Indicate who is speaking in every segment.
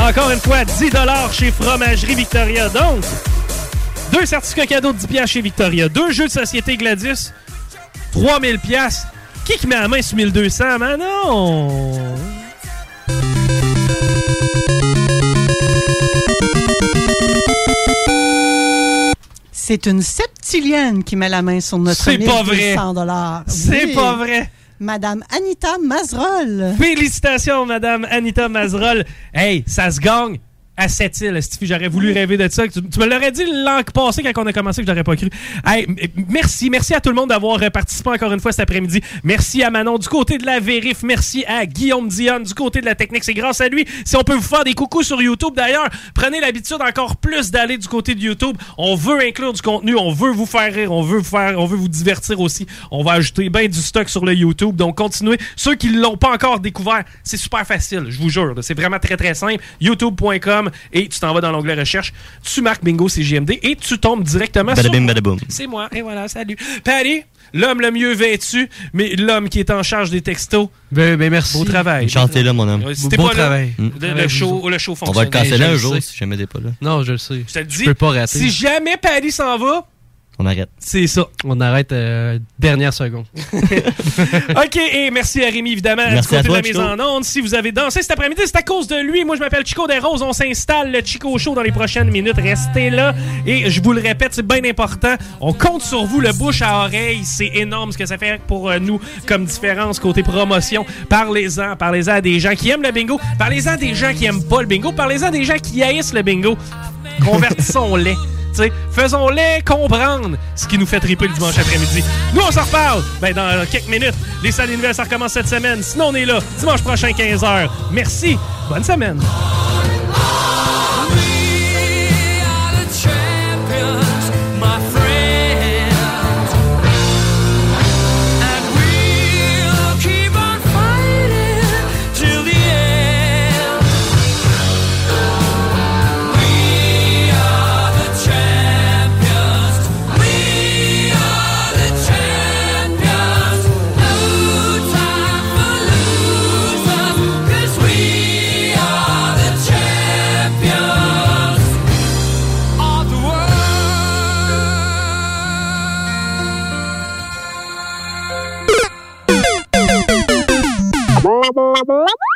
Speaker 1: Encore une fois, 10 chez Fromagerie Victoria. Donc, deux certificats cadeaux de 10 piastres chez Victoria, deux jeux de société Gladius, 3000 piastres. Qui qui met la main sur 1200, man? Non!
Speaker 2: C'est une septilienne qui met la main sur notre
Speaker 1: C'est pas vrai.
Speaker 2: 1200 dollars.
Speaker 1: C'est
Speaker 2: Oui.
Speaker 1: pas vrai!
Speaker 2: Madame Anita Mazerol.
Speaker 1: Félicitations, Madame Anita Mazerol. Hey, ça se gagne à cette île, Stifi. J'aurais voulu rêver de ça. Tu, tu me l'aurais dit l'an passé quand on a commencé que j'aurais pas cru. Hey, m- merci. Merci à tout le monde d'avoir euh, participé encore une fois cet après-midi. Merci à Manon du côté de la Vérif. Merci à Guillaume Dionne du côté de la technique. C'est grâce à lui. Si on peut vous faire des coucous sur YouTube, d'ailleurs, prenez l'habitude encore plus d'aller du côté de YouTube. On veut inclure du contenu. On veut vous faire rire. On veut vous faire, on veut vous divertir aussi. On va ajouter bien du stock sur le YouTube. Donc, continuez. Ceux qui l'ont pas encore découvert, c'est super facile. Je vous jure. là. C'est vraiment très, très simple. YouTube.com et tu t'en vas dans l'onglet recherche. Tu marques bingo CGMD et tu tombes directement sur.
Speaker 3: Badaboum, badaboum.
Speaker 1: C'est moi. Et voilà, salut. Paris, l'homme le mieux vêtu, mais l'homme qui est en charge des textos.
Speaker 4: Ben, ben, merci.
Speaker 1: Beau travail.
Speaker 3: Chantez là, mon homme.
Speaker 1: Si t'es
Speaker 4: beau
Speaker 1: pas là,
Speaker 4: travail.
Speaker 5: Hmm.
Speaker 1: le-
Speaker 4: Mm.
Speaker 1: le,
Speaker 4: Travail
Speaker 1: show,
Speaker 4: vous-
Speaker 1: le show
Speaker 3: On
Speaker 1: fonctionne.
Speaker 3: va le canceller
Speaker 4: je
Speaker 3: un
Speaker 4: le
Speaker 3: jour
Speaker 4: sais.
Speaker 3: si jamais t'es pas là.
Speaker 4: Non, je le sais.
Speaker 1: Je te le dis.
Speaker 4: Je peux pas rater.
Speaker 1: Si jamais Paris s'en va,
Speaker 3: On arrête.
Speaker 1: c'est ça.
Speaker 4: On arrête euh, dernière seconde.
Speaker 1: OK, et merci à Rémi, évidemment,
Speaker 3: Merci
Speaker 1: du
Speaker 3: à
Speaker 1: côté
Speaker 3: toi,
Speaker 1: de la mise
Speaker 3: Chico.
Speaker 1: en onde. Si vous avez dansé cet après-midi, c'est à cause de lui. Moi, je m'appelle Chico Des Roses. On s'installe le Chico Show dans les prochaines minutes. Restez là. Et je vous le répète, c'est bien important. On compte sur vous, le bouche à oreille. C'est énorme ce que ça fait pour euh, nous comme différence côté promotion. Parlez-en. Parlez-en à des gens qui aiment le bingo. Parlez-en à des gens qui aiment pas le bingo. Parlez-en à des gens qui haïssent le bingo. Convertissons-les. Tu sais, Faisons-les comprendre ce qui nous fait triper le dimanche après-midi. Nous, on s'en reparle ben, dans euh, quelques minutes. Les salles des nouvelles, ça recommence cette semaine. Sinon, on est là dimanche prochain, 15h. Merci. Bonne semaine.
Speaker 5: We are the champions of the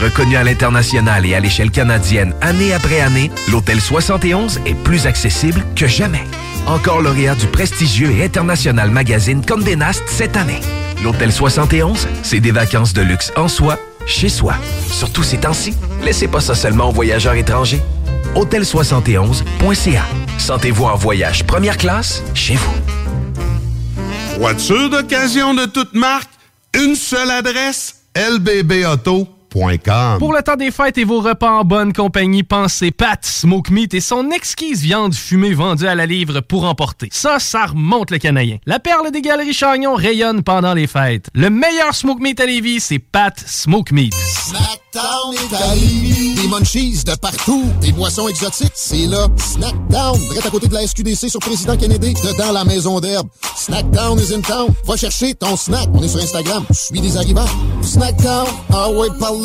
Speaker 6: Reconnu à l'international et à l'échelle canadienne année après année, l'Hôtel 71 est plus accessible que jamais. Encore lauréat du prestigieux et international magazine Condé Nast cette année. L'Hôtel 71, c'est des vacances de luxe en soi, chez soi. Surtout ces temps-ci, laissez pas ça seulement aux voyageurs étrangers. Hôtel71.ca. Sentez-vous en voyage première classe chez vous.
Speaker 7: Voiture d'occasion de toute marque, une seule adresse,
Speaker 8: Hum.
Speaker 7: lbbauto.com.
Speaker 1: Pour le temps des fêtes et vos repas en bonne compagnie, pensez Pat Smoke Meat et son exquise viande fumée vendue à la livre pour emporter. Ça, ça remonte le canadien. La perle des galeries Chagnon rayonne pendant les fêtes. Le meilleur Smoke Meat à Lévis, c'est Pat Smoke Meat.
Speaker 9: Snackdown est à Lévis. Des munchies de partout, des boissons exotiques, c'est là. Snackdown, direct à côté de la SQDC sur Président Kennedy, dedans la maison d'herbe. Snackdown is in town. Va chercher ton snack. On est sur Instagram. Je suis des arrivants. Snackdown, ah ouais, par là.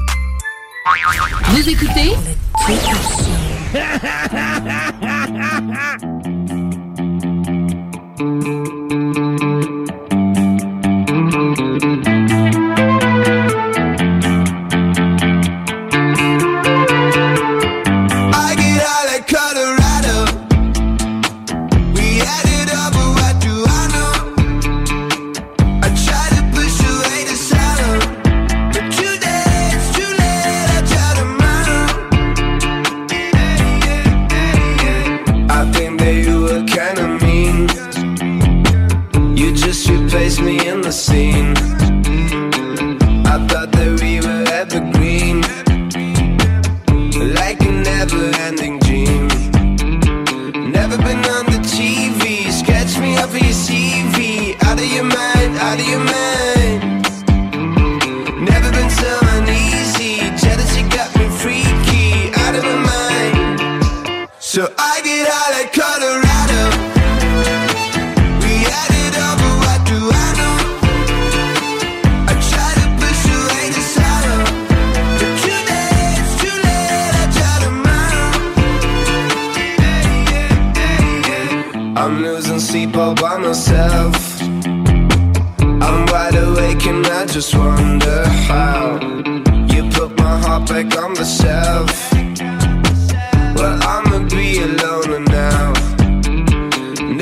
Speaker 5: Vous écoutez
Speaker 10: I get out like Colorado. We had it up, but what do I know? I try to push away the shadow, but too late, it's too late. I try to run. I think that you were kinda mean. You just replaced me in the scene. I thought that we were evergreen like a never-ending dream. Never been on the TV. Scratch me up for your CV. Out of your mind, out of your mind. Never been so uneasy. Jealousy got me freaky. Out of my mind. So I get out like Colorado. We had it all, but what do I know? I try to push away the sorrow. But too late, it's too late. I try to mount. I'm losing sleep all by myself. I'm wide awake and I just wonder how you put my heart back on the shelf. Well, I'ma be a loner now.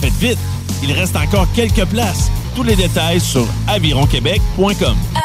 Speaker 11: Faites vite, il reste encore quelques places. Tous les détails sur avironquebec.com.
Speaker 10: I've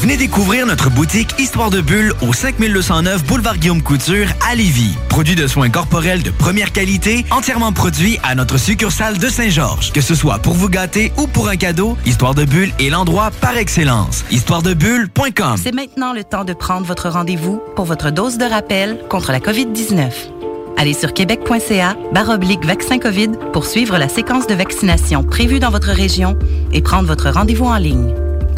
Speaker 12: Venez découvrir notre boutique Histoire de Bulle au 5209 Boulevard Guillaume Couture à Lévis. Produit de soins corporels de première qualité, entièrement produit à notre succursale de Saint-Georges. Que ce soit pour vous gâter ou pour un cadeau, Histoire de Bulle est l'endroit par excellence. Histoiredebulle.com
Speaker 13: C'est maintenant le temps de prendre votre rendez-vous pour votre dose de rappel contre la COVID-19. Allez sur québec.ca baroblique vaccin COVID pour suivre la séquence de vaccination prévue dans votre région et prendre votre rendez-vous en ligne.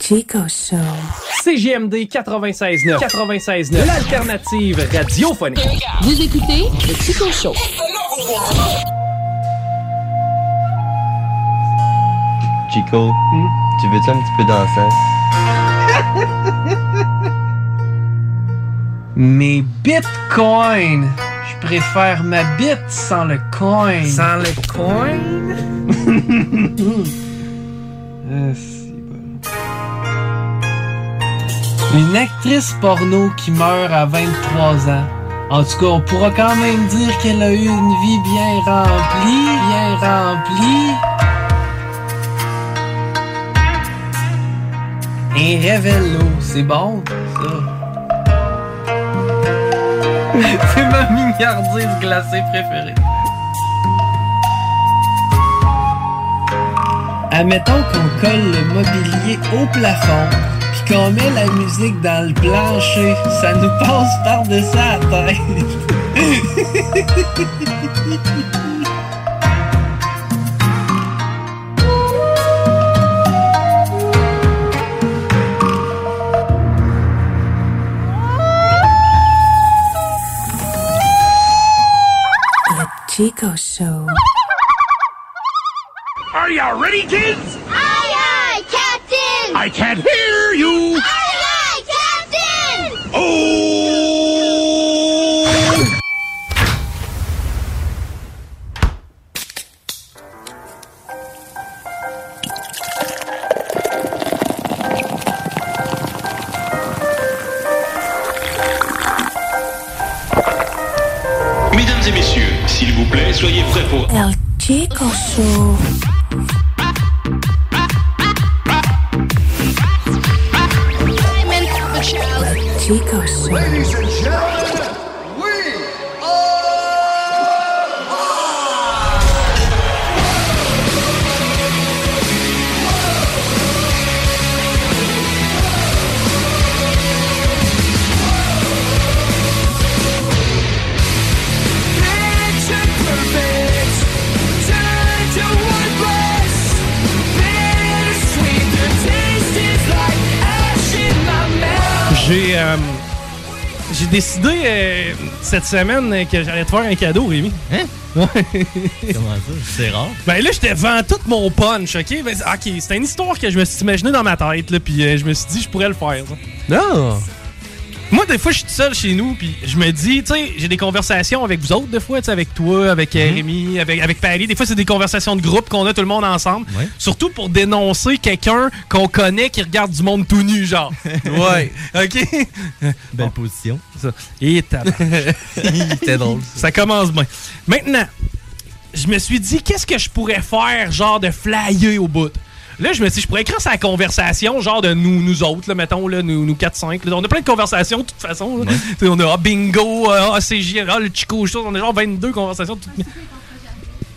Speaker 14: Chico Show.
Speaker 15: CGMD 96.9. 96.9. L'alternative radiophonique.
Speaker 14: Vous écoutez le Chico Show.
Speaker 4: Chico,
Speaker 5: Hmm?
Speaker 4: tu veux-tu un petit peu danser?
Speaker 16: Mes bitcoins. Je préfère ma bite sans le coin. Sans le coin? Ah, Une actrice porno qui meurt à 23 ans. En tout cas, on pourra quand même dire qu'elle a eu une vie bien remplie, bien remplie. Et révèle-le, c'est bon, ça. c'est ma mignardise glacée préférée. Admettons qu'on colle le mobilier au plafond, puis qu'on met la musique dans le plancher, ça nous passe par-dessus la tête.
Speaker 14: Le Chico Show.
Speaker 17: Are you ready, kids? Aye, aye, Captain! I can't hear you! Aye, aye, Captain! Oh!
Speaker 18: Mesdames et messieurs, s'il vous plaît, soyez prêts pour...
Speaker 14: El Chico Show. Chico Show.
Speaker 17: Ladies and gentlemen, we
Speaker 19: Picture perfect, turned to one bliss. Bittersweet, the taste is like ash in my mouth.
Speaker 1: J'ai euh, j'ai décidé euh, cette semaine euh, que j'allais te faire un cadeau, Rémi. Hein?
Speaker 5: Comment ça? C'est rare.
Speaker 1: Ben là, je devant tout mon punch, ok? Ben, ok, c'était une histoire que je me suis imaginée dans ma tête, là, puis euh, je me suis dit, je pourrais le faire. Non! Moi, des fois, je suis tout seul chez nous, puis je me dis, tu sais, j'ai des conversations avec vous autres, des fois, tu sais, avec toi, avec euh, Rémi, avec, avec Paris. Des fois, c'est des conversations de groupe qu'on a tout le monde ensemble. Surtout pour dénoncer quelqu'un qu'on connaît qui regarde du monde tout nu, genre.
Speaker 5: Ouais.
Speaker 1: OK?
Speaker 5: Belle position.
Speaker 1: Ça. Et tabarnak.
Speaker 5: C'était drôle,
Speaker 1: Ça commence bien. Maintenant, je me suis dit, qu'est-ce que je pourrais faire, genre, de flyer au bout? Là, je me suis dit, je pourrais écrire sa conversation, genre de nous, nous autres, là, mettons, là, nous, nous 4-5. là. On a plein de conversations, de toute façon. là. Tu sais, On a ah, bingo, ah, ah, CJ, ah, le Chico, je sais, on a genre 22 conversations. toutes-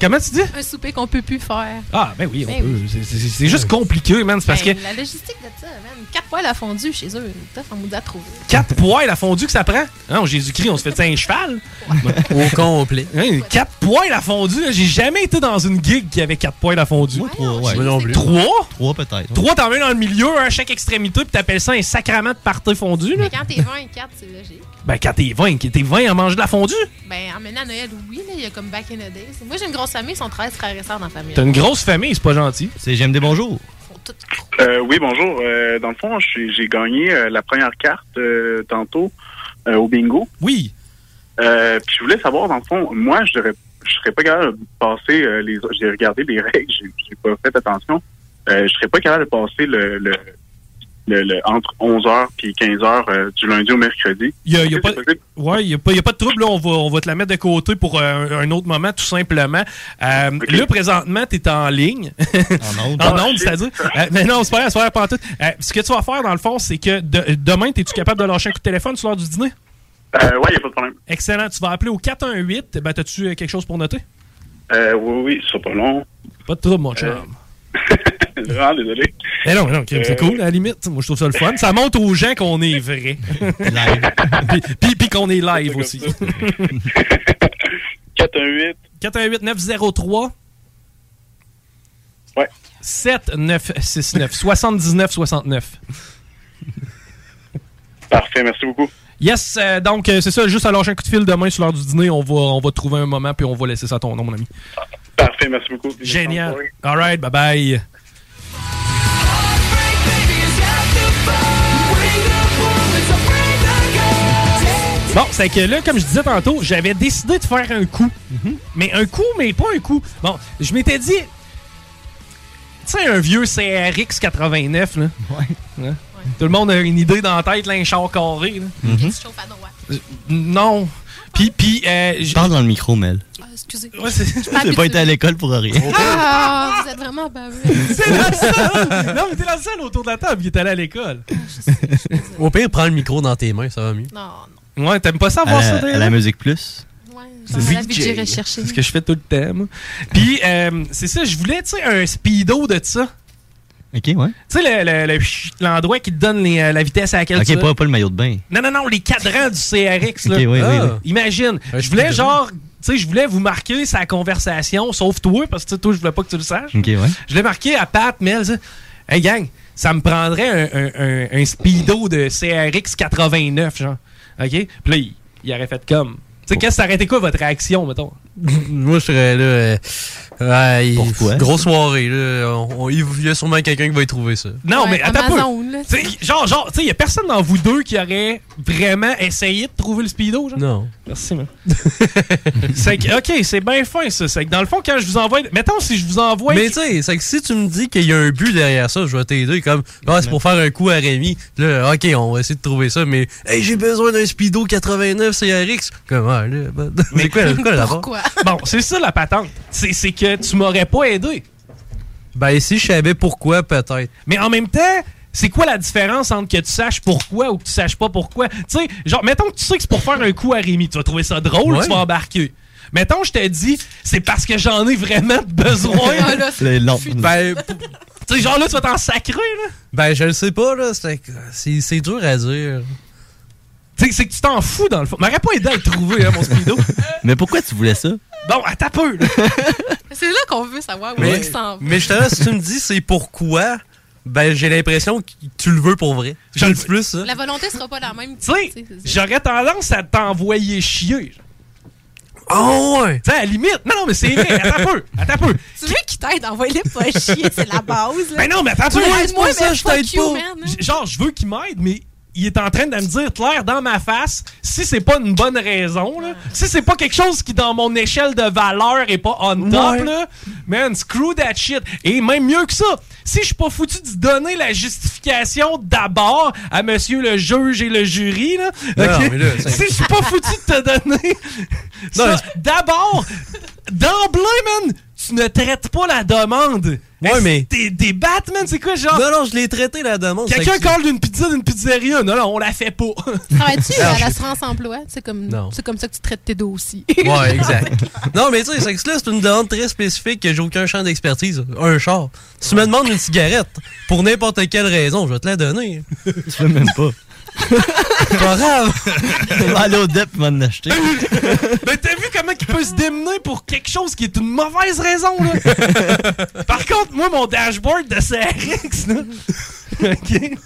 Speaker 1: Comment tu dis?
Speaker 20: Un souper qu'on peut plus faire.
Speaker 1: Ah, ben oui, on
Speaker 20: Ben
Speaker 1: peut.
Speaker 20: oui.
Speaker 1: C'est- C'est c'est juste compliqué, man. C'est parce
Speaker 20: Ben,
Speaker 1: que
Speaker 20: La logistique de ça, man. Quatre poils à fondue chez eux, c'est tough en mode à trouver.
Speaker 1: quatre poils à fondu que ça prend. Hein, au Jésus-Christ, on se fait un cheval. Au complet. quatre poils à fondu. J'ai jamais été dans une gig qui avait quatre poils à fondu. trois,
Speaker 5: ouais. Moi non plus.
Speaker 1: Trois?
Speaker 5: Trois peut-être.
Speaker 1: Trois, t'en mets dans le milieu, un à chaque extrémité, puis t'appelles ça un sacrament de party fondu. Là.
Speaker 20: Mais quand t'es 20, 4, c'est logique.
Speaker 1: Ben, quand t'es 20, t'es 20 à manger de la fondue.
Speaker 20: Ben, emmené à Noël, oui, là, il y a comme back in the days. Moi, j'ai une grosse famille, ils sont 13 frères et sœurs dans la famille.
Speaker 1: T'as une grosse famille, c'est pas gentil. C'est J'aime des bonjours.
Speaker 21: Euh, oui, bonjour. Euh, dans le fond, j'ai j'ai gagné euh, la première carte euh, tantôt euh, au bingo.
Speaker 1: Oui.
Speaker 21: Euh, puis je voulais savoir, dans le fond, moi, je devrais- je serais pas capable de passer euh, les. J'ai regardé les règles, j'ai j'ai pas fait attention. Euh, je serais pas capable de passer le, le, le- le- entre 11h puis 15h du lundi au mercredi.
Speaker 1: Il n'y a, pas- ouais, y a pas y a pas de trouble. là. On, va, on va te la mettre de côté pour euh, un, un autre moment, tout simplement. Euh, Là, présentement, tu es en ligne. En onde.
Speaker 5: Ah, shit.
Speaker 1: c'est-à-dire. Euh, mais non, c'est pas vrai, c'est pas vrai, pas en tout. Euh, ce que tu vas faire, dans le fond, c'est que de- demain, es-tu capable de lâcher un coup de téléphone sur l'heure du dîner?
Speaker 21: Euh, ouais, il n'y a pas de problème.
Speaker 1: Excellent. Tu vas appeler au 418. Ben, t'as-tu euh, quelque chose pour noter?
Speaker 21: Euh, oui, oui, c'est pas long.
Speaker 1: Pas de trouble, mon
Speaker 21: Euh,
Speaker 1: chum.
Speaker 21: Vraiment, désolé.
Speaker 1: Mais Eh non, mais non, crime, c'est
Speaker 21: Euh.
Speaker 1: cool, à la limite. Moi, je trouve ça le fun. Ça montre aux gens qu'on est vrai. live. puis puis- puis qu'on est live aussi.
Speaker 21: 418.
Speaker 1: 418-903.
Speaker 21: Ouais.
Speaker 1: 7969. 7969.
Speaker 21: Parfait, merci beaucoup.
Speaker 1: Yes, euh, donc euh, c'est ça, juste à lâcher un coup de fil demain sur l'heure du dîner, on va, on va trouver un moment puis on va laisser ça à ton nom, mon ami.
Speaker 21: Parfait, merci beaucoup.
Speaker 1: Génial. All right, bye bye. Bon, c'est que là, comme je disais tantôt, j'avais décidé de faire un coup. Mais un coup, mais pas un coup. Bon, je m'étais dit, tu sais, un vieux CRX 89, là. Ouais. Tout le monde a une idée dans la tête, là, un char carré. là. Euh, Non. Puis, puis, euh, j-
Speaker 5: Parle dans le micro, Mel.
Speaker 20: Excusez.
Speaker 1: Ouais, c'est- Je suis
Speaker 5: J'ai pas été à l'école pour rien.
Speaker 20: Ah, vous êtes vraiment baveux.
Speaker 1: C'est la seule! Non, mais t'es la seule autour de la table qui est allée à l'école.
Speaker 20: Ah,
Speaker 5: Au pire, prends le micro dans tes mains, ça va mieux.
Speaker 20: Non,
Speaker 1: Ouais, t'aimes pas ça,
Speaker 5: à
Speaker 1: voir ça,
Speaker 5: la,
Speaker 1: Dave?
Speaker 5: à la musique plus.
Speaker 20: non.
Speaker 1: C'est
Speaker 20: la vie que j'ai
Speaker 1: VJ.
Speaker 20: recherchée.
Speaker 1: C'est ce que je fais tout le temps. moi. Puis, euh, c'est ça, je voulais, tu sais, un speedo de ça.
Speaker 5: Ok, ouais.
Speaker 1: Tu sais, le- le- le- l'endroit qui te donne les, euh, la vitesse à laquelle tu
Speaker 5: Ok,
Speaker 1: vas.
Speaker 5: pas, pas le maillot de bain.
Speaker 1: Non, non, non, les cadrans du CRX, là.
Speaker 5: Ok, oui,
Speaker 1: Ah.
Speaker 5: oui, oui.
Speaker 1: Imagine. Je voulais, genre, tu sais, je voulais vous marquer sa conversation, sauf toi, parce que tu sais, toi, je voulais pas que tu le saches.
Speaker 5: Ok, ouais.
Speaker 1: Je l'ai marqué à Pat, mais elle dit Hey gang, ça me prendrait un, un- un- un speedo de CRX 89, genre. OK? Puis là, il, il aurait fait comme. Tu sais, qu'est-ce que ça aurait été quoi votre réaction, mettons?
Speaker 5: Moi, je serais là. Pourquoi?
Speaker 1: grosse
Speaker 5: soirée, là. il y a sûrement quelqu'un qui va y trouver ça.
Speaker 1: Non, mais attends un peu.
Speaker 20: Amazon, là.
Speaker 1: Tu sais, Genre, genre, tu sais, il y a personne dans vous deux qui aurait vraiment essayé de trouver le speedo, genre?
Speaker 5: Non.
Speaker 1: Merci, man. c'est que, OK, c'est bien fin, ça. C'est que dans le fond, quand je vous envoie. Mettons, si je vous envoie.
Speaker 5: Mais tu sais, c'est que si tu me dis qu'il y a un but derrière ça, je vais t'aider. Comme, ah, c'est pour faire un coup à Rémi. Là, ok, on va essayer de trouver ça, mais, hey, j'ai besoin d'un Speedo 89 CRX. Comme, ah, là, bah, c'est quoi, le- quoi le rapport?
Speaker 1: Bon, c'est ça la patente. C'est c'est que tu m'aurais pas aidé.
Speaker 5: Ben, si je savais pourquoi, peut-être.
Speaker 1: Mais en même temps, c'est quoi la différence entre que tu saches pourquoi ou que tu saches pas pourquoi? Tu sais, genre, mettons que tu sais que c'est pour faire un coup à Rémi, tu vas trouver ça drôle,
Speaker 5: Ouais.
Speaker 1: tu vas embarquer. Mettons, je te dis, c'est parce que j'en ai vraiment besoin.
Speaker 20: Oh,
Speaker 5: Ah, là, c'est- Le long. Ben,
Speaker 1: tu sais, genre là, tu vas t'en sacrer, là.
Speaker 5: Ben, je le sais pas, là. C'est, c'est- c'est dur à dire.
Speaker 1: Tu sais, c'est que tu t'en fous, dans le fond. M'aurait pas aidé à le trouver, hein, mon speedo.
Speaker 5: Mais pourquoi tu voulais ça?
Speaker 1: Bon, attends peu, là.
Speaker 20: C'est là qu'on veut savoir où
Speaker 5: Mais,
Speaker 20: il s'en va.
Speaker 5: mais je te laisse, si tu me dis c'est pourquoi, ben, j'ai l'impression que tu le veux pour vrai. Je le dis plus, ça.
Speaker 20: La volonté sera pas la même.
Speaker 1: Tu sais, j'aurais tendance à t'envoyer chier.
Speaker 5: Oh, ouais.
Speaker 1: Tu sais, à la limite. Non, non, mais c'est vrai. Attends peu. Attends peu.
Speaker 20: Tu veux qu'il t'aide, envoie-les pas chier, c'est la base. là.
Speaker 1: Ben non, mais attends,
Speaker 20: Tu
Speaker 1: peu.
Speaker 20: l'aides, moi, mais fuck you, man. hein.
Speaker 1: J- Genre, je veux qu'il m'aide, mais il est en train de me dire clair dans ma face si c'est pas une bonne raison, là, si c'est pas quelque chose qui, dans mon échelle de valeur, est pas on top,
Speaker 5: Ouais.
Speaker 1: là, man, screw that shit. Et même mieux que ça, si je suis pas foutu de donner la justification d'abord à monsieur le juge et le jury, là,
Speaker 5: Non,
Speaker 1: ok,
Speaker 5: mais là, c'est-
Speaker 1: si je suis pas foutu de te donner ça, d'abord, d'emblée, man, tu ne traites pas la demande. Hey,
Speaker 5: Ouais, mais.
Speaker 1: Des, des Batman, c'est quoi, genre?
Speaker 5: Non, non, je l'ai traité la demande.
Speaker 1: Quelqu'un
Speaker 5: Ça existe.
Speaker 1: colle d'une pizza d'une pizzeria. Non, non, on la fait pas.
Speaker 20: Travailles-tu
Speaker 5: Ah,
Speaker 20: à l'assurance emploi? C'est comme,
Speaker 5: Non.
Speaker 20: c'est comme ça que tu traites tes dos aussi.
Speaker 5: Ouais, exact. non, mais tu sais, c'est que là, c'est une demande très spécifique que j'ai aucun champ d'expertise. Un char. Si tu me demandes une cigarette, pour n'importe quelle raison, je vais te la donner.
Speaker 4: Tu fais même pas.
Speaker 5: pas grave.
Speaker 4: Va aller au DEP, m'en acheter.
Speaker 1: Mais Ben, t'as vu comment il peut se démener pour quelque chose qui est une mauvaise raison, là? Par contre, moi, mon dashboard de CRX, là. OK?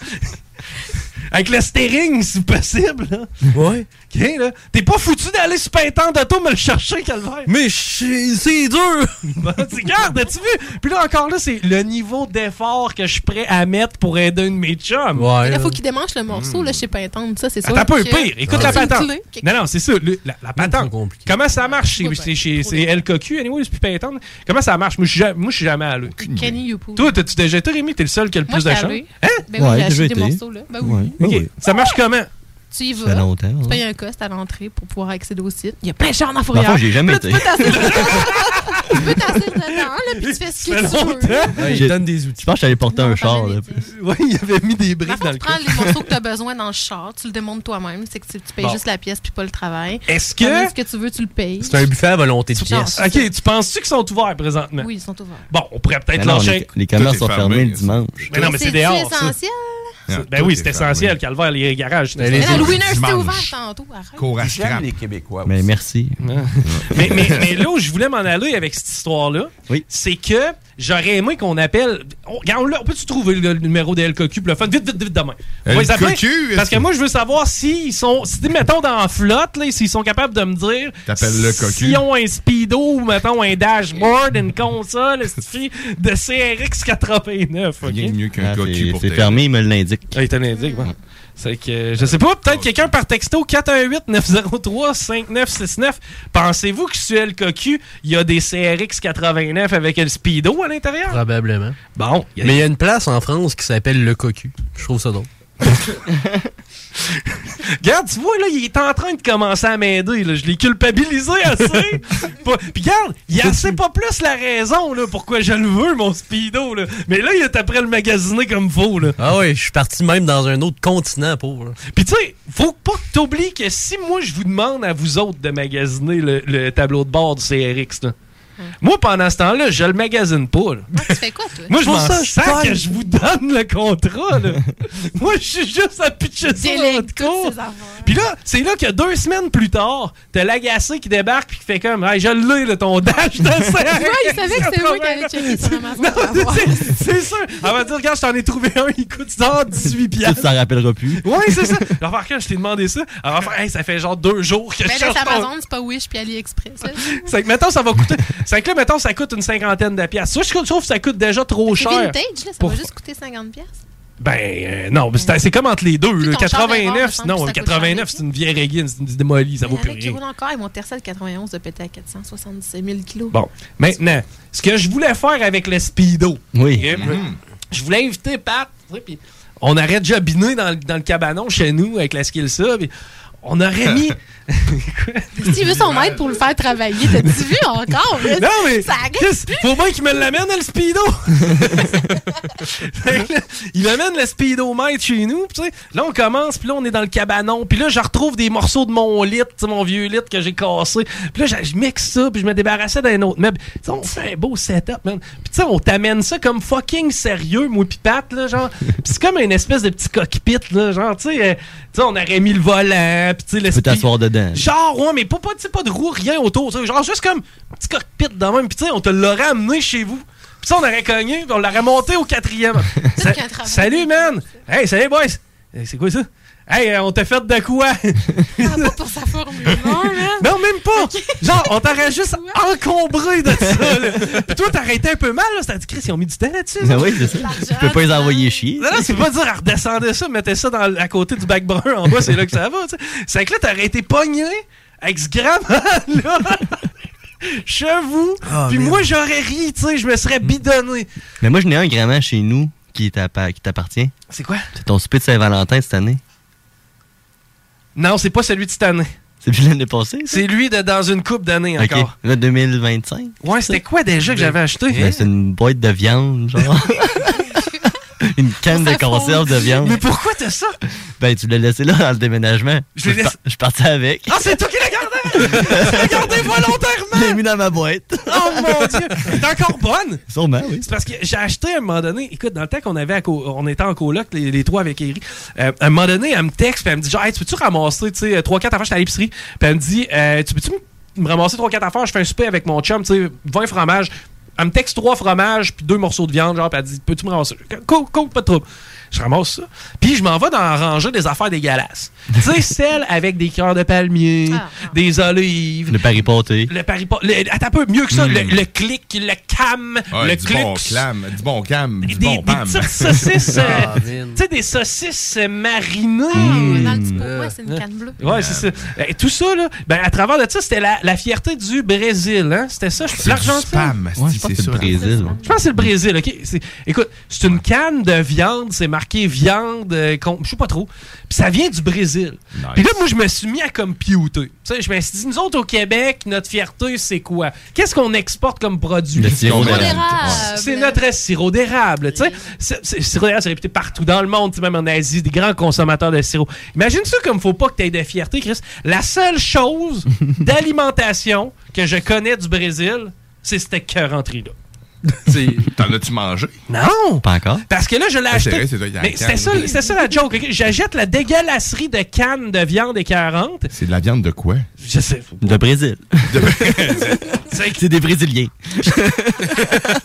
Speaker 1: Avec le steering, si possible, là.
Speaker 5: Ouais.
Speaker 1: OK, là. T'es pas foutu d'aller sur Pintan d'auto me le chercher, Calvaire.
Speaker 5: Mais c'est dur!
Speaker 1: Regarde, as-tu vu? Puis là, encore là, c'est le niveau d'effort que je suis prêt à mettre pour aider une de mes chums.
Speaker 20: Mais là, faut qu'il démanche le morceau, là, je sais pas entendre ça, c'est ça.
Speaker 1: Euh, hmm. Attends un peu, pire.
Speaker 20: Ah.
Speaker 1: Écoute la patente. Non, non, c'est ça. le- la, la patente. Comment ça marche chez, chez- chez- c'est LKQ, anyway, c'est plus patente. Comment ça marche? Moi, je suis jamais- moi, je suis jamais allé.
Speaker 20: Kenny Youpou.
Speaker 1: Toi, t'as-tu déjà été, Rémi? T'es le seul qui a le
Speaker 20: Moi,
Speaker 1: plus de
Speaker 20: j'étais
Speaker 1: chance.
Speaker 20: allé.
Speaker 1: Hein?
Speaker 20: Ben oui, j'ai acheté des morceaux, là. Ben oui.
Speaker 1: Ok. Ça marche comment?
Speaker 20: Tu y vas.
Speaker 4: fait longtemps,
Speaker 20: Tu
Speaker 4: ouais.
Speaker 20: payes un cost à l'entrée pour pouvoir accéder au site. Il y a plein de gens en
Speaker 4: Dans le
Speaker 20: fourrière.
Speaker 4: fond, j'ai jamais été.
Speaker 20: Tu peux t'asseoir dedans, là, puis tu fais ce que tu veux.
Speaker 4: J'ai- Je pense que j'allais porter un char. là.
Speaker 1: Oui, il avait mis des
Speaker 20: Dans le
Speaker 1: briques
Speaker 20: fond,
Speaker 1: dans
Speaker 20: tu
Speaker 1: le
Speaker 20: prends
Speaker 1: cul.
Speaker 20: les morceaux que tu as besoin dans le char, tu le démontes toi-même. C'est que tu tu payes
Speaker 1: Bon.
Speaker 20: juste la pièce puis pas le travail.
Speaker 1: Est-ce que-
Speaker 20: T'amènes ce que tu veux, tu le payes.
Speaker 5: C'est un buffet à volonté de pièces.
Speaker 1: Ok, tu penses-tu qu'ils sont ouverts présentement?
Speaker 20: Oui, ils sont ouverts.
Speaker 1: Bon, on pourrait peut-être
Speaker 4: Mais non,
Speaker 1: lancer.
Speaker 4: les, les commerces sont fermés le dimanche.
Speaker 1: Mais non, mais c'est
Speaker 20: C'est
Speaker 1: dehors. ça.
Speaker 20: essentiel.
Speaker 1: Ça- Ben oui, c'est essentiel, Calvaire, les garages.
Speaker 4: Mais
Speaker 20: Mais non, le winner, c'était ouvert tantôt. Arrête.
Speaker 4: J'aime
Speaker 1: les Québécois.
Speaker 4: Mais merci.
Speaker 1: mais, mais, mais là où je voulais m'en aller avec cette histoire-là, c'est que j'aurais aimé qu'on appelle. On, regarde, on l'a- on peut-tu trouver le, le numéro des LKQ pour le fun? Vite, vite, vite demain. On va les appeler,
Speaker 8: LKQ,
Speaker 1: parce que
Speaker 8: est-ce-
Speaker 1: moi, je veux savoir s'ils sont. Si, mettons, dans la flotte, là, s'ils sont capables de me dire.
Speaker 8: T'appelles le cocu.
Speaker 1: S'ils ont un speedo ou, mettons, un dashboard, une console, esti, de CRX 89. ok?
Speaker 4: mieux
Speaker 8: qu'un
Speaker 4: cocu
Speaker 1: pour
Speaker 4: C'est
Speaker 1: tes-
Speaker 4: fermé, il me l'indique.
Speaker 1: Ah, il te l'indique, ouais. C'est que, je sais pas, peut-être quelqu'un par texto 418-903-5969. Pensez-vous que sur LKQ, il y a des CRX 89 avec le Speedo à l'intérieur?
Speaker 5: Probablement.
Speaker 1: Bon.
Speaker 5: Mais il y a une place en France qui s'appelle le cocu. Je trouve ça drôle.
Speaker 1: Regarde, tu vois, là, il est en train de commencer à m'aider. là. Je l'ai culpabilisé assez. Pas- Puis regarde, il en sait pas plus la raison là, pourquoi je le veux, mon Speedo. Là. Mais là, il est après le magasiner comme faux. Là.
Speaker 5: Ah ouais, je suis parti même dans un autre continent pauvre.
Speaker 1: Puis tu sais, faut pas que t'oublies que si moi je vous demande à vous autres de magasiner le, le tableau de bord du CRX, là, moi pendant ce temps-là, je le magasine pas. là.
Speaker 20: Tu fais quoi, toi?
Speaker 1: Moi je m'en
Speaker 20: ça,
Speaker 1: sers que je vous donne le contrat. là. moi je suis juste à pitcher ça dans votre cour. Puis là, c'est là que deux semaines plus tard, t'as l'agacé qui débarque puis qui fait comme Hey, je l'ai là, ton dash de CRX.
Speaker 20: Ouais, il savait que c'était moi qui allais checker Ah, sur la masse.
Speaker 1: Non, c'est- C'est sûr. Elle va dire, regarde, je t'en ai trouvé un, il coûte 118
Speaker 4: Tu t'en rappelleras plus.
Speaker 1: oui, c'est ça. Alors, par contre, je t'ai demandé ça. Alors, enfin, hey, ça fait genre deux jours que
Speaker 20: Mais
Speaker 1: je
Speaker 20: Ben, là,
Speaker 1: cherche
Speaker 20: c'est
Speaker 1: ton-
Speaker 20: Amazon, c'est pas Wish puis AliExpress. là.
Speaker 1: C'est que, mettons, ça va coûter. C'est que là, mettons, ça coûte une cinquantaine de piastres. Ça, je trouve que ça coûte déjà trop
Speaker 20: C'est
Speaker 1: cher.
Speaker 20: vintage, là, ça
Speaker 1: Pour-
Speaker 20: va juste coûter 50$. piastres.
Speaker 1: Ben, euh, non, mais c'est c'est comme entre les deux. là.
Speaker 20: ton char d'erreur, me
Speaker 1: 89,
Speaker 20: semble que
Speaker 1: non,
Speaker 20: ça coûte
Speaker 1: 89, c'est une vieille régine, c'est une démolie, ça vaut
Speaker 20: Mais
Speaker 1: plus
Speaker 20: avec qui
Speaker 1: rien.
Speaker 20: roule encore et mon Tercel 91 de péter à 477 000 kilos.
Speaker 1: Bon, maintenant, ce que je voulais faire avec le Speedo.
Speaker 4: Oui.
Speaker 22: Mm-hmm.
Speaker 1: Mhm. Je voulais inviter Pat. tu sais, puis On aurait déjà biné dans, le- dans le cabanon chez nous avec la skill ça. puis On aurait mis.
Speaker 20: S'il veut son aide pour le faire travailler, t'as-tu vu encore? là?
Speaker 1: Non, mais.
Speaker 20: Ça
Speaker 1: Chris, Faut bien qu'il me l'amène, le Speedo! Fait que là, il amène le Speedo mate chez nous, pis tu sais. Là, on commence, puis là, on est dans le cabanon, puis là, je retrouve des morceaux de mon lit, tu sais, mon vieux lit que j'ai cassé. Puis là, je- je mixe ça, puis je me débarrassais d'un autre meuble. Tu sais, on fait un beau setup, man. Puis tu sais, on t'amène ça comme fucking sérieux, moi pis Pat, là, genre. Puis c'est comme une espèce de petit cockpit, là, genre, tu sais, euh, tu sais, on aurait mis le volant, puis tu sais, le
Speaker 4: Tu peux t'asseoir dedans.
Speaker 1: Genre, ouais, mais pas, pas, tu sais, pas de roue, rien autour. tu sais, Genre, juste comme un petit cockpit dans même. Puis, tu sais, on te l'aurait amené chez vous. Puis, ça, on aurait cogné, puis on l'aurait monté au quatrième. Sa- salut, man! Hey, salut, boys! Euh, C'est quoi ça? Hey, euh, on t'a fait de quoi?
Speaker 4: Ah,
Speaker 20: Pas pour sa formule, non, là.
Speaker 1: Non, même pas! Genre, on t'aurait juste encombré de ça, là. Puis toi, t'aurais été un peu mal, là. Ça dit, Chris, ils ont mis du temps là-dessus.
Speaker 4: Ah
Speaker 1: ça.
Speaker 4: oui, c'est ça. Tu peux pas les envoyer chier.
Speaker 1: Non, non, c'est pas dire à redescendre ça, mettez ça dans, à côté du bac brun en bas, c'est là que ça va. tu sais. C'est que là, t'aurais été pogné avec ce grammaire-là. J'avoue.
Speaker 4: Ah, Mm.
Speaker 1: Puis
Speaker 4: merde.
Speaker 1: moi, j'aurais ri, tu sais, je me serais bidonné.
Speaker 4: Mais moi, je n'ai un grand chez nous qui t'appa- qui t'appartient.
Speaker 1: C'est quoi?
Speaker 4: C'est ton souper de Saint-Valentin cette année.
Speaker 1: Non, c'est pas celui de cette année.
Speaker 4: C'est plus l'année passée. ça?
Speaker 5: C'est lui de dans une coupe d'années
Speaker 4: Ok.
Speaker 5: encore. hein?
Speaker 4: Là, 2025.
Speaker 5: Ouais, c'était quoi déjà que j'avais acheté?
Speaker 4: Ben, c'est une boîte de viande, genre. une canne de conserve de viande.
Speaker 5: Mais pourquoi t'as ça?
Speaker 4: Ben, tu l'as laissé là dans le déménagement.
Speaker 5: Je l'ai
Speaker 4: suis par-
Speaker 5: laissé-
Speaker 4: je suis parti avec.
Speaker 5: Ah, c'est toi qui l'as gardé! Tu l'as gardé volontairement!
Speaker 4: Je l'ai mis dans ma boîte.
Speaker 5: Oh mon dieu! T'es encore bonne?
Speaker 4: Sûrement, oui.
Speaker 1: C'est parce que j'ai acheté à un moment donné, écoute, dans le temps qu'on avait à co- on était en coloc, les, les trois avec Eric, euh, à un moment donné, elle me texte, puis elle me dit genre, Hey, tu peux-tu ramasser, tu sais, 3-4 affaires, j'étais à l'épicerie, puis elle me dit, Euh, tu peux-tu me- me ramasser 3-4 affaires, je fais un souper avec mon chum, tu sais, 20 fromages. Elle me texte 3 fromages, puis 2 morceaux de viande, genre, puis elle dit, peux-tu me ramasser? Cool, cool, pas de trouble. Je ramasse ça. Puis je m'en vais dans ranger des affaires dégueulasses. tu sais, celles avec des cœurs de palmier, des olives,
Speaker 4: Le Paris pâté.
Speaker 1: le pari le- attends un peu, mieux que ça, le, le clic, le cam,
Speaker 8: Ah,
Speaker 1: le
Speaker 8: Hmm. du
Speaker 1: clic.
Speaker 8: bon clam, du bon cam, du
Speaker 1: des,
Speaker 8: bon
Speaker 1: des
Speaker 8: pam.
Speaker 1: petites saucisses, euh, tu sais, des saucisses euh, marinées.
Speaker 20: Ah, Dans
Speaker 8: Hmm.
Speaker 20: le petit pot, ouais, c'est une canne bleue.
Speaker 1: Ouais, c'est ça. Et tout ça, là, ben, à travers de ça, c'était la, la fierté du Brésil. Hein? C'était ça, je-
Speaker 8: C'est du
Speaker 1: l'Argentine.
Speaker 8: spam, Ouais, je pense c'est que c'est ça, le Brésil,
Speaker 1: Je pense que c'est le Brésil. ok? C'est- Écoute, c'est une canne de viande, c'est marqué viande, euh, con- je sais pas trop. Puis ça vient du Brésil. Puis là, moi, je me suis mis à comme piouter. Tu sais, je me suis dit, nous autres au Québec, notre fierté, c'est quoi? Qu'est-ce qu'on exporte comme produit?
Speaker 4: Le sirop d'érable.
Speaker 1: C'est notre sirop d'érable. tu sais. C'est- c'est- Le sirop d'érable, c'est réputé partout dans le monde, tu sais, même en Asie, des grands consommateurs de sirop. Imagine ça comme faut pas que tu aies de fierté, Chris. La seule chose d'alimentation que je connais du Brésil, c'est cette cœur-entrée-là.
Speaker 8: T'en as-tu mangé?
Speaker 1: Non!
Speaker 4: Pas encore.
Speaker 1: Parce que là, je l'ai
Speaker 8: Ah, c'est
Speaker 1: acheté.
Speaker 8: vrai, c'est toi qui as la
Speaker 1: Mais
Speaker 8: canne.
Speaker 1: c'était ça, c'était ça la joke. ok? J'achète la dégueulasserie de canne de viande écœurante.
Speaker 8: C'est de la viande de quoi?
Speaker 1: Je sais.
Speaker 4: De Brésil.
Speaker 1: C'est
Speaker 4: des Brésiliens.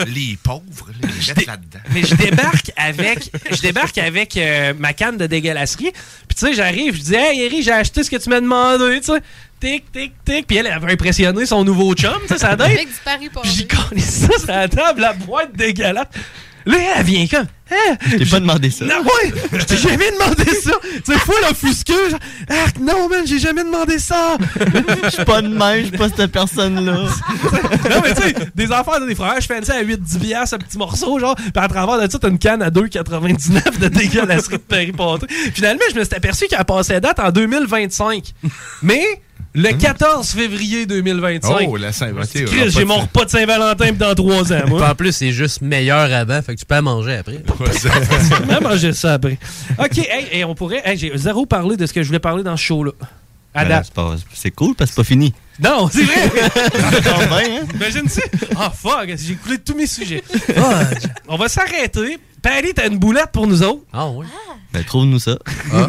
Speaker 8: les pauvres, là, les mettent là-dedans.
Speaker 1: Mais je débarque avec, je débarque avec euh, ma canne de dégueulasserie. Puis tu sais, j'arrive, je dis Hey Eri, j'ai acheté ce que tu m'as demandé, tu sais. Tic, tic, tic. Puis elle, elle avait impressionné son nouveau chum, tu sais, ça date.
Speaker 20: Avec du pari pour
Speaker 1: J'ai collé ça sur la table, la boîte dégueulasse. Là, elle vient comme. Hein?
Speaker 4: Je t'ai pas demandé ça.
Speaker 1: Non, ouais! Je t'ai jamais demandé ça! Tu sais, fois l'offusqueux, genre, Arc, non, man, j'ai jamais demandé ça!
Speaker 4: Je suis pas de même, je suis pas cette personne-là.
Speaker 1: non, mais tu sais, des affaires de des frères, je fancy à 8-10 piastres, ce petit morceau, genre, puis à travers de ça, t'as une canne à 2,99 de dégueulasserie de Perry Potter. Finalement, je me suis aperçu qu'elle passait date en 2025. Mais le 14 février 2025.
Speaker 8: Oh, la Saint-Valentin.
Speaker 1: Chris, j'ai mon repas de Saint-Valentin dans trois ans, moi.
Speaker 5: Puis en plus, c'est juste meilleur avant, fait que tu peux en manger après.
Speaker 1: On manger ça après. OK, hey, hey, on pourrait. hey, j'ai zéro parlé de ce que je voulais parler dans ce show-là. À
Speaker 4: Ben,
Speaker 1: date.
Speaker 4: c'est pas- C'est cool parce que c'est pas fini.
Speaker 1: Non, c'est vrai!
Speaker 5: hein.
Speaker 1: Imagine-tu? Ah, fuck, j'ai coulé tous mes sujets. Ah, on va s'arrêter. Paris, t'as une boulette pour nous autres.
Speaker 5: Ah, oui.
Speaker 4: Ben, trouve-nous ça. Moi,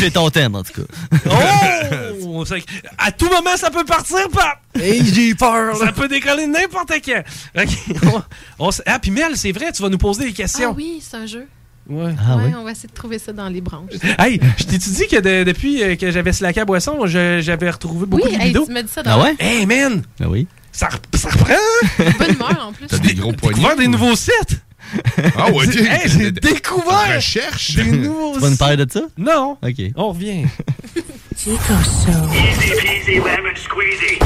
Speaker 4: j'ai ton thème, en tout cas.
Speaker 1: Oh! C'est- À tout moment, ça peut partir, pap!
Speaker 5: Hey, j'ai peur!
Speaker 1: Ça peut décoller n'importe quand. OK, on- on s- ah, puis Mel, c'est vrai, tu vas nous poser des
Speaker 20: Ah
Speaker 1: questions. Ah
Speaker 20: oui, c'est un jeu.
Speaker 1: Ouais.
Speaker 5: Ah
Speaker 20: ouais, on va essayer de trouver ça dans les branches.
Speaker 1: Hey, je t'ai-tu dit que de- depuis euh, que j'avais slacké à boisson, je- j'avais retrouvé beaucoup
Speaker 20: Oui,
Speaker 1: de
Speaker 20: hey,
Speaker 1: vidéos?
Speaker 20: tu m'as dit ça dans- Ah ouais?
Speaker 1: Hey, man!
Speaker 4: Ben oui.
Speaker 1: Ça, re- ça reprend!
Speaker 20: Bonne humeur en plus.
Speaker 8: T'as des gros poignets.
Speaker 1: Voir des nouveaux sites!
Speaker 8: Ah ouais,
Speaker 1: J'ai- hey, j'ai
Speaker 8: des-
Speaker 1: découvert!
Speaker 8: Recherche!
Speaker 1: Des nouveaux
Speaker 4: Tu vas nous parler de ça?
Speaker 1: Non.
Speaker 4: OK.
Speaker 1: On revient.
Speaker 17: Easy peasy lemon squeezy.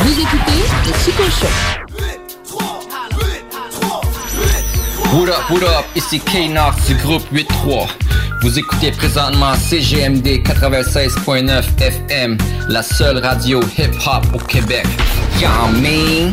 Speaker 14: Vous écoutez le Chico Show.
Speaker 23: What up, what up, ici K-Nox du groupe 8-3. Vous écoutez présentement CGMD 96.9 FM, la seule radio hip-hop au Québec. Y'all mean?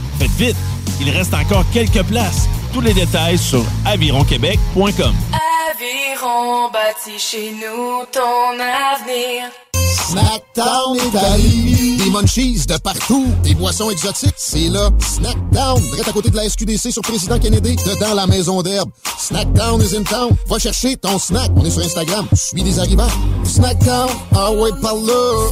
Speaker 11: Faites vite, il reste encore quelques places. Tous les détails sur avironquebec.com.
Speaker 19: Aviron bâti chez nous ton avenir.
Speaker 9: Snackdown Italie. Des munchies de partout. Des boissons exotiques. C'est là. Snackdown. Direct à côté de la SQDC sur Président Kennedy. Dedans la maison d'herbe. Snackdown is in town. Va chercher ton snack. On est sur Instagram. Suis des arrivants. Snackdown. Ah ouais, par là.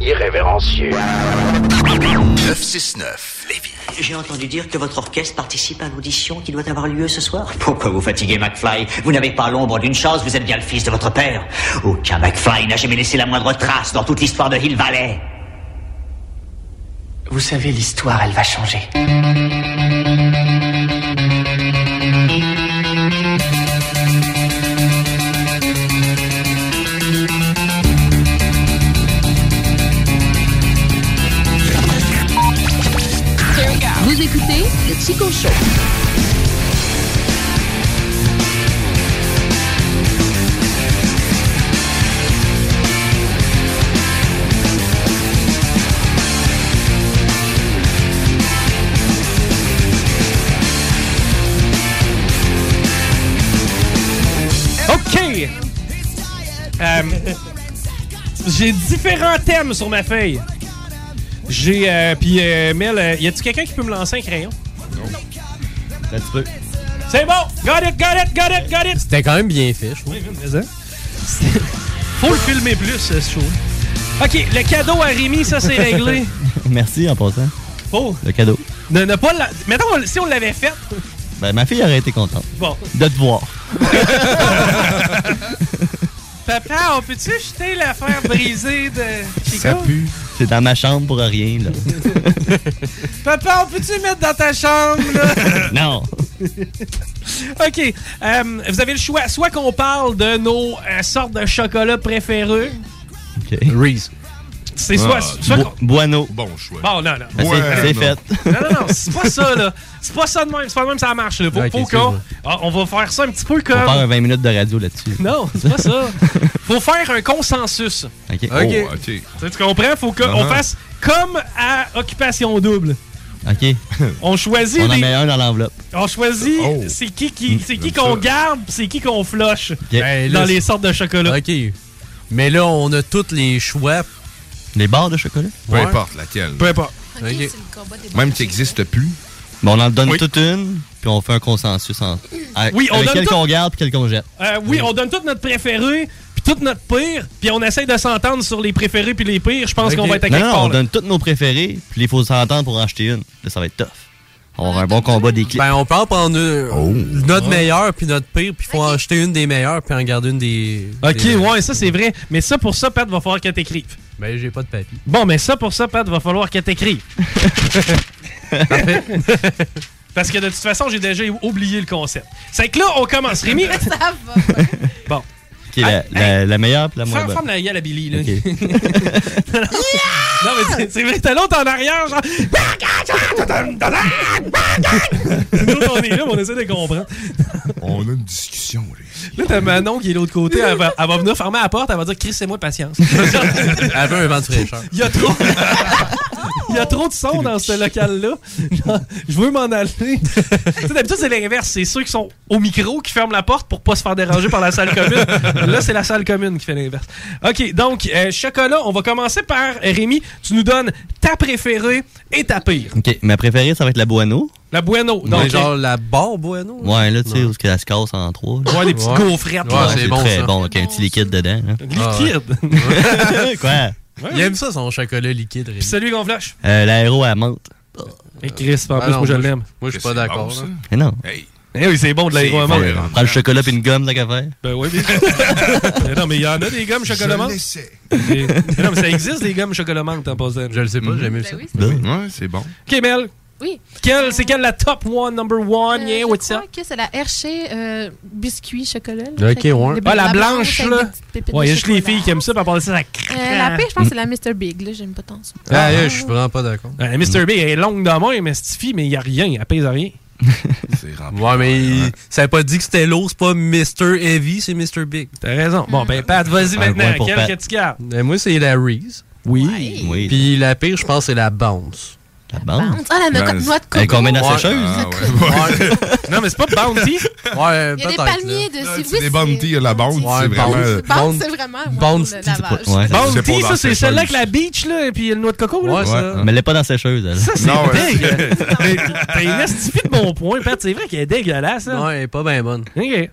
Speaker 24: irrévérencieux. 969.
Speaker 25: J'ai entendu dire que votre orchestre participe à l'audition qui doit avoir lieu ce soir. Pourquoi vous fatiguez McFly Vous n'avez pas l'ombre d'une chance, vous êtes bien le fils de votre père. Aucun McFly n'a jamais laissé la moindre trace dans toute l'histoire de Hill Valley.
Speaker 26: Vous savez, l'histoire, elle va changer.
Speaker 14: Vous écoutez le Chico Show.
Speaker 1: OK! Euh, j'ai différents thèmes sur ma feuille. J'ai. euh, Puis, euh, Mel, euh, y a-tu quelqu'un qui peut me lancer un crayon? C'est bon! Got it, got it, got it, got it!
Speaker 5: C'était quand même bien fait, je trouve.
Speaker 1: C'est- Faut le filmer plus, euh, ce show. OK, le cadeau à Rémi, ça, c'est réglé.
Speaker 4: Merci en passant.
Speaker 1: Oh!
Speaker 4: Le cadeau.
Speaker 1: Ne, ne pas la... Mettons, on- si on l'avait fait...
Speaker 4: Ben, ma fille aurait été contente.
Speaker 1: Bon.
Speaker 4: De te voir.
Speaker 1: Papa, on peut-tu jeter l'affaire brisée de Chico?
Speaker 4: C'est dans ma chambre pour rien, là.
Speaker 1: Papa, on peut-tu mettre dans ta chambre, là?
Speaker 4: non.
Speaker 1: OK. euh, vous avez le choix. Soit qu'on parle de nos euh, sortes de chocolats préférés.
Speaker 4: Reese.
Speaker 1: C'est soit- soit qu'on-
Speaker 4: Boano.
Speaker 8: Ah, Bon choix.
Speaker 1: Bon, non, non.
Speaker 4: Ben, c'est- Bueno. c'est fait.
Speaker 1: Non, non, non. C'est pas ça, là. C'est pas ça de même. C'est pas de même ça marche, là. Faut,
Speaker 4: Ok,
Speaker 1: faut
Speaker 4: excuse-moi.
Speaker 1: qu'on... Ah, on va faire ça un petit peu
Speaker 4: On va faire un
Speaker 1: comme...
Speaker 4: 20 minutes de radio là-dessus.
Speaker 1: Non, c'est pas ça. Faut faire un consensus.
Speaker 4: Oh, OK.
Speaker 1: OK. Tu tu comprends? Faut qu'on
Speaker 4: Uh-huh.
Speaker 1: fasse comme à Occupation Double.
Speaker 4: OK.
Speaker 1: On choisit
Speaker 4: On en
Speaker 1: des-
Speaker 4: met un dans l'enveloppe.
Speaker 1: On choisit
Speaker 4: Oh.
Speaker 1: c'est qui
Speaker 4: Hum,
Speaker 1: qui c'est qui qu'on garde, pis c'est qui qu'on floche
Speaker 5: Ben, là,
Speaker 1: dans les
Speaker 5: c'est-
Speaker 1: sortes de chocolat.
Speaker 5: OK. Mais là, on a tous les choix.
Speaker 4: Les barres de chocolat?
Speaker 8: Peu importe laquelle.
Speaker 1: Peu importe.
Speaker 4: Même si n'existe plus. Bon, on en donne toute une, puis on fait un consensus en... avec,
Speaker 1: Oui, on
Speaker 4: avec
Speaker 1: donne
Speaker 4: quel
Speaker 1: tout-
Speaker 4: qu'on garde puis quel qu'on jette.
Speaker 1: Euh, oui, on donne tout notre préféré, puis tout notre pire, puis on essaye de s'entendre sur les préférés puis les pires. Je pense
Speaker 4: Ok.
Speaker 1: qu'on va être à
Speaker 4: Non,
Speaker 1: quelque
Speaker 4: non,
Speaker 1: part.
Speaker 4: on
Speaker 1: là.
Speaker 4: donne tous nos préférés, puis il faut s'entendre pour en acheter une. Là, ça va être tough. On va avoir un bon combat des clips. Oh.
Speaker 5: Ben, on peut en prendre une- notre
Speaker 4: Ouais.
Speaker 5: meilleure puis notre pire, puis faut en acheter une des meilleures puis en garder une des.
Speaker 1: OK, ouais, ça c'est vrai. Mais ça pour ça, Pat, va falloir que t'écrives.
Speaker 5: Ben, j'ai pas de papier.
Speaker 1: Bon, mais ça pour ça, Pat, va falloir que t'écrives. Parce que de toute façon, j'ai déjà oublié le concept. C'est que là, on commence. Rémi,
Speaker 20: Ça va.
Speaker 4: Qui est la, la- la meilleure puis la moins
Speaker 1: ferme,
Speaker 4: bonne.
Speaker 1: ferme la gueule à Billy. Là. non, mais c'est- c'est vrai, t'as l'autre en arrière, genre. Nous, autres, on est là, mais on essaie de comprendre.
Speaker 8: On a une discussion, là.
Speaker 1: Là, t'as Manon qui est de l'autre côté, elle va, elle va venir fermer la porte, elle va dire Chris, c'est moi patience.
Speaker 5: Elle veut un vent de fraîcheur.
Speaker 1: Il y a trop. Il y a trop de sons dans ce local-là. Genre, Je veux m'en aller. Tu sais, D'habitude, c'est l'inverse. C'est ceux qui sont au micro qui ferment la porte pour pas se faire déranger par la salle commune. Là, c'est la salle commune qui fait l'inverse. OK, donc, euh, chocolat, on va commencer par euh, Rémi. Tu nous donnes ta préférée et ta pire.
Speaker 4: OK, ma préférée, ça va être la Bueno.
Speaker 1: La Bueno.
Speaker 4: Ouais,
Speaker 1: Donc, euh,
Speaker 4: genre
Speaker 5: Ben, la barre Bueno.
Speaker 4: Ouais, là, tu sais, où qu'elle se casse en trois. là.
Speaker 1: Ouais, les petites Ouais. gaufrettes,
Speaker 4: Ouais,
Speaker 1: là.
Speaker 4: c'est
Speaker 1: C'est bon,
Speaker 4: très
Speaker 1: ça.
Speaker 4: bon, avec un petit liquide dedans. là. Ah
Speaker 1: Liquide.
Speaker 4: Quoi?
Speaker 5: ah, Il aime ça, son chocolat liquide. Rémi.
Speaker 1: Puis celui qu'on flash.
Speaker 4: Euh, L'aéro à menthe.
Speaker 1: Et Chris, en
Speaker 5: Ah
Speaker 1: plus,
Speaker 5: non,
Speaker 1: moi, je
Speaker 5: moi,
Speaker 1: l'aime.
Speaker 5: moi, je suis pas d'accord, bon, là. ça.
Speaker 4: Mais non.
Speaker 1: Eh oui, c'est bon de l'aéro à menthe.
Speaker 4: On prend le chocolat puis une gomme, là, qu'à faire.
Speaker 1: Ben oui, mais... Mais non, mais il y en a des gommes chocolat menthe. Mais-
Speaker 20: Ben
Speaker 1: mais non, mais ça existe des gommes chocolat menthe, t'en passes. Je le sais pas, j'ai jamais vu ça.
Speaker 8: Mhm. Ouais, c'est bon.
Speaker 1: Ok, Mel.
Speaker 20: Oui.
Speaker 1: Quelle- c'est quelle la top one, number one?
Speaker 20: Euh,
Speaker 1: yeah,
Speaker 20: je
Speaker 1: what's
Speaker 20: crois
Speaker 1: up?
Speaker 20: que c'est la Hershey euh, biscuit chocolat. là.
Speaker 1: Ok,
Speaker 20: Fait que
Speaker 1: ouais.
Speaker 20: les-
Speaker 1: Ah, la blanche,
Speaker 20: avec
Speaker 1: là.
Speaker 20: des petites pépites
Speaker 1: Ouais, il y a
Speaker 20: de
Speaker 1: juste les
Speaker 20: chocolat.
Speaker 1: filles qui aiment ça, puis à part de ça, ça craque.
Speaker 20: Euh, la paix, je pense que c'est la Mr. Big. Là, j'aime pas tant ça.
Speaker 5: Ah, yeah, je suis vraiment pas d'accord.
Speaker 1: Euh, Mr. B est longue dans moi, mais cette fille, mais il n'y a rien, elle pèse rien.
Speaker 5: Ouais, mais il- ça n'a pas dit que c'était lourd, c'est pas Mr. Heavy, c'est Mr. Big.
Speaker 1: T'as raison. Bon,
Speaker 20: Mm.
Speaker 1: ben, Pat,
Speaker 5: Ah,
Speaker 1: vas-y maintenant, quelle que tu gardes?
Speaker 5: Ben, moi, c'est la Reese.
Speaker 1: Oui.
Speaker 5: oui. Puis la pire, je pense, c'est la Bounce. La
Speaker 20: Bounce? Ah, la no- Ben, noix de coco.
Speaker 5: Elle
Speaker 20: elle combine
Speaker 5: la
Speaker 20: la sécheuse.
Speaker 8: Ah,
Speaker 1: non, mais c'est pas Bounty.
Speaker 5: Ouais,
Speaker 20: Il y a des
Speaker 5: peut-être,
Speaker 20: palmiers dessus. Oui,
Speaker 8: C'est des bounty, la bounty, c'est vraiment.
Speaker 1: euh,
Speaker 20: Bounty, c'est vraiment. ouais,
Speaker 5: Bounty,
Speaker 20: la- la
Speaker 5: c'est
Speaker 20: vache.
Speaker 5: Ouais.
Speaker 1: Bounty,
Speaker 5: C'est pas
Speaker 1: ça,
Speaker 5: dans
Speaker 1: c'est
Speaker 5: la
Speaker 1: celle-là avec
Speaker 5: sécheuse.
Speaker 1: la beach, là, et puis le noix de coco, là.
Speaker 4: Ouais, Mais elle est pas dans la sécheuse, elle.
Speaker 1: Ça, c'est dégueu. Mais T'as une estifie de bon point, Pat. C'est vrai qu'elle est dégueulasse, là.
Speaker 5: Ouais, elle est pas bien bonne.
Speaker 1: OK.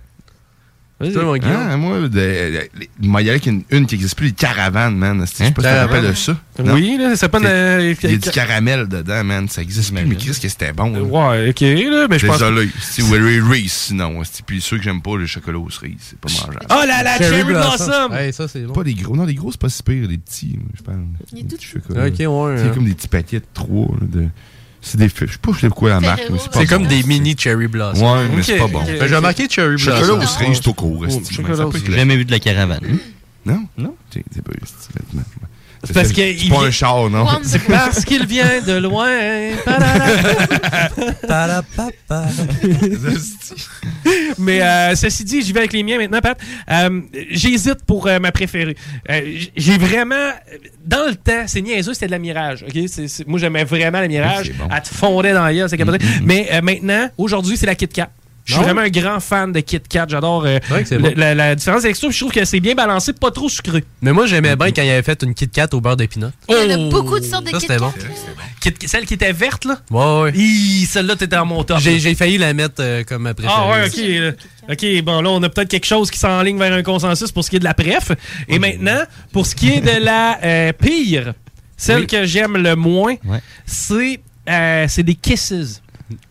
Speaker 1: Vas-y.
Speaker 5: Toi, mon Guillaume.
Speaker 8: Ah, moi, de- de- de- moi, il y en a une, une qui n'existe plus, les caravanes, man. Je sais pas si tu te
Speaker 1: Caravane?
Speaker 8: rappelles de ça.
Speaker 1: Oui, là, c'est pas une-
Speaker 8: Il y a du
Speaker 1: ca-
Speaker 8: caramel dedans, man. Ça existe plus, mais Chris, que c'était bon. là.
Speaker 1: Ah, Ouais, OK, là, mais je pense...
Speaker 8: Désolé. C'est Willy Reese, sinon. c'est- Puis ceux que j'aime pas, le chocolat aux cerises, c'est pas mangeable.
Speaker 1: Ah, la- la Cherry Cherry Blossom. Blossom.
Speaker 5: Hey, ça, c'est bon.
Speaker 8: Pas des gros. Non, des gros, c'est pas si pire. Des petits, je parle.
Speaker 20: Il est tout petit.
Speaker 8: chocolat.
Speaker 5: Ok, ouais,
Speaker 8: C'est
Speaker 5: hein.
Speaker 8: comme des petits paquets de trois. là, de- C'est des. Je sais pas, je sais pourquoi la marque. mais pas
Speaker 5: C'est
Speaker 8: bon.
Speaker 5: comme des mini Cherry Blossom.
Speaker 8: Ouais, mais c'est pas bon.
Speaker 5: Ben, J'ai remarqué Cherry Blossom.
Speaker 8: Chocolat aux cerises, tout
Speaker 1: Oh,
Speaker 8: court.
Speaker 4: J'ai jamais vu de la caravane.
Speaker 8: Hmm? Non? Non? C'est c'est pas. c'est vêtement.
Speaker 4: C'est parce
Speaker 8: c'est-
Speaker 4: que
Speaker 8: C'est
Speaker 4: il
Speaker 8: pas
Speaker 4: vient-
Speaker 8: un char, non?
Speaker 1: C'est parce qu'il vient de loin. Mais euh, ceci dit, j'y vais avec les miens maintenant, Pat. Euh, J'hésite pour euh, ma préférée. Euh, j- J'ai vraiment... Dans le temps, c'est niaiseux, c'était de la Mirage. ok? C'est- c'est- Moi, j'aimais vraiment la Mirage. Elle te fondait dans la gueule, c'est capable. Mais euh, maintenant, aujourd'hui, c'est la Kit Kat. Je suis
Speaker 5: Ah ouais?
Speaker 1: vraiment un grand fan de Kit Kat. J'adore euh,
Speaker 5: vrai que c'est
Speaker 1: le-
Speaker 5: bon.
Speaker 1: la, la différence avec ça. Je trouve que c'est bien balancé, pas trop sucré.
Speaker 5: Mais moi, j'aimais bien quand il avait fait une Kit Kat au beurre d'épinat.
Speaker 20: Il y
Speaker 1: Oh!
Speaker 20: en a beaucoup de sortes de
Speaker 5: Ça,
Speaker 20: Kit
Speaker 5: c'était
Speaker 20: Kat.
Speaker 5: bon.
Speaker 1: Kit- Celle qui était verte, là?
Speaker 5: Ouais, ouais.
Speaker 1: Hi, celle-là, t'étais en mon top.
Speaker 5: J'ai j'ai failli la mettre euh, comme ma préférée.
Speaker 1: Ah ouais, ok. là. Ok, bon, là, on a peut-être quelque chose qui s'enligne vers un consensus pour ce qui est de la préf. Et maintenant, pour ce qui est de la euh, pire, celle
Speaker 4: Oui.
Speaker 1: que j'aime le moins,
Speaker 4: Ouais.
Speaker 1: c'est euh, c'est des kisses.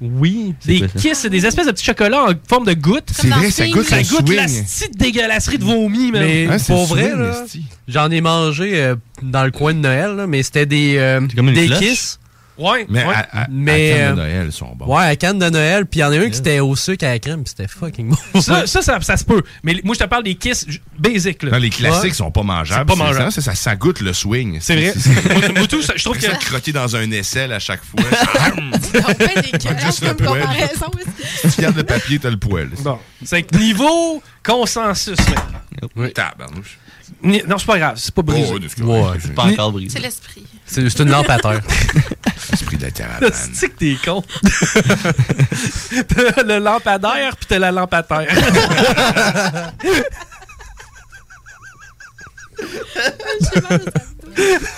Speaker 1: Oui,
Speaker 4: quoi
Speaker 1: des
Speaker 4: ça?
Speaker 1: kisses, c'est des espèces de petits chocolats en forme de gouttes.
Speaker 8: C'est vrai, ça goûte
Speaker 1: Ça
Speaker 8: le
Speaker 1: goûte la
Speaker 8: swing.
Speaker 1: petite dégueulasserie de vomi, man.
Speaker 5: Mais
Speaker 1: Hein, c'est
Speaker 5: pour
Speaker 1: le
Speaker 5: vrai,
Speaker 1: swing,
Speaker 5: là, j'en ai mangé euh, dans le coin de Noël, là, mais c'était des, euh,
Speaker 4: comme une
Speaker 5: des
Speaker 4: cloche.
Speaker 5: kisses.
Speaker 1: Ouais,
Speaker 8: Mais
Speaker 5: ouais.
Speaker 8: à- à- à
Speaker 5: Mais,
Speaker 8: canne de
Speaker 5: euh,
Speaker 8: Noël, ils sont bons.
Speaker 5: Ouais, à Cannes de Noël, puis il y en a un qui était au sucre à la crème, puis c'était fucking bon.
Speaker 1: Ça, ça, ça, ça se peut. Mais les- moi, je te parle des kisses j- basic. Là.
Speaker 8: Non, les classiques sont pas mangeables.
Speaker 1: C'est pas mangeable.
Speaker 8: Ça, ça, ça goûte le swing.
Speaker 1: C'est vrai. Moi- moi, tout, ça- je trouve que-
Speaker 8: Ça crotter dans un aisselle à chaque fois. Juste le
Speaker 20: Comme
Speaker 8: poil.
Speaker 20: comparaison.
Speaker 8: Tu gardes le papier, t'as le poil.
Speaker 1: Bon. C'est que niveau consensus, mec.
Speaker 8: Tabarnouche.
Speaker 1: Ni- Non, c'est pas grave, c'est pas brisé.
Speaker 8: Oh, c'est correct.
Speaker 5: Ouais, c'est pas encore brisé.
Speaker 20: C'est l'esprit.
Speaker 5: C'est c'est une lampe à terre.
Speaker 8: Esprit de la caravane.
Speaker 1: C'est que t'es con. t'as le lampadaire, puis t'as la lampe à terre.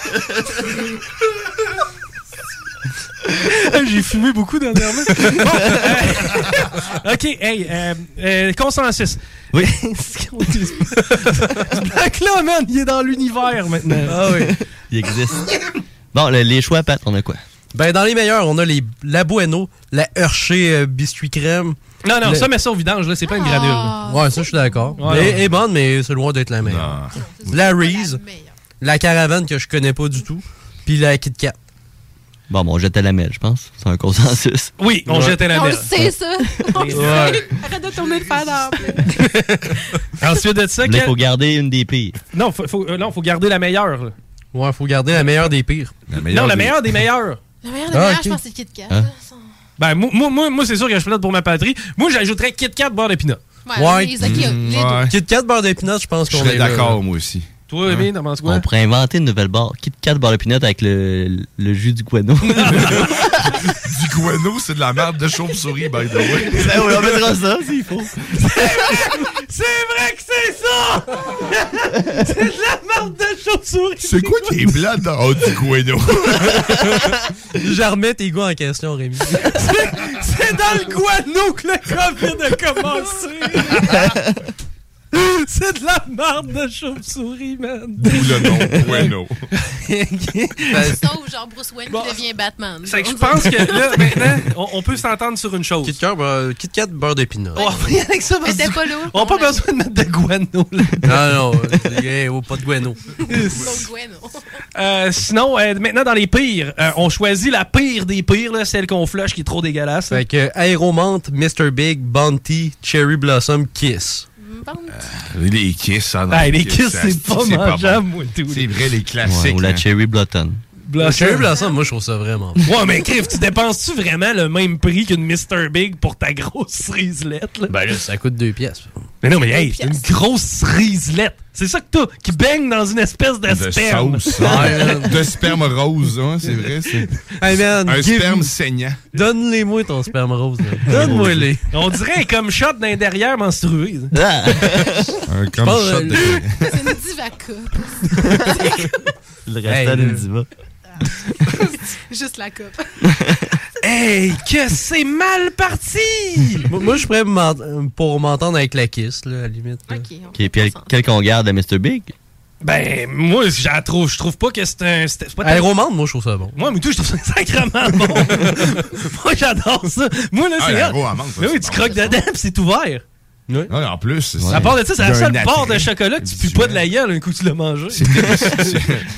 Speaker 1: Eh, J'ai fumé beaucoup dernièrement. Bon, euh, OK, hey, euh, euh, consensus.
Speaker 4: Oui.
Speaker 1: Black-là, man, il est dans l'univers maintenant.
Speaker 5: Ah oui.
Speaker 4: Il existe. Bon, le- les choix, Pat, on a quoi?
Speaker 5: Ben, dans les meilleurs, on a les, la Bueno, la Hershey euh, biscuit crème.
Speaker 1: Non, non,
Speaker 5: Le- Ah.
Speaker 1: ça, mais ça au vidange, là, c'est pas une gradule. là.
Speaker 5: Ouais, ça, je suis d'accord.
Speaker 1: Ouais,
Speaker 5: Elle
Speaker 1: ouais.
Speaker 5: est- est bonne, mais c'est loin d'être la meilleure. La Reese, la caravane que je connais pas du tout, puis la Kit Kat.
Speaker 4: Bon, bon, jetait la mêle, je pense. C'est un consensus.
Speaker 1: Oui, on jetait la
Speaker 20: On le
Speaker 1: merde.
Speaker 20: sait, ça. On le
Speaker 4: Ouais.
Speaker 20: sait. Arrête de tourner le fer dans
Speaker 1: Ben, Ensuite de ça,
Speaker 4: Là, il
Speaker 1: quel-
Speaker 4: faut garder une des pires.
Speaker 1: Non, faut, faut, euh, non, faut garder la meilleure. là.
Speaker 5: Ouais, faut garder la meilleure des pires.
Speaker 1: non, la meilleure des meilleures.
Speaker 20: La meilleure
Speaker 5: Ah,
Speaker 20: des meilleures,
Speaker 5: ok.
Speaker 20: je pense, c'est Kit Kat.
Speaker 5: Hein?
Speaker 1: Ben, moi, moi, moi, moi, c'est sûr que je flotte pour ma patrie. Moi, j'ajouterais Kit Kat, beurre d'épinat.
Speaker 20: Ouais, Ouais. les- ok, les deux.
Speaker 4: ouais.
Speaker 5: Kit Kat, beurre d'épinat, je pense
Speaker 4: Je
Speaker 5: qu'on
Speaker 4: serais
Speaker 5: est là,
Speaker 4: d'accord,
Speaker 5: là.
Speaker 4: moi
Speaker 8: aussi.
Speaker 1: Toi, Evie, t'en penses quoi?
Speaker 4: On pourrait inventer une nouvelle barre. Kit Kat barre de pinot avec le, le jus du guano.
Speaker 8: Du guano, c'est de la merde de chauve-souris, by the way.
Speaker 4: Ben oui, on mettra ça s'il faut.
Speaker 1: C'est vrai que c'est ça! c'est de la merde de chauve-souris!
Speaker 8: C'est quoi qui est blanc dans oh, du guano?
Speaker 5: Je remets tes goûts en question, Rémi.
Speaker 1: C'est dans le guano que le COVID a commencé! C'est de la merde de chauve-souris, man.
Speaker 8: Ou le nom, bueno.
Speaker 5: Ben,
Speaker 20: Sauf genre Bruce Wayne qui devient Batman.
Speaker 1: C'est que je pense que là, maintenant, on, on peut s'entendre sur une chose. KitKat,
Speaker 5: beurre d'épinard.
Speaker 1: Oh, rien avec ça, parce
Speaker 20: Mais c'était
Speaker 1: que-
Speaker 20: pas lourd,
Speaker 1: On n'a pas besoin de mettre de guano, là.
Speaker 5: Non, non, euh, hey, oh, pas de guano.
Speaker 1: Euh, sinon, euh, maintenant, dans les pires, euh, on choisit la pire des pires, là, celle qu'on flush qui est trop dégueulasse.
Speaker 5: Fait que Aéromante, Mr. Big, Bounty, Cherry Blossom, Kiss.
Speaker 8: Euh, Les Kiss, ça.
Speaker 5: Ah, les Kiss, c'est pas mangeable,
Speaker 1: moi, tout.
Speaker 8: C'est vrai, les classiques.
Speaker 4: Ouais, ou la
Speaker 8: hein.
Speaker 4: Cherry Blotton.
Speaker 1: Blossom.
Speaker 5: Cherry Blossom, moi, je trouve ça vraiment.
Speaker 1: Ouais, mais Criff, tu dépenses-tu vraiment le même prix qu'une Mr. Big pour ta grosse ceriselette? Là?
Speaker 5: Ben là, ça coûte deux pièces.
Speaker 1: Mais non, mais hey, une grosse ceriselette. C'est ça que t'as, qui baigne dans une espèce de,
Speaker 8: De
Speaker 1: sperme.
Speaker 8: sauce. hein. de sperme rose, hein, c'est vrai. c'est-
Speaker 5: Hey, man,
Speaker 8: Un
Speaker 5: give
Speaker 8: sperme
Speaker 5: me-
Speaker 8: saignant.
Speaker 5: Donne-les-moi ton sperme rose. là. Donne-moi-les.
Speaker 1: On dirait comme shot d'un derrière menstrué.
Speaker 5: Ah.
Speaker 8: Un
Speaker 5: comme shot de-
Speaker 20: C'est une diva coupe.
Speaker 4: Le
Speaker 1: Hey,
Speaker 4: restant d'une
Speaker 1: le-
Speaker 4: diva.
Speaker 20: Ah. Juste la coupe.
Speaker 1: Hey, que c'est mal parti!
Speaker 5: Moi, moi, je pourrais m'ent- pour m'entendre avec la kiss, là, à la limite. là.
Speaker 4: Ok, puis elle- quel qu'on garde de Mr. Big?
Speaker 1: Ben, moi, je la trouve, je trouve pas que c'est un. c'est- c'est pas tant-
Speaker 5: Aéromante, moi, je trouve ça bon.
Speaker 1: Moi, mais tout, je trouve ça sacrément bon. moi, j'adore ça. Moi, là,
Speaker 8: Ah,
Speaker 1: c'est.
Speaker 8: l'aéro amande, ça,
Speaker 1: Mais oui, tu
Speaker 8: c'est bon.
Speaker 1: croques dedans, puis c'est ouvert.
Speaker 8: Ouais, en plus, c'est-
Speaker 1: À part de ça, c'est la
Speaker 8: il y a un
Speaker 1: seule barre de
Speaker 8: attrait.
Speaker 1: chocolat que tu pues pas de la gueule un coup que tu l'as mangé. tu
Speaker 8: C'est vrai,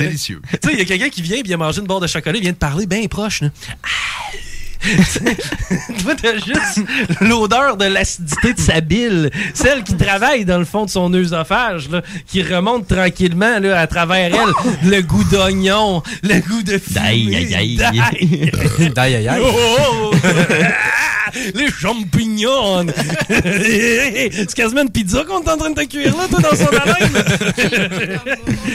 Speaker 8: délicieux.
Speaker 1: sais, il y a quelqu'un qui vient, puis il a mangé une barre de chocolat, il vient de parler bien proche. Là. Toi, t'as juste l'odeur de l'acidité de sa bile, celle qui travaille dans le fond de son œsophage, là, qui remonte tranquillement là, à travers elle, le goût d'oignon, le goût de fumée,
Speaker 4: D'aïe, aïe, aïe.
Speaker 1: d'ail.
Speaker 5: D'aïe, aïe, aïe.
Speaker 1: Oh, oh, oh. Ah, Les champignons! c'est quasiment une pizza qu'on est en train de te cuire là, toi, dans son haleine!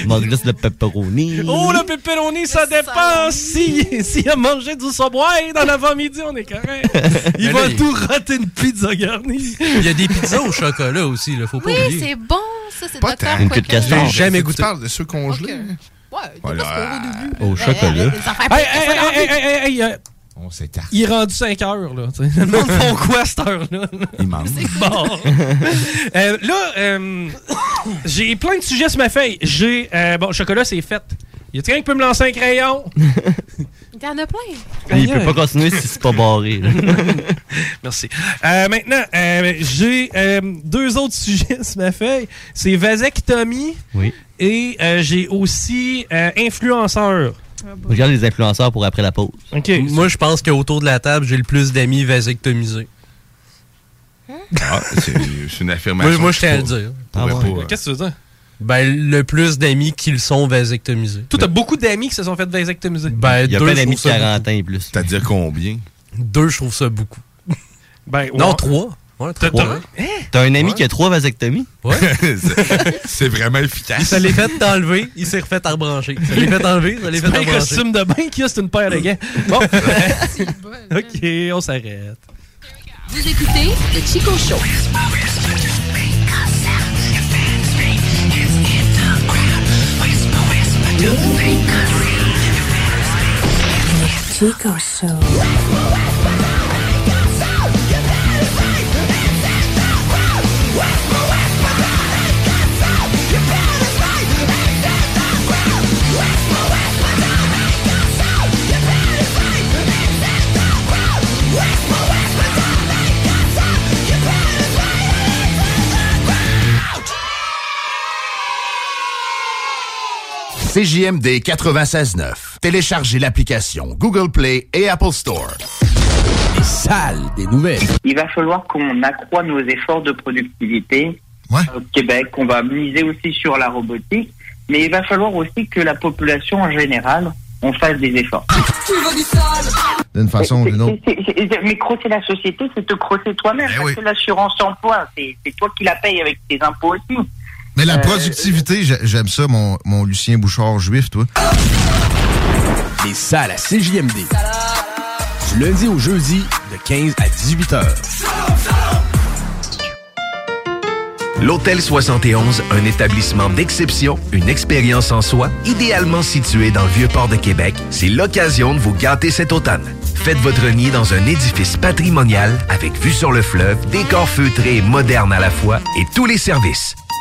Speaker 4: Mon glace de pepperoni.
Speaker 1: Oh, le pepperoni, ça dépend! S'il si a mangé du sabois dans l'avant-midi, on est correct! Il
Speaker 5: Mais
Speaker 1: va
Speaker 5: là, il-
Speaker 1: tout rater une pizza garnie!
Speaker 5: Il y a des pizzas au chocolat aussi, là, faut pas
Speaker 20: Oui,
Speaker 5: oublier.
Speaker 20: c'est bon, ça, c'est
Speaker 8: Pas
Speaker 20: Dr.
Speaker 8: tant.
Speaker 20: Quaker.
Speaker 8: J'ai jamais
Speaker 5: Tu
Speaker 8: goûté. Tu
Speaker 5: parles
Speaker 8: parles de ceux congelés?
Speaker 20: Ouais,
Speaker 1: Euh,
Speaker 8: Voilà.
Speaker 4: Au chocolat.
Speaker 20: Euh, des affaires
Speaker 1: Hey, hey, hey, hey, hey, hey, hey, euh,
Speaker 8: On s'écarte.
Speaker 1: il est rendu 5 heures, là. tu sais. Le monde font quoi à cette heure-là?
Speaker 8: Il mange.
Speaker 1: Bon. Euh, là, euh, j'ai plein de sujets sur ma feuille. J'ai. euh, bon, le chocolat, c'est fait. Y a quelqu'un qui peut me lancer un crayon?
Speaker 20: T'en as plein.
Speaker 4: Il peut pas continuer si c'est pas barré. là.
Speaker 1: Merci. Euh, maintenant, euh, j'ai euh, deux autres sujets sur ma feuille. C'est vasectomie
Speaker 4: Oui.
Speaker 1: et euh, j'ai aussi euh, influenceur.
Speaker 4: Regarde les influenceurs pour après la pause.
Speaker 1: OK.
Speaker 5: Moi, je pense qu'autour de la table, j'ai le plus d'amis vasectomisés.
Speaker 8: Ah, c'est c'est une affirmation.
Speaker 5: Moi, moi je
Speaker 8: que
Speaker 5: tiens à le
Speaker 8: je
Speaker 5: dire.
Speaker 8: pourrais
Speaker 4: Ah ouais.
Speaker 8: pas, euh,
Speaker 1: Qu'est-ce que tu veux dire?
Speaker 5: Ben, le plus d'amis qui le sont vasectomisés.
Speaker 1: Toi, t'as beaucoup d'amis qui se sont fait vasectomiser.
Speaker 5: Ben,
Speaker 4: Il y a
Speaker 5: deux,
Speaker 4: plein
Speaker 5: je
Speaker 4: d'amis de
Speaker 5: trouve ça
Speaker 4: 40 ans et plus.
Speaker 8: C'est-à-dire combien?
Speaker 5: beaucoup. Deux, je trouve ça beaucoup.
Speaker 1: Ben,
Speaker 5: Non,
Speaker 1: ouais.
Speaker 5: trois. Ouais,
Speaker 1: T'as-
Speaker 5: trois.
Speaker 1: t'as-
Speaker 5: hein.
Speaker 4: T'as un ami qui a trois vasectomies?
Speaker 5: Ouais.
Speaker 8: C'est- c'est vraiment
Speaker 5: Il
Speaker 8: efficace.
Speaker 5: se l'est fait enlever, il s'est refait rebrancher. Il se l'est fait enlever, il se l'est fait
Speaker 1: C'est pas un
Speaker 5: rebrancher.
Speaker 1: costume de bain qu'il y a, c'est une paire de gants. Bon. OK, on s'arrête.
Speaker 14: Vous écoutez le Chico Show.
Speaker 22: Chico Show.
Speaker 15: CJMD 96.9. Téléchargez l'application Google Play et Apple Store.
Speaker 2: Les salles des nouvelles. Il va falloir qu'on accroît nos efforts de productivité au Québec, qu'on va miser aussi sur la robotique, mais il va falloir aussi que la population en général, on fasse des efforts.
Speaker 13: Ah. D'une façon ou d'une autre.
Speaker 2: C'est- c'est- c'est- Mais crosser la société, c'est te crosser
Speaker 13: Eh
Speaker 2: toi-même, parce que l'assurance emploi, c'est c'est toi qui la paye avec tes impôts aussi.
Speaker 13: Mais la
Speaker 2: Euh,
Speaker 13: productivité, j'ai- j'aime ça, mon, mon Lucien Bouchard juif, toi.
Speaker 2: Les salles à CJMD. Du lundi au jeudi, de 15 à 18 heures.
Speaker 6: L'Hôtel 71, un établissement d'exception, une expérience en soi, idéalement situé dans le vieux port de Québec, c'est l'occasion de vous gâter cet automne. Faites votre nid dans un édifice patrimonial avec vue sur le fleuve, décor feutré et moderne à la fois et tous les services,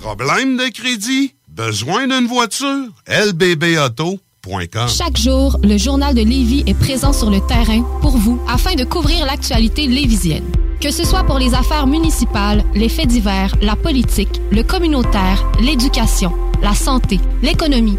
Speaker 27: Problème de crédit? Besoin d'une voiture? lbbauto.com
Speaker 14: Chaque jour, le journal de Lévis est présent sur le terrain pour vous afin de couvrir l'actualité lévisienne. Que ce soit pour les affaires municipales, les faits divers, la politique, le communautaire, l'éducation, la santé, l'économie,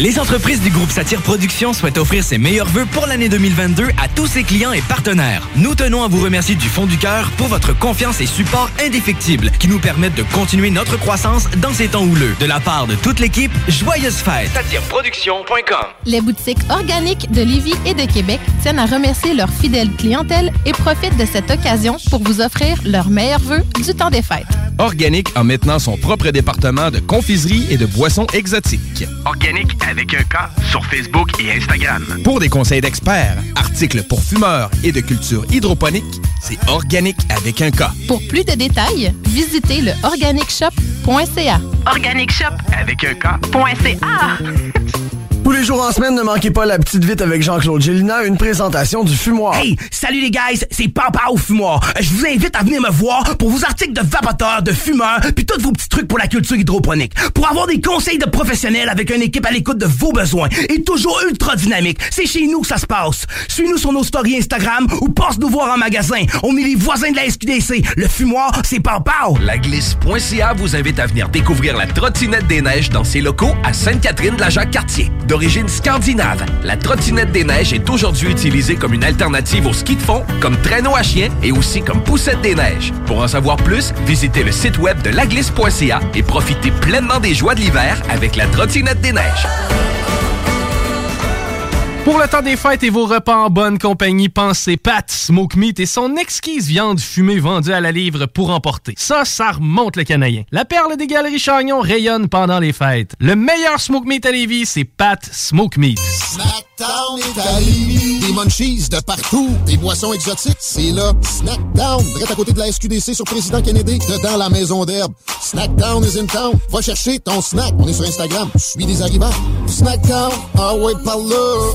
Speaker 12: Les entreprises du groupe Satire Productions souhaitent offrir ses meilleurs vœux pour l'année 2022 à tous ses clients et partenaires. Nous tenons à vous remercier du fond du cœur pour votre confiance et support indéfectible qui nous permettent de continuer notre croissance dans ces temps houleux. De la part de toute l'équipe, joyeuses fêtes. SatireProduction.com
Speaker 22: Les boutiques organiques de Lévis et de Québec tiennent à remercier leur fidèle clientèle et profitent de cette occasion pour vous offrir leurs meilleurs vœux du temps des fêtes.
Speaker 16: Organic a maintenant son propre département de confiserie et de boissons exotiques.
Speaker 13: Organique avec un K sur Facebook et Instagram.
Speaker 16: Pour des conseils d'experts, articles pour fumeurs et de culture hydroponique, c'est Organic avec un K.
Speaker 22: Pour plus de détails, visitez le organicshop.ca.
Speaker 13: Organic Shop avec un K.ca.
Speaker 28: Tous les jours en semaine, ne manquez pas la petite vite avec Jean-Claude Gélina, une présentation du fumoir.
Speaker 29: Hey, salut les guys, c'est Papa au fumoir. Je vous invite à venir me voir pour vos articles de vapoteurs, de fumeurs, puis tous vos petits trucs pour la culture hydroponique. Pour avoir des conseils de professionnels avec une équipe à l'écoute de vos besoins et toujours ultra dynamique. C'est chez nous que ça se passe. Suis-nous sur nos stories Instagram ou passe nous voir en magasin. On est les voisins de la SQDC. Le fumoir, c'est Papa.
Speaker 6: La glisse.ca vous invite à venir découvrir la trottinette des neiges dans ses locaux à Sainte-Catherine-de-la-Jacques-Cartier. D'origine scandinave, la trottinette des neiges est aujourd'hui utilisée comme une alternative au ski de fond, comme traîneau à chien et aussi comme poussette des neiges. Pour en savoir plus, visitez le site web de laglisse.ca et profitez pleinement des joies de l'hiver avec la trottinette des neiges.
Speaker 1: Pour le temps des fêtes et vos repas en bonne compagnie, pensez Pat Smoke Meat et son exquise viande fumée vendue à la livre pour emporter. Ça, ça remonte le canadien. La perle des galeries Chagnon rayonne pendant les fêtes. Le meilleur Smoke Meat à Lévis, c'est Pat Smoke Meat.
Speaker 9: Snackdown Italie. Des munchies de partout. Des boissons exotiques. C'est là. Snackdown. Direct à côté de la SQDC sur Président Kennedy. Dedans la maison d'herbe. Snackdown is in town. Va chercher ton snack. On est sur Instagram. Suis des arrivants. Snackdown. Ah ouais, par là.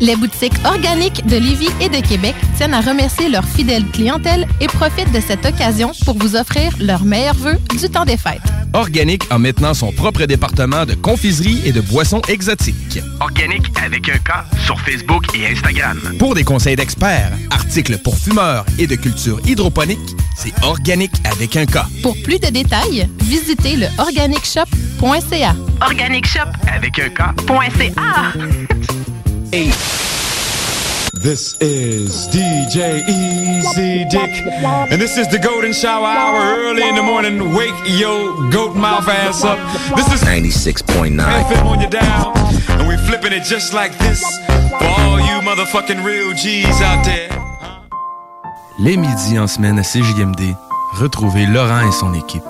Speaker 22: Les boutiques organiques de Lévis et de Québec tiennent à remercier leur fidèle clientèle et profitent de cette occasion pour vous offrir leurs meilleurs vœux du temps des fêtes.
Speaker 16: Organic a maintenant son propre département de confiserie et de boissons exotiques.
Speaker 13: Organique avec un K sur Facebook et Instagram.
Speaker 16: Pour des conseils d'experts, articles pour fumeurs et de culture hydroponique, c'est Organic avec un K.
Speaker 22: Pour plus de détails, visitez le organicshop.ca.
Speaker 13: Organic Shop avec un K.ca.
Speaker 5: Eight. This is DJ Easy Dick, and this is the Golden Shower Hour. Early in the morning, wake yo goat mouth ass up. This is
Speaker 23: 96.9.
Speaker 5: FM on your dial, and we're flipping it just like this for all you motherfucking real G's out there.
Speaker 6: Les midis en semaine à CJMD, retrouvez Laurent et son équipe.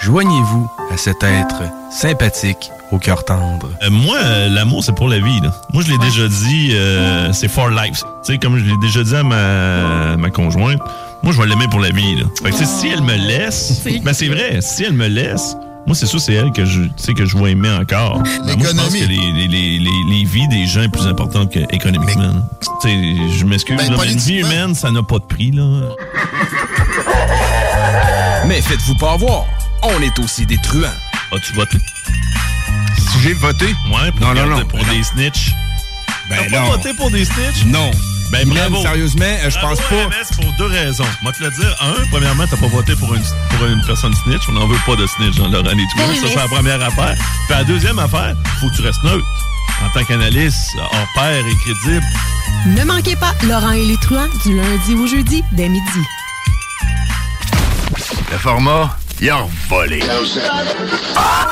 Speaker 6: Joignez-vous à cet être sympathique au cœur tendre.
Speaker 11: Euh, moi, euh, l'amour, c'est pour la vie. Là. Moi, je l'ai déjà dit, euh, c'est for life. Tu sais, comme je l'ai déjà dit à ma, ma conjointe, moi, je vais l'aimer pour la vie. Là. Fait que, tu sais, si elle me laisse, ben c'est vrai, si elle me laisse, Moi, c'est sûr, c'est elle que je, tu sais, que je vais aimer encore. Mais moi, je pense que les, les, les, les- les vies des gens est plus importante que économiquement. là. Tu sais, je m'excuse,
Speaker 6: Ben,
Speaker 11: là, mais une vie
Speaker 6: politiquement.
Speaker 11: humaine, ça n'a pas de prix, là.
Speaker 9: Mais faites-vous pas avoir. On est aussi des truands.
Speaker 11: As-tu voté?
Speaker 9: Si j'ai voté?
Speaker 11: Ouais, pour,
Speaker 9: non, non,
Speaker 11: garder-
Speaker 9: non.
Speaker 11: pour des snitchs.
Speaker 9: Ben
Speaker 11: T'as pas voté pour des snitchs?
Speaker 9: Non.
Speaker 11: Ben
Speaker 9: Même,
Speaker 11: bravo.
Speaker 9: sérieusement, euh, je
Speaker 11: Bravo,
Speaker 9: pense pas-
Speaker 11: RMS, pour deux raisons. Moi, te le dire. Un, premièrement, t'as pas voté pour une, pour une personne snitch. On n'en veut pas de snitch dans l'oral et tout.
Speaker 30: Ben,
Speaker 11: Ça, c'est la
Speaker 30: mais-
Speaker 11: première affaire. Puis la deuxième affaire, faut que tu restes neutre. En tant qu'analyste, hors pair et crédible.
Speaker 14: Ne manquez pas Laurent et les truands du lundi au jeudi dès midi.
Speaker 16: Le format, il a volé.
Speaker 15: Ah,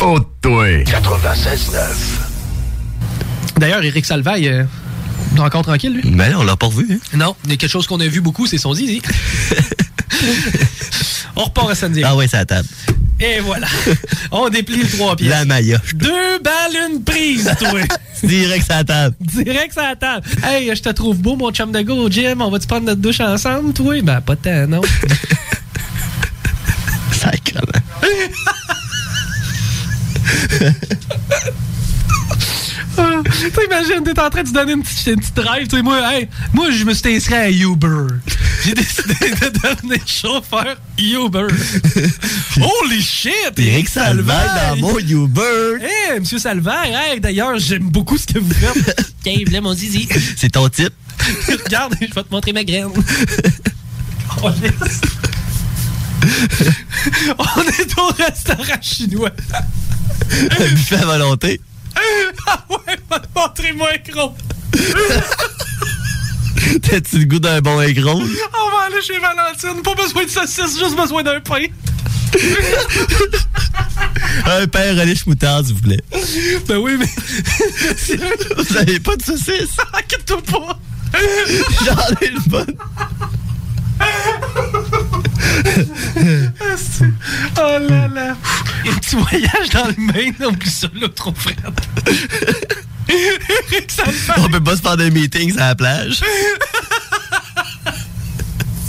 Speaker 16: Oh, toi. 96.9.
Speaker 5: D'ailleurs, Eric Salvaille, euh, encore tranquille, lui?
Speaker 4: Ben là, on l'a pas revu. Hein?
Speaker 5: Non, il y a quelque chose qu'on a vu beaucoup, c'est son zizi. on repart à samedi.
Speaker 4: Ah ouais, c'est la table.
Speaker 5: Et voilà. On déplie le trois pièces.
Speaker 4: La maillot.
Speaker 5: Deux balles, une prise, toi.
Speaker 4: Direct sur la table.
Speaker 5: Direct sur la table. Hey, je te trouve beau, mon chum de go au gym. On va-tu prendre notre douche ensemble, toi? Ben, pas tant, non. Ah, T'imagines, t'es en train de te donner une petite, une petite drive. tu sais, moi, hey, moi, je me suis inscrit à Uber. J'ai décidé de devenir chauffeur Uber. Holy shit!
Speaker 4: Eric Salvaille dans mon Uber.
Speaker 5: Hey, monsieur Salvaire, hey, d'ailleurs, j'aime beaucoup ce que vous faites. Cave, là, mon zizi.
Speaker 4: C'est ton type.
Speaker 5: Regarde, je vais te montrer ma graine. Oh, On est au restaurant chinois.
Speaker 4: Un buffet à volonté.
Speaker 5: Ah ouais, va te montrer mon écran.
Speaker 4: T'as-tu le goût d'un bon aigron?
Speaker 5: On va aller chez Valentine. Pas besoin de saucisse, juste besoin d'un pain.
Speaker 4: Un père relish moutarde, s'il vous plaît.
Speaker 5: Ben oui, mais.
Speaker 4: vous avez pas de saucisse?
Speaker 5: Inquiète-toi pas.
Speaker 4: J'en ai le bon.
Speaker 5: Asti. oh là là. Un petit voyage dans le Maine, on oublie ça, là, trop frère. Eric Salvaille.
Speaker 4: On peut pas se faire des meetings à la plage.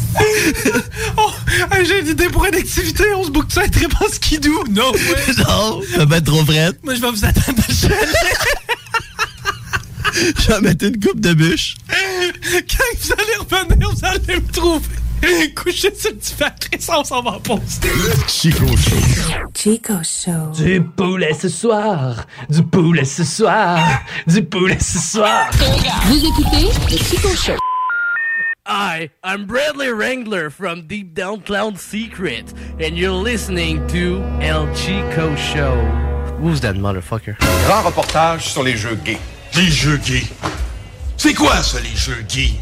Speaker 5: Oh, hey, j'ai une idée pour une activité, on se boucle ça et trip en skidoo. Non, ouais.
Speaker 4: Non, ça va être trop frais.
Speaker 5: Moi, je vais vous attendre à
Speaker 4: Je vais mettre une coupe de bûche.
Speaker 5: Quand vous allez revenir, vous allez me trouver. Couché sur le divan, Chris, on s'en va en pause.
Speaker 12: Chico Show. Chico Show. Du poulet ce soir. Du poulet ce soir. Du poulet ce soir.
Speaker 19: Vous écoutez le Chico Show.
Speaker 12: Hi, I'm Bradley Wrangler from Deep Down Clown Secret, and you're listening to El Chico Show. Who's that motherfucker?
Speaker 31: Grand reportage sur les jeux gays. Les jeux gays. C'est quoi ça, les jeux gays?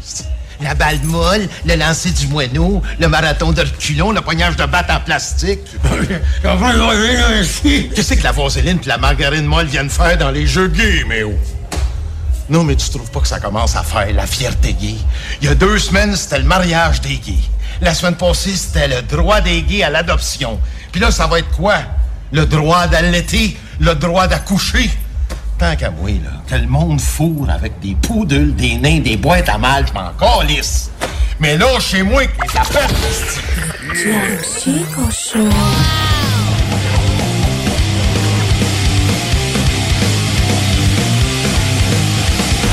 Speaker 26: La balle molle, le lancer du moineau, le marathon de reculon, le poignage de batte en plastique. Qu'est-ce que la vaseline et la margarine molle viennent faire dans les jeux gays, mais oh? Non, mais tu trouves pas que ça commence à faire la fierté gay? Il y a deux semaines, c'était le mariage des gays. La semaine passée, c'était le droit des gays à l'adoption. Puis là, ça va être quoi? Le droit d'allaiter, le droit d'accoucher. Tant qu'à moi, là, que le monde fourre avec des poudles, des nains, des boîtes à mal, je m'en calisse. Mais là, chez moi, que les affaires...
Speaker 19: Chico Show.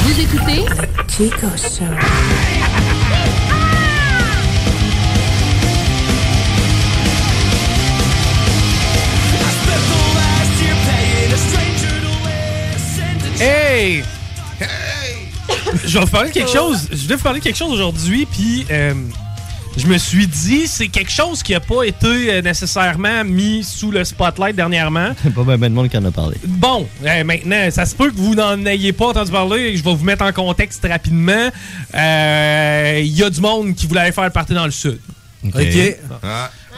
Speaker 19: Vous écoutez Chico Show.
Speaker 1: Hey! Je vais vous parler de quelque chose. Je voulais vous parler de quelque chose aujourd'hui, puis euh, je me suis dit, c'est quelque chose qui n'a pas été euh, nécessairement mis sous le spotlight dernièrement.
Speaker 4: Pas bien ben de monde qui en a parlé.
Speaker 1: Bon, euh, maintenant, ça se peut que vous n'en ayez pas entendu parler. et Je vais vous mettre en contexte rapidement. Euh, Il y a du monde qui voulait aller faire le party dans le sud.
Speaker 4: OK.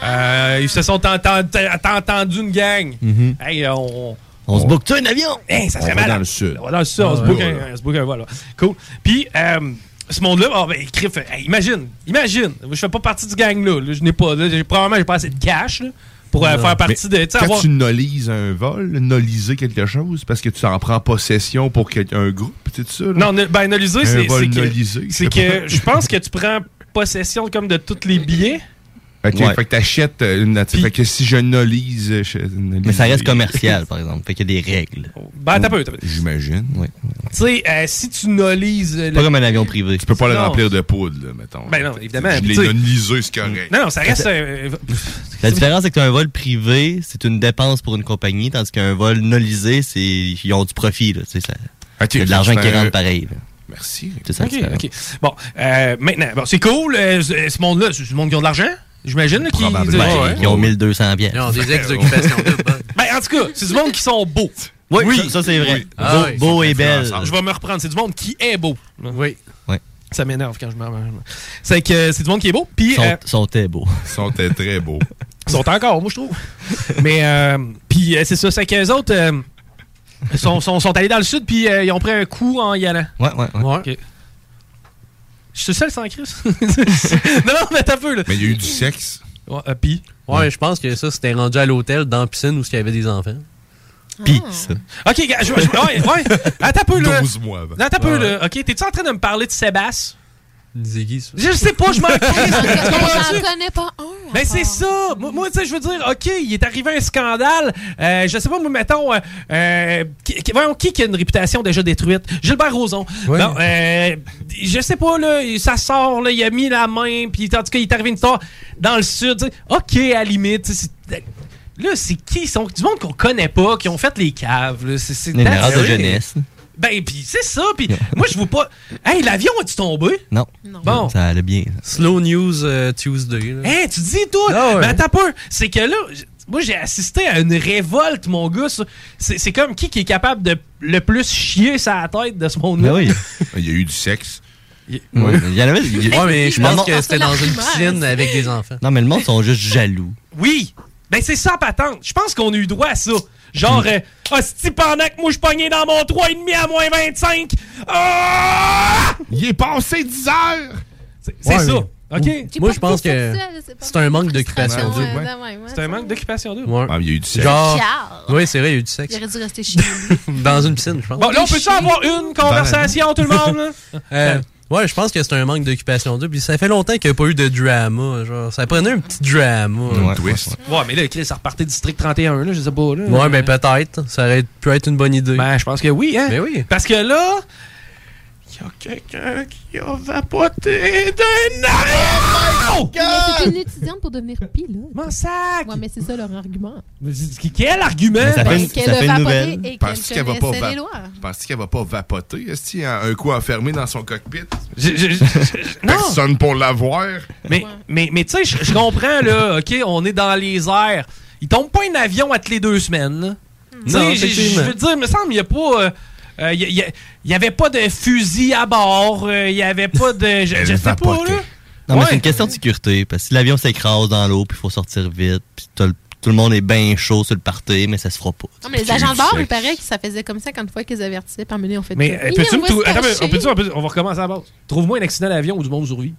Speaker 1: Euh, ils se sont enten- enten- entendus une gang.
Speaker 4: Mhm.
Speaker 1: Hey, on,
Speaker 4: On se boucle un avion?
Speaker 1: Hey, ça
Speaker 4: On
Speaker 1: serait
Speaker 4: va
Speaker 1: malade.
Speaker 4: dans le Ah, sud.
Speaker 1: On va dans le sud,
Speaker 8: Ah,
Speaker 1: on se boucle un, on se boucle un vol, là. Cool. Puis, euh, ce monde-là, ah, ben, crif, hey, imagine, imagine. Je fais pas partie du gang-là. là. je n'ai pas, là, j'ai- probablement, j'ai pas assez de cash là, pour euh,
Speaker 4: Non.
Speaker 1: faire partie
Speaker 4: Mais
Speaker 1: de. tu sais,
Speaker 4: quand
Speaker 1: avoir-
Speaker 4: tu
Speaker 8: Nolises un vol, noliser quelque chose, parce que tu en prends possession pour quel- un groupe, tu sais, tout ça. là.
Speaker 1: Non, ne- ben,
Speaker 8: Un
Speaker 1: nolisé, c'est
Speaker 8: vol
Speaker 1: c'est que.
Speaker 8: nolisé, je
Speaker 1: C'est
Speaker 8: sais
Speaker 1: que
Speaker 8: pas.
Speaker 1: je pense que tu prends possession comme de tous les billets.
Speaker 8: Ok,
Speaker 4: Ouais.
Speaker 8: fait que t'achètes euh, une nature. Fait que si je nolise. je-
Speaker 4: Mais ça reste commercial, par exemple. Fait qu'il y a des règles.
Speaker 1: Ben, t'as peu, t'as peu.
Speaker 8: J'imagine.
Speaker 4: Oui.
Speaker 1: Tu sais, euh, si tu nolises. euh, le-
Speaker 4: Pas comme un avion privé. Tu
Speaker 8: peux pas le
Speaker 1: Non.
Speaker 8: remplir de poudre, là, mettons.
Speaker 1: Ben non, évidemment.
Speaker 8: Je
Speaker 1: Puis,
Speaker 8: l'ai
Speaker 1: tu sais-
Speaker 8: nolisé, c'est correct.
Speaker 1: Non, non, ça reste. euh,
Speaker 4: La différence, c'est qu'un vol privé, c'est une dépense pour une compagnie, tandis qu'un vol nolisé, c'est ils ont du profit. Là, tu sais, ça,
Speaker 8: Ah,
Speaker 4: il y a de l'argent
Speaker 1: c'est
Speaker 4: qui
Speaker 1: un-
Speaker 4: rentre pareil. là.
Speaker 8: Merci.
Speaker 4: C'est ça,
Speaker 1: Ok,
Speaker 4: c'est ça.
Speaker 1: ok. Bon, euh, maintenant, bon, c'est cool. euh, ce ce monde-là, c'est du monde qui a de l'argent, j'imagine. là, Qui,
Speaker 4: Probablement.
Speaker 1: Ouais, ouais.
Speaker 4: Ils ont 1200 pièces.
Speaker 1: Ils ont des ex-occupations Ben, en tout cas, c'est du monde qui sont beaux.
Speaker 4: Oui, ça, ça, c'est vrai. Oui. Ah Beau- oui, beau ils sont et belle. influençables.
Speaker 1: Je vais me reprendre. C'est du monde qui est beau. Oui.
Speaker 4: Oui.
Speaker 1: Ça m'énerve quand je me. C'est que euh, c'est du monde qui est beau. Puis.
Speaker 4: Sont,
Speaker 1: euh,
Speaker 4: sont très beaux.
Speaker 8: Sont très beaux.
Speaker 1: Ils sont encore, moi, je trouve. Mais, euh, puis euh, c'est ça, c'est qu'eux autres euh, sont, sont, sont allés dans le sud, puis euh, ils ont pris un coup en y allant.
Speaker 4: Ouais, ouais, ouais.
Speaker 1: Ok. Je suis seul sans Chris. non, non, mais t'as peu, là.
Speaker 8: Mais il y a eu du sexe.
Speaker 1: Ouais, euh, puis.
Speaker 5: Ouais, je pense que ça, c'était rendu à l'hôtel, dans la piscine, où il y avait des enfants.
Speaker 4: Pis, ça.
Speaker 1: Ok, gars, je, je- ouais, ouais. Attends un peu, là.
Speaker 5: 12 mois avant.
Speaker 1: Non, Attends un peu,
Speaker 5: Ouais.
Speaker 1: là. Ok, t'es-tu en train de me parler de Sébastien?
Speaker 5: Ziggy, ça.
Speaker 1: Je sais pas, je m'en
Speaker 22: J'en
Speaker 1: comprends.
Speaker 22: connais pas un.
Speaker 1: Mais Ben, c'est ça! Moi, moi, tu sais, je veux dire, OK, il est arrivé un scandale. Euh, je sais pas, moi, mettons, euh, euh, qui, qui- voyons, qui qui a une réputation déjà détruite? Gilbert Rozon.
Speaker 5: Ouais.
Speaker 1: Non, euh, je sais pas, là, ça sort, là, il a mis la main, puis en tout cas, il est arrivé une histoire dans le sud. tu sais. OK, à la limite, tu sais, c'est- Là, c'est qui? Ils sont du monde qu'on connaît pas, qui ont fait les caves. là. C'est- c'est-
Speaker 4: Une erreur de
Speaker 1: Oui.
Speaker 4: jeunesse.
Speaker 1: Ben, puis c'est ça. Puis moi, je vois pas. Hey, l'avion, est-tu tombé?
Speaker 4: Non.
Speaker 1: Bon.
Speaker 4: Ça allait bien.
Speaker 5: Slow News euh, Tuesday. là.
Speaker 1: Hé, tu dis tout!
Speaker 5: Ah ouais.
Speaker 1: Mais attends pas! C'est que là, j- moi j'ai assisté à une révolte, mon gars. ça. C'est c'est comme qui qui est capable de le plus chier sa tête de ce monde-là.
Speaker 4: Ben oui.
Speaker 8: Il y a eu du sexe.
Speaker 1: Il
Speaker 4: y en avait. il y-
Speaker 5: Ouais, mais je
Speaker 1: Mais
Speaker 5: pense
Speaker 1: non,
Speaker 5: que c'était dans une
Speaker 1: l'argument,
Speaker 5: piscine avec des enfants.
Speaker 4: Non, mais le monde sont juste jaloux.
Speaker 1: Oui! Ben c'est ça, patente. Je pense qu'on a eu droit à ça.
Speaker 5: Mm.
Speaker 1: Genre, euh, hostie, pendant que moi je pognais dans mon 3,5 à moins 25,
Speaker 8: Il est passé 10 heures!
Speaker 1: C'est
Speaker 5: Ouais,
Speaker 1: ça.
Speaker 5: mais-
Speaker 1: OK?
Speaker 5: Moi, je pense que c'est un manque d'occupation double.
Speaker 1: C'est un manque d'occupation double.
Speaker 5: Ouais.
Speaker 8: Ah, il y a eu du
Speaker 5: sexe. Genre,
Speaker 22: Charles.
Speaker 5: oui, c'est vrai, il y a eu du sexe.
Speaker 22: Il aurait dû rester chez lui.
Speaker 5: Dans une piscine, je pense.
Speaker 1: Bon, là, on peut-tu avoir une conversation, tout le monde? là?
Speaker 5: Euh, ouais, je pense que c'est un manque d'occupation double. Puis ça fait longtemps qu'il n'y a pas eu de drama. Genre, ça prenait un petit drama.
Speaker 4: Un
Speaker 8: twist.
Speaker 1: Ouais, mais là, Chris, ça repartait district 31, là, je sais pas. Là.
Speaker 5: Ouais, mais peut-être. Ça aurait pu être une bonne idée.
Speaker 1: Ben, je pense que oui, hein?
Speaker 5: Ben oui.
Speaker 1: Parce que là, il y a quelqu'un qui a vapoté d'un avion!
Speaker 22: Mais t'es une étudiante pour devenir pie, là.
Speaker 1: Oh Mon sac!
Speaker 22: Ouais, mais c'est ça leur argument.
Speaker 1: Quel argument?
Speaker 4: Mais ça fait une-
Speaker 22: Parce qu'elle
Speaker 4: ça
Speaker 22: a
Speaker 4: fait une
Speaker 22: vapoté
Speaker 4: nouvelle.
Speaker 22: et qu'elle
Speaker 8: Penses-tu qu'elle va pas
Speaker 22: connaissait
Speaker 8: va-
Speaker 22: les lois.
Speaker 8: Penses-tu qu'elle va pas vapoter? Est-ce qu'il y a un coup enfermé dans son cockpit?
Speaker 1: Non.
Speaker 8: Personne pour l'avoir.
Speaker 1: Mais, mais, mais tu sais, je je comprends, là, OK, on est dans les airs. Il tombe pas un avion à toutes les deux semaines. là. Tu
Speaker 5: Non,
Speaker 1: sais, j'ai- je
Speaker 5: effectivement.
Speaker 1: veux dire, il me semble, il n'y a pas... euh, euh, Il n'y avait pas de fusil à bord, euh, il n'y avait pas de. Je, je sais pas, là.
Speaker 4: Non, mais
Speaker 1: Ouais.
Speaker 4: c'est une question de sécurité. Parce que si l'avion s'écrase dans l'eau, puis il faut sortir vite, puis t'as le- tout le monde est bien chaud sur le party, mais ça se fera pas.
Speaker 22: Non, mais les agents de bord, il paraît que ça faisait comme ça quand une fois qu'ils avertissaient par mener, on fait
Speaker 1: Mais
Speaker 22: ça.
Speaker 1: euh,
Speaker 22: Il
Speaker 1: peux-tu
Speaker 22: en
Speaker 1: me
Speaker 22: va
Speaker 1: trou-
Speaker 22: se
Speaker 1: Attends, mais
Speaker 22: cacher.
Speaker 1: on peut-tu- on peut- on va recommencer à la base. Trouve-moi un accident d'avion où du monde survit.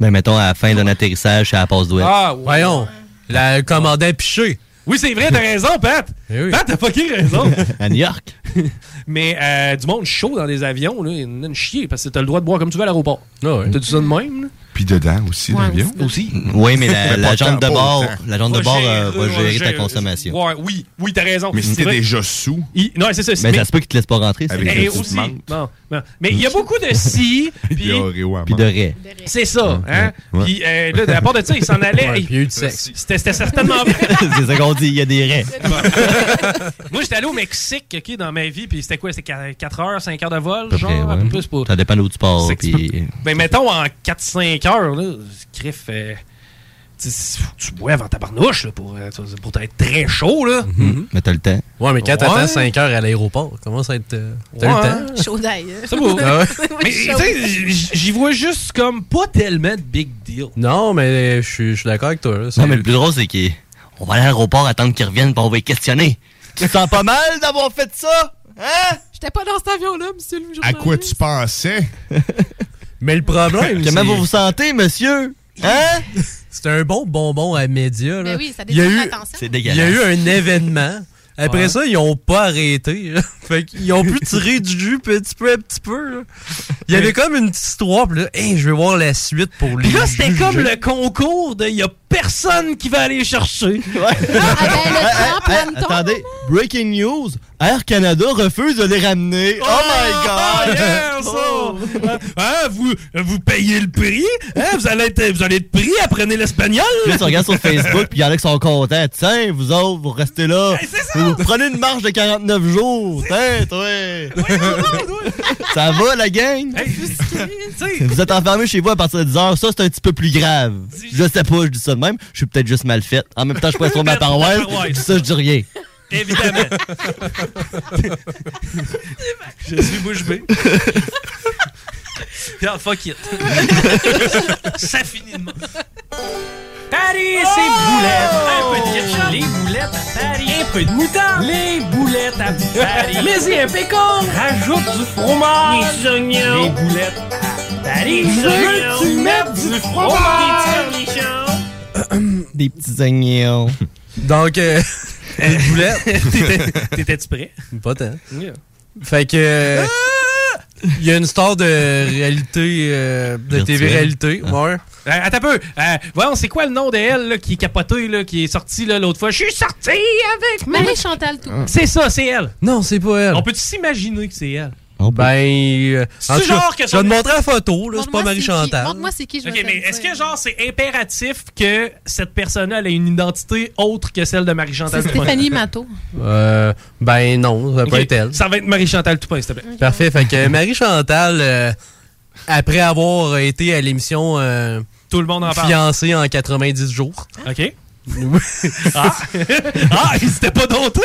Speaker 4: Ben, mettons, à la fin d'un atterrissage, c'est à la passe douette.
Speaker 1: Ah, ouais.
Speaker 5: Voyons. La le commandant piché.
Speaker 1: Oui, c'est vrai, t'as raison, Pat.
Speaker 5: Eh oui.
Speaker 1: Pat, t'as fucking raison.
Speaker 4: à New York.
Speaker 1: Mais euh, du monde chaud dans des avions, là, il y en a une chier parce que t'as le droit de boire comme tu veux à l'aéroport.
Speaker 5: Ah
Speaker 1: T'as du ça de même, là?
Speaker 8: Puis dedans aussi,
Speaker 1: Ouais,
Speaker 8: l'avion.
Speaker 1: c'est- Aussi.
Speaker 4: Oui, mais la,
Speaker 8: Mais
Speaker 4: la
Speaker 8: pas
Speaker 4: jambe
Speaker 8: tant,
Speaker 4: de
Speaker 8: pas
Speaker 4: bord,
Speaker 8: autant.
Speaker 4: la jambe de
Speaker 1: Va
Speaker 4: bord euh,
Speaker 1: gérer,
Speaker 4: va
Speaker 1: va
Speaker 4: gérer ta
Speaker 1: gérer.
Speaker 4: consommation.
Speaker 1: Ouais, oui, oui, t'as raison.
Speaker 4: Mais si
Speaker 1: C'est
Speaker 4: t'es
Speaker 1: vrai.
Speaker 8: déjà sous.
Speaker 1: Il- Non, c'est ça.
Speaker 4: Mais Ben, ça se peut qu'ils te laissent pas rentrer. c'est-
Speaker 1: Et aussi. Bon, bon. Mais il y a beaucoup de si.
Speaker 4: Puis
Speaker 1: puis-
Speaker 4: de raies.
Speaker 1: C'est ça, hein?
Speaker 4: Ouais.
Speaker 1: Puis euh, là, de la part de ça, il s'en allait. il y a eu du
Speaker 5: sexe.
Speaker 1: C'était c'était certainement
Speaker 4: c'est ça qu'on dit, il y a des raies.
Speaker 1: Moi, j'étais allé au Mexique OK, dans ma vie, puis c'était quoi? C'était 4 heures, 5 heures de vol, genre,
Speaker 4: Ouais,
Speaker 1: à peu plus pour.
Speaker 4: Ça dépend d'où tu pars.
Speaker 1: C'est que tu
Speaker 4: puis-
Speaker 1: Ben, mettons, en 4-5 heures, là, Griff, euh, tu sais, faut que tu bois avant ta barnouche, là, pour, euh, pour être très chaud, là.
Speaker 4: Mais t'as le temps.
Speaker 5: Mhm. Ouais, mais quand
Speaker 1: Ouais.
Speaker 5: t'attends 5 heures à l'aéroport, comment ça être. euh, T'as
Speaker 1: Ouais.
Speaker 5: le temps?
Speaker 22: Chaud d'ail.
Speaker 1: C'est beau.
Speaker 5: Ah ouais?
Speaker 1: Mais, tu sais, j- j'y vois juste comme pas tellement de big deal.
Speaker 5: Non, mais Eh, je suis- je suis d'accord avec toi. là.
Speaker 4: Non, mais le plus drôle, c'est qu'on va aller à l'aéroport attendre qu'ils reviennent, puis on va les questionner. Tu te sens pas mal d'avoir fait ça? Hein?
Speaker 22: J'étais pas dans cet avion-là, monsieur le journaliste.
Speaker 4: À quoi tu
Speaker 8: pensais?
Speaker 5: Mais le problème.
Speaker 4: Comment
Speaker 5: c'est-
Speaker 4: vous vous sentez, monsieur? Hein?
Speaker 5: C'est un bon bonbon à médias.
Speaker 22: Mais
Speaker 5: là.
Speaker 22: Ben oui, ça
Speaker 5: Il y a
Speaker 22: détourne
Speaker 5: eu-
Speaker 22: l'attention.
Speaker 4: C'est
Speaker 5: Il y a eu un événement. Après
Speaker 4: Ouais.
Speaker 5: ça, ils ont pas arrêté. là. fait qu'ils ont pu tirer du jus petit peu à petit peu. là. Il y avait comme une petite histoire, puis là, hey, je vais voir la suite pour les.
Speaker 1: Puis là, c'était
Speaker 5: juger.
Speaker 1: comme le concours de il y a personne qui va aller chercher.
Speaker 4: Ah, ben, Eh, Attendez, breaking news, Air Canada refuse de les ramener. Oh, my god!
Speaker 1: Oh. Hein, vous, vous payez le prix? Hein, vous, allez être, vous allez être pris, apprenez l'espagnol!
Speaker 4: Là, tu regardes sur Facebook, puis il y en a qui sont contents. Tiens, vous autres, vous restez là. vous prenez une marche de 49 jours. Tiens, toi. ça va, la gang? vous êtes enfermés chez vous à partir de 10 heures. Ça, c'est un petit peu plus grave. Je sais pas, je dis ça de même. Je suis peut-être juste mal fait. En même temps, je pourrais sur ma paroisse.
Speaker 1: paroisse.
Speaker 4: Ça, je dis rien.
Speaker 1: Évidemment. Je suis bouche bée. Regarde, fuck it. Ça finit de moi. Paris, c'est boulettes. Un peu de ketchup. Oh! Les boulettes à Paris. Un peu de mouton. Les boulettes à Paris. Mais y a un pécan. Rajoute du fromage. Les oignons. Les boulettes à Paris. Je veux que tu mettes du fromage. Des
Speaker 4: Des petits oignons.
Speaker 5: Donc, euh, une boulette.
Speaker 1: T'étais- t'étais-tu prêt?
Speaker 5: Pas tant. Fait que. euh,
Speaker 1: Ah!
Speaker 5: Il y a une star de réalité, euh, de
Speaker 1: Virtuelle.
Speaker 5: TV-réalité. Ouais.
Speaker 1: Euh, attends un peu. Euh, voyons, c'est quoi le nom de elle là, qui est capotée, là, qui est sortie là, l'autre fois? Je suis sortie avec Ah.
Speaker 22: Marie Chantal tout.
Speaker 1: C'est ça, c'est elle.
Speaker 5: Non, c'est pas elle.
Speaker 1: On peut s'imaginer que c'est elle?
Speaker 5: Ben. euh,
Speaker 1: C'est
Speaker 5: en tout
Speaker 1: genre
Speaker 5: cas,
Speaker 1: que
Speaker 5: Je vais te
Speaker 1: son-
Speaker 5: montrer la photo, là. C'est pas Marie Chantal.
Speaker 22: Montre-moi c'est qui je
Speaker 1: Ok,
Speaker 22: vais te
Speaker 1: mais
Speaker 22: le
Speaker 1: est-ce que genre c'est impératif que cette personne-là elle ait une identité autre que celle de Marie-Chantal
Speaker 22: C'est
Speaker 1: Toupin?
Speaker 22: Stéphanie Matteau.
Speaker 5: Euh, ben non, ça va
Speaker 1: Ok,
Speaker 5: pas être elle.
Speaker 1: Ça va être Marie-Chantal Toupin, s'il te plaît.
Speaker 5: Parfait. Fait que Marie Chantal, euh, après avoir été à l'émission euh,
Speaker 1: Tout le monde en parle.
Speaker 5: Fiancée en 90 jours.
Speaker 1: OK. ah. ah, il s'était pas dompté!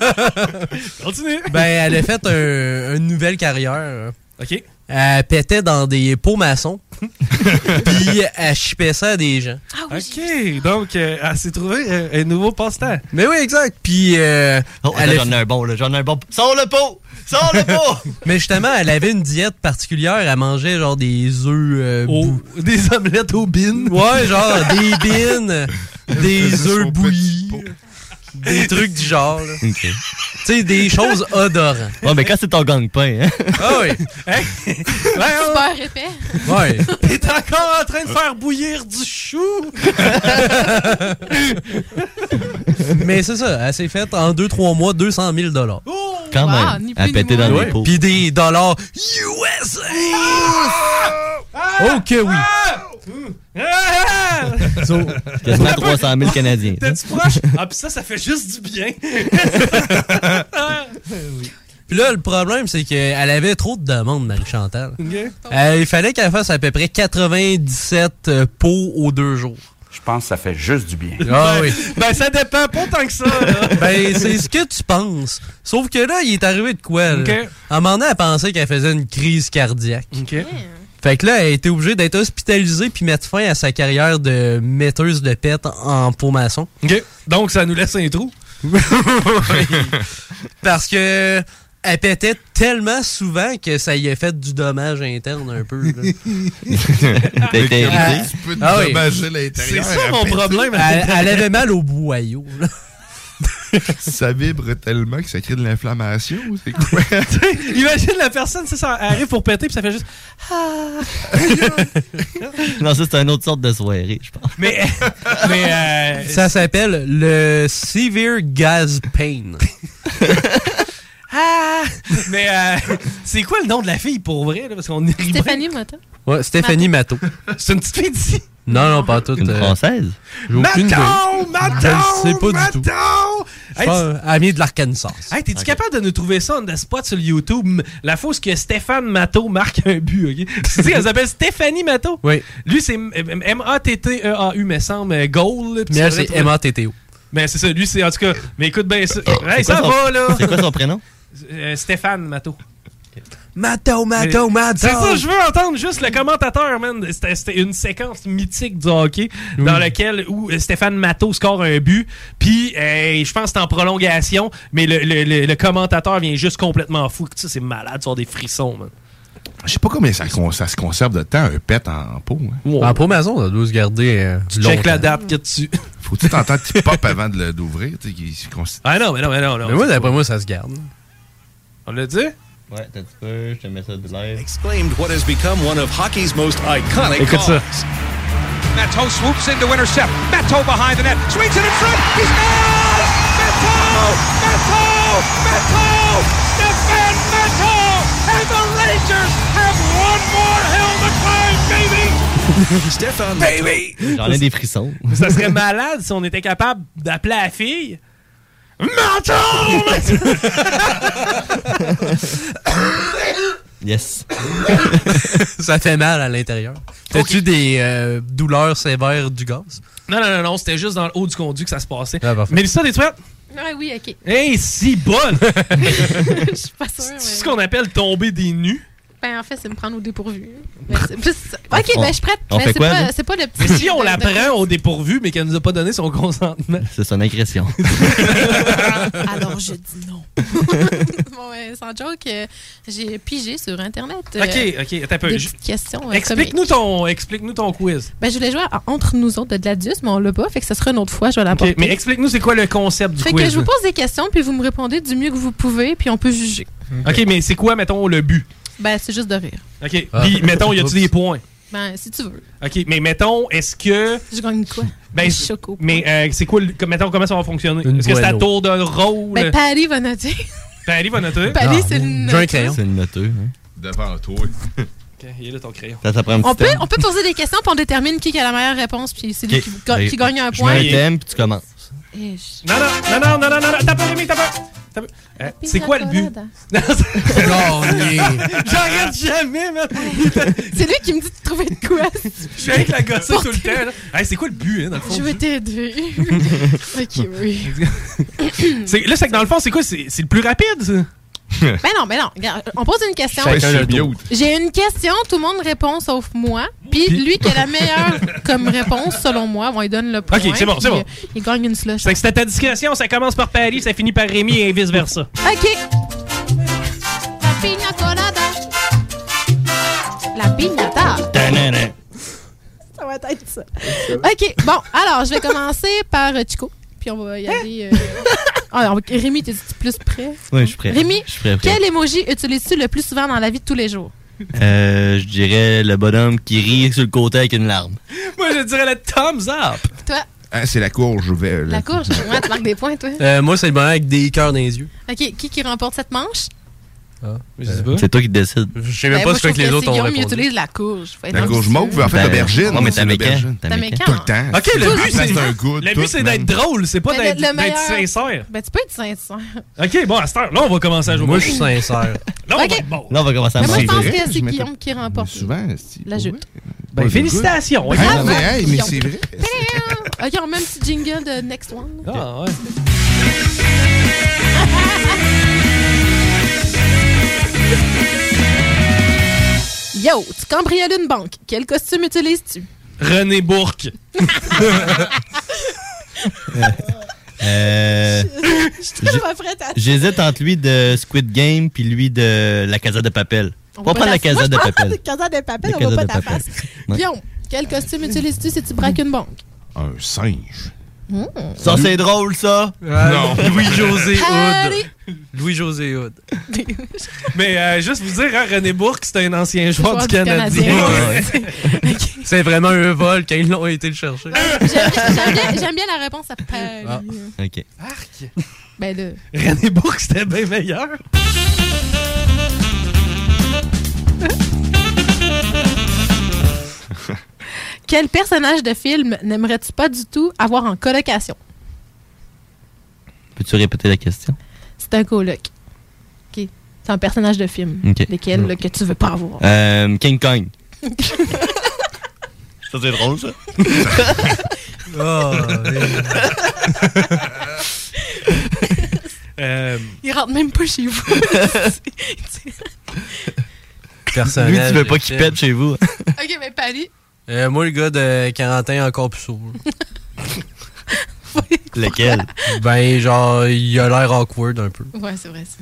Speaker 1: Continue!
Speaker 5: Ben, elle a fait un- une nouvelle carrière.
Speaker 1: OK.
Speaker 5: Elle pétait dans des pots maçons. Puis elle chipait ça à des gens.
Speaker 1: OK, donc euh, elle s'est trouvée euh, un nouveau passe-temps.
Speaker 5: Mais Ben oui, exact. Puis. euh, elle
Speaker 4: Oh, Attends,
Speaker 5: a
Speaker 4: J'en ai un bon, là. J'en ai un bon. Sors le pot! Sors le pot!
Speaker 5: Mais justement, elle avait une diète particulière. Elle mangeait genre des œufs. euh, bou-
Speaker 1: Des omelettes aux bines.
Speaker 5: Ouais, genre des bines, des œufs bouillis, des trucs du genre. là.
Speaker 4: OK.
Speaker 5: Tu sais, des choses odorantes.
Speaker 4: Ouais, mais quand c'est ton gang-pain, hein?
Speaker 5: Ah oui.
Speaker 22: Super épais.
Speaker 5: Ouais.
Speaker 1: T'es encore en train de faire bouillir du chou!
Speaker 5: Mais c'est ça, elle s'est faite en 2-3 mois 200 000 dollars.
Speaker 1: Oh,
Speaker 4: Quand wow, même. ni plus Elle ni pétait moins. dans les pots.
Speaker 5: Puis des dollars.
Speaker 1: USA! Ah!
Speaker 5: Oh que oui.
Speaker 1: ah!
Speaker 4: So, quasiment 300 000 Canadiens. hein?
Speaker 1: T'es-tu proche? Ah, pis ça, ça fait juste du bien.
Speaker 5: Puis là, le problème, c'est qu'elle avait trop de demandes, Marie-Chantal.
Speaker 1: Ok.
Speaker 5: Euh, il fallait qu'elle fasse à peu près 97 euh, pots aux deux jours.
Speaker 20: Je pense que ça fait juste du bien.
Speaker 5: Ah oui.
Speaker 1: Ben, ça dépend pas tant que ça. là.
Speaker 5: Ben, c'est ce que tu penses. Sauf que là, il est arrivé de quoi? Là?
Speaker 1: Ok.
Speaker 5: À un moment donné, elle pensait qu'elle faisait une crise cardiaque.
Speaker 1: OK.
Speaker 5: Fait que là, elle a été obligée d'être hospitalisée puis mettre fin à sa carrière de metteuse de pète en pot maçon.
Speaker 1: OK. Donc, ça nous laisse un trou.
Speaker 5: Parce que elle pétait tellement souvent que ça y a fait du dommage interne un peu. là.
Speaker 4: T'es
Speaker 5: Ah,
Speaker 4: irrité.
Speaker 5: peux te Ah oui. dommager
Speaker 8: l'intérieur.
Speaker 5: Elle, elle avait mal au boyau. là.
Speaker 8: Ça vibre tellement que ça crée de l'inflammation ou c'est quoi?
Speaker 1: Imagine la personne, ça, ça arrive pour péter, puis ça fait juste. Ah.
Speaker 4: Non, ça, c'est une autre sorte de soirée, je pense.
Speaker 1: Mais. mais euh,
Speaker 5: Ça s'appelle le severe gas pain.
Speaker 1: Ah! Mais euh, c'est quoi le nom de la fille pour vrai? Là, parce qu'on est
Speaker 22: Stéphanie Matteau.
Speaker 5: Ouais, Stéphanie Matteau.
Speaker 1: C'est une petite fille d'ici.
Speaker 5: Non, non, pas toute. Une
Speaker 4: française?
Speaker 5: Euh, aucune idée.
Speaker 1: Matteau!
Speaker 5: Je
Speaker 1: Matteau!
Speaker 5: le sais pas du tout.
Speaker 1: Hey,
Speaker 5: Je pense- Elle vient de l'Arkansas.
Speaker 1: Hey, t'es-tu capable de nous trouver ça on the spot sur le YouTube? M- La fausse que Stéphane Matteau marque un but, ok? Tu sais, elle s'appelle Stéphanie Matteau.
Speaker 5: Oui.
Speaker 1: Lui, c'est M- M- M-A-T-T-E-A-U, E me semble, euh, goal.
Speaker 5: Mais
Speaker 1: là, puis tu
Speaker 5: elle,
Speaker 1: devrais
Speaker 5: c'est
Speaker 1: trouver-
Speaker 5: M-A-T-T-O.
Speaker 1: Mais c'est ça, lui, c'est en tout cas. Mais écoute bien ça. Hey,
Speaker 5: quoi
Speaker 1: ça
Speaker 5: son-
Speaker 1: va, là!
Speaker 5: Oh, c'est quoi son
Speaker 4: prénom?
Speaker 1: Euh, Stéphane Matteau.
Speaker 5: Matteau, Matteau,
Speaker 1: Mais-
Speaker 5: Matteau.
Speaker 1: C'est ça, je veux entendre juste le commentateur, man. C'était c'était une séquence mythique du hockey dans laquelle où Stéphane Matteau score un but, puis euh, je pense que c'est en prolongation, mais le, le- le- le commentateur vient juste complètement fou. Ça, c'est malade, sur des frissons, man.
Speaker 8: Je sais pas combien ça, con- ça se conserve de temps, un pet en, en pot. hein.
Speaker 5: En pot maçon, on doit se garder euh,
Speaker 1: Check
Speaker 5: longtemps.
Speaker 1: la date qu'il y a dessus.
Speaker 8: Faut-tu t'entendre petit pop avant de le- d'ouvrir? tu sais, qui se constitue-
Speaker 1: Ah non, mais non, mais non. non
Speaker 5: Mais moi,
Speaker 1: c'est
Speaker 5: d'après
Speaker 1: pas-
Speaker 5: moi, ça se garde.
Speaker 1: On l'a dit?
Speaker 4: Ouais, t'as petit peu, je te mets ça de live.
Speaker 21: Claimed what has become one of hockey's most iconic
Speaker 4: Écoute ça.
Speaker 21: calls. Matteau swoops in to intercept. Matteau behind the net. Swings it in front. He's nailed! Matteau! Matteau! Matteau! Stefan Matteau! And the Rangers have one more hill to climb, baby! Stefan
Speaker 1: Ben
Speaker 21: Baby!
Speaker 4: J'en ai des frissons.
Speaker 1: Ça serait malade si on était capable d'appeler la fille. Menton!
Speaker 4: Yes.
Speaker 5: ça fait mal à l'intérieur. T'as-tu des euh, douleurs sévères du gaz?
Speaker 1: Non, non, non, non, c'était juste dans le haut du conduit que ça se passait.
Speaker 5: Ah, parfait.
Speaker 1: Mais ça, des toilettes.
Speaker 22: Ah oui, ok.
Speaker 1: Hey, si bonne!
Speaker 22: Je suis pas sûre.
Speaker 1: C'est ce
Speaker 22: mais-
Speaker 1: qu'on appelle tomber des nus.
Speaker 22: Ben, en fait, c'est me prendre au dépourvu. Ben, c'est plus ça. Ok,
Speaker 1: On-
Speaker 22: ben, je suis prête.
Speaker 1: on
Speaker 22: Mais
Speaker 1: fait
Speaker 22: c'est
Speaker 1: quoi,
Speaker 22: pas,
Speaker 1: nous?
Speaker 22: c'est pas le petit.
Speaker 1: Mais si on
Speaker 22: de-
Speaker 1: la
Speaker 22: de-
Speaker 1: prend au dépourvu, mais qu'elle nous a pas donné son consentement.
Speaker 4: C'est son agression.
Speaker 22: Alors, je dis non. bon, euh, sans joke, euh, j'ai pigé sur Internet. euh,
Speaker 1: ok, ok, attends un peu.
Speaker 22: des
Speaker 1: Je-
Speaker 22: petites questions. euh,
Speaker 1: Explique-nous ton, explique ton quiz.
Speaker 22: Ben, je voulais jouer à Entre nous autres de Gladius, mais on l'a pas, fait que ce sera une autre fois, je vais
Speaker 1: Ok,
Speaker 22: l'apporter.
Speaker 1: mais explique-nous c'est quoi le concept du
Speaker 22: Fait
Speaker 1: quiz.
Speaker 22: que je vous pose des questions, puis vous me répondez du mieux que vous pouvez, puis on peut juger.
Speaker 1: Ok, mais c'est quoi, mettons, le but?
Speaker 22: Ben, c'est juste de rire.
Speaker 1: Ok,
Speaker 5: Ah.
Speaker 1: puis mettons, y a-tu
Speaker 5: Oups.
Speaker 1: des points?
Speaker 22: Ben, si tu veux.
Speaker 1: Ok, mais mettons, est-ce que.
Speaker 22: Je gagne quoi?
Speaker 1: Ben, mais euh, c'est quoi, le- mettons, comment ça va fonctionner? Est-ce que c'est à
Speaker 4: douane.
Speaker 1: tour de rôle?
Speaker 22: Ben, Paris va noter.
Speaker 1: Paris va noter.
Speaker 22: Paris, Ah, c'est man. le J'ai un noteur. crayon.
Speaker 4: C'est le noteur. hein.
Speaker 8: Devant toi.
Speaker 1: Ok, il est là ton crayon.
Speaker 4: Ça, ça prend un petit
Speaker 22: On peut,
Speaker 4: thème.
Speaker 22: on peut poser des questions, puis on détermine qui a la meilleure réponse, puis c'est lui
Speaker 4: Ok.
Speaker 22: qui, ga- qui gagne un
Speaker 4: Je
Speaker 22: point.
Speaker 4: mets un thème, puis tu commences.
Speaker 22: Eh, je-
Speaker 1: Non, non, non, non, non, non, non, non, t'as pas Rémi, t'as pas. t'as pas- Hein, c'est quoi le but? Non, c'est- J'arrête
Speaker 21: Ah,
Speaker 1: jamais, man!
Speaker 22: C'est lui qui me dit de trouver de quoi.
Speaker 1: Je suis avec la gossée tout le temps. là. Hey, c'est quoi le but, hein, dans le fond?
Speaker 22: Je vais t'aider. ok, oui.
Speaker 1: C'est- Là, c'est que dans le fond, c'est quoi? C'est c'est le plus rapide, ça?
Speaker 22: Ben non, ben non. Regarde, On pose une question.
Speaker 1: Chacun le tour.
Speaker 22: J'ai une question, tout le monde répond sauf moi. Puis
Speaker 1: Puis-
Speaker 22: lui qui a la meilleure comme réponse, selon moi, bon, il donne le point.
Speaker 1: Ok, c'est bon, c'est
Speaker 22: puis,
Speaker 1: bon.
Speaker 22: euh, Il gagne une slush.
Speaker 1: C'est que c'est à ta discrétion, ça commence par Paris, ça finit par Rémi et vice-versa.
Speaker 22: Ok. La piña colada. La piñata. Ça va être ça. Ok, bon, alors je vais commencer par euh, Chico. Puis on va y aller. euh, Alors, Rémi, t'es plus prêt?
Speaker 4: Oui, je suis prêt.
Speaker 22: Rémi,
Speaker 4: je suis prêt. prêt.
Speaker 22: quel emoji utilises-tu le plus souvent dans la vie de tous les jours?
Speaker 4: Euh, je dirais le bonhomme qui rit sur le côté avec une larme.
Speaker 1: Moi, je dirais le thumbs up.
Speaker 22: Toi,
Speaker 4: Ah, c'est la courge vais.
Speaker 22: la courge, ouais, tu marques des points, toi.
Speaker 5: Euh, moi, c'est le bonheur avec des cœurs dans les yeux.
Speaker 22: Ok, qui qui remporte cette manche?
Speaker 1: Ah.
Speaker 4: C'est toi qui décides.
Speaker 5: Je sais même
Speaker 22: Ben,
Speaker 5: pas
Speaker 22: moi,
Speaker 5: ce que,
Speaker 22: je trouve
Speaker 5: les
Speaker 22: que
Speaker 5: autres
Speaker 22: c'est
Speaker 5: ont
Speaker 22: Guillaume,
Speaker 5: répondu.
Speaker 22: Il utilise la courge. Faut être
Speaker 4: La courge
Speaker 22: ambitieux.
Speaker 4: mauve, hein. en fait,
Speaker 8: Ben,
Speaker 4: l'aubergine.
Speaker 8: non, mais
Speaker 4: c'est
Speaker 8: t'as
Speaker 4: l'aubergine.
Speaker 8: mécan, t'as
Speaker 22: T'as mécan. mécan.
Speaker 4: Tout le temps.
Speaker 1: Ok, le but, c'est
Speaker 8: un goût de
Speaker 1: le but,
Speaker 8: tout,
Speaker 1: c'est
Speaker 8: man.
Speaker 1: d'être drôle, c'est pas
Speaker 22: Mais
Speaker 1: d'être
Speaker 22: Ben, le- le
Speaker 1: d'être
Speaker 22: meilleur-
Speaker 1: sincère.
Speaker 22: Ben, tu peux être sincère.
Speaker 1: Ok, bon, à cette heure, là, on va commencer à jouer.
Speaker 5: Moi, je suis sincère.
Speaker 1: Là, on
Speaker 22: Ok.
Speaker 1: va être bon.
Speaker 4: Là, on va commencer à
Speaker 22: Mais moi, je
Speaker 4: manger.
Speaker 22: pense
Speaker 4: vrai,
Speaker 22: que c'est
Speaker 4: je m'étais-
Speaker 22: Guillaume qui remporte
Speaker 4: Souvent,
Speaker 22: la jute.
Speaker 1: Ben, félicitations.
Speaker 4: Ben,
Speaker 1: Bravo.
Speaker 4: mais, hey, mais
Speaker 22: Guillaume.
Speaker 4: c'est vrai.
Speaker 22: Tadam! Ok, on met un petit jingle de Next One.
Speaker 1: Ah, ouais.
Speaker 22: Yo, tu cambrioles une banque. Quel costume utilises-tu?
Speaker 1: René Bourque.
Speaker 4: Euh,
Speaker 22: Je suis tellement prête à...
Speaker 4: J'hésite entre lui de Squid Game puis lui de La Casa de Papel. On va prendre La Casa de Papel.
Speaker 22: Casa de Papel,
Speaker 4: La
Speaker 22: on
Speaker 4: Casa
Speaker 22: va
Speaker 4: de
Speaker 22: pas ta
Speaker 4: Papel.
Speaker 22: face.
Speaker 4: Ouais.
Speaker 22: Guillaume, quel costume utilises-tu si tu braques une banque?
Speaker 8: Un singe.
Speaker 22: Hmm.
Speaker 4: Ça, c'est drôle, ça.
Speaker 5: Ah,
Speaker 1: Non.
Speaker 5: Louis-José
Speaker 22: Allez.
Speaker 5: Hood. Louis-José Hood.
Speaker 1: Mais euh, juste vous dire, hein, René Bourque, c'est un ancien joueur
Speaker 5: Joueur
Speaker 1: du
Speaker 5: du
Speaker 1: Canadien.
Speaker 5: Canadien.
Speaker 1: Ouais.
Speaker 5: C'est vraiment un vol quand ils l'ont été le chercher.
Speaker 22: J'aime bien- j'aime bien, j'aime bien la réponse à Paris.
Speaker 5: Ah,
Speaker 4: ok.
Speaker 22: Ben là.
Speaker 1: René Bourque, c'était bien meilleur.
Speaker 22: Quel personnage de film n'aimerais-tu pas du tout avoir en colocation?
Speaker 4: Peux-tu répéter la question?
Speaker 22: C'est un coloc. OK. C'est un personnage de film.
Speaker 4: Ok.
Speaker 22: Lesquels là, que tu veux pas avoir.
Speaker 4: Euh, King Kong. ça, c'est drôle, ça.
Speaker 5: Ah.
Speaker 1: Euh,
Speaker 22: Il rentre même pas chez vous.
Speaker 5: personnage
Speaker 4: Lui, tu veux
Speaker 5: de
Speaker 4: pas qu'il
Speaker 5: film.
Speaker 4: pète chez vous.
Speaker 22: OK, mais Paris,
Speaker 5: Euh, moi, le gars de 40 ans, encore plus sourd.
Speaker 4: Lequel?
Speaker 5: Ben, genre, il a l'air awkward un peu.
Speaker 22: Ouais, c'est vrai ça.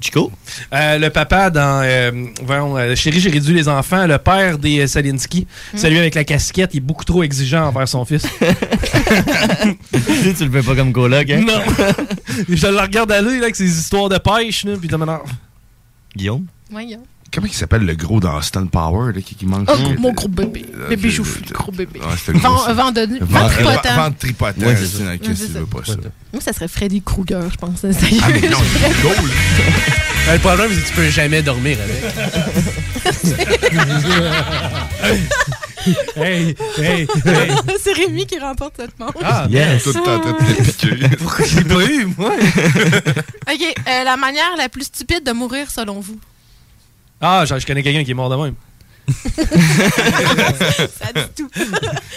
Speaker 4: Chico?
Speaker 1: Euh, le papa dans euh, voyons, euh, Chérie, j'ai réduit les enfants, le père des euh, Salinski,
Speaker 22: Mm.
Speaker 1: celui avec la casquette, il est beaucoup trop exigeant envers son fils.
Speaker 4: tu le fais pas comme coloc, hein?
Speaker 1: Non. Je le regarde aller là, avec ses histoires de pêche, là, puis ça m'énerve.
Speaker 32: Guillaume?
Speaker 22: Voyons.
Speaker 8: Comment il s'appelle le gros dans Stone Power là, qui, qui mange
Speaker 22: Oh,
Speaker 8: le-
Speaker 22: mon gros bébé.
Speaker 8: Euh,
Speaker 22: Bébé
Speaker 8: je-
Speaker 22: joufflu,
Speaker 8: je-
Speaker 22: gros bébé.
Speaker 8: Ouais, c'est le gros,
Speaker 22: Vent,
Speaker 8: ça.
Speaker 22: vent de nuit. Vent
Speaker 8: Vent-
Speaker 22: tripotant.
Speaker 8: Vent tripotant.
Speaker 32: Ouais, c'est
Speaker 8: c'est
Speaker 32: ça.
Speaker 8: dans-
Speaker 22: Ouais,
Speaker 8: Qu'est-ce
Speaker 22: c'est
Speaker 8: que tu
Speaker 22: ça.
Speaker 8: veux pas ça?
Speaker 22: Moi, ça serait Freddy Krueger, je pense. Sérieux.
Speaker 32: Ah, mais non,
Speaker 22: je ferais-
Speaker 1: Ben,
Speaker 5: le problème, c'est que tu peux jamais dormir avec.
Speaker 1: hey, hey,
Speaker 22: c'est Rémi qui remporte cette manche.
Speaker 32: Ah, Tout le temps en train de te piquer. Pourquoi
Speaker 5: j'ai pas eu, moi?
Speaker 22: OK, euh, la manière la plus stupide de mourir selon vous.
Speaker 1: Ah, je, je connais quelqu'un qui est mort de même.
Speaker 22: Ça dit tout.
Speaker 1: Tu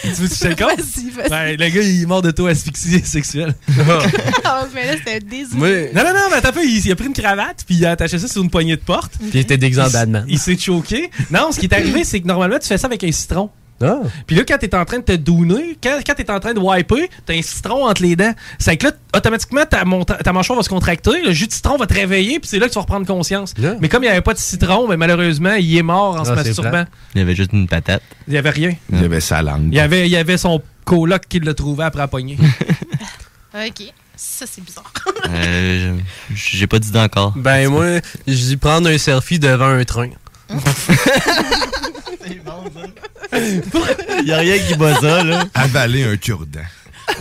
Speaker 1: veux que je te le conte?
Speaker 22: Vas-y, vas-y.
Speaker 1: Ben, le gars, il est mort de taux asphyxie sexuelle.
Speaker 22: Ah, mais là, c'était désolé.
Speaker 1: Non, non, non, mais attends un peu, il, il a pris une cravate, puis il a attaché ça sur une poignée de porte. Puis
Speaker 5: il était déguisé en Batman.
Speaker 1: Il s'est choqué. Non, ce qui est arrivé, c'est que normalement, tu fais ça avec un citron.
Speaker 5: Ah.
Speaker 1: Puis là, quand t'es en train de te douner, quand, quand t'es en train de wiper, t'as un citron entre les dents. C'est que là, automatiquement, ta, monta- ta mâchoire va se contracter, le jus de citron va te réveiller, puis c'est là que tu vas reprendre conscience. Mais comme il n'y avait pas de citron, ben, malheureusement, il est mort en
Speaker 5: Ah,
Speaker 1: se masturbant.
Speaker 4: Il y avait juste une patate.
Speaker 1: Il n'y avait rien.
Speaker 32: Il y avait sa langue.
Speaker 1: Il y avait, il y avait son coloc qui le trouvait après la poignée.
Speaker 22: OK, ça, c'est bizarre.
Speaker 4: Euh, je- J'ai pas dit encore.
Speaker 5: ben, moi, je dis prendre un selfie devant un train.
Speaker 4: Il y a rien qui hein. bat ça, là.
Speaker 32: Avaler un cure-dent.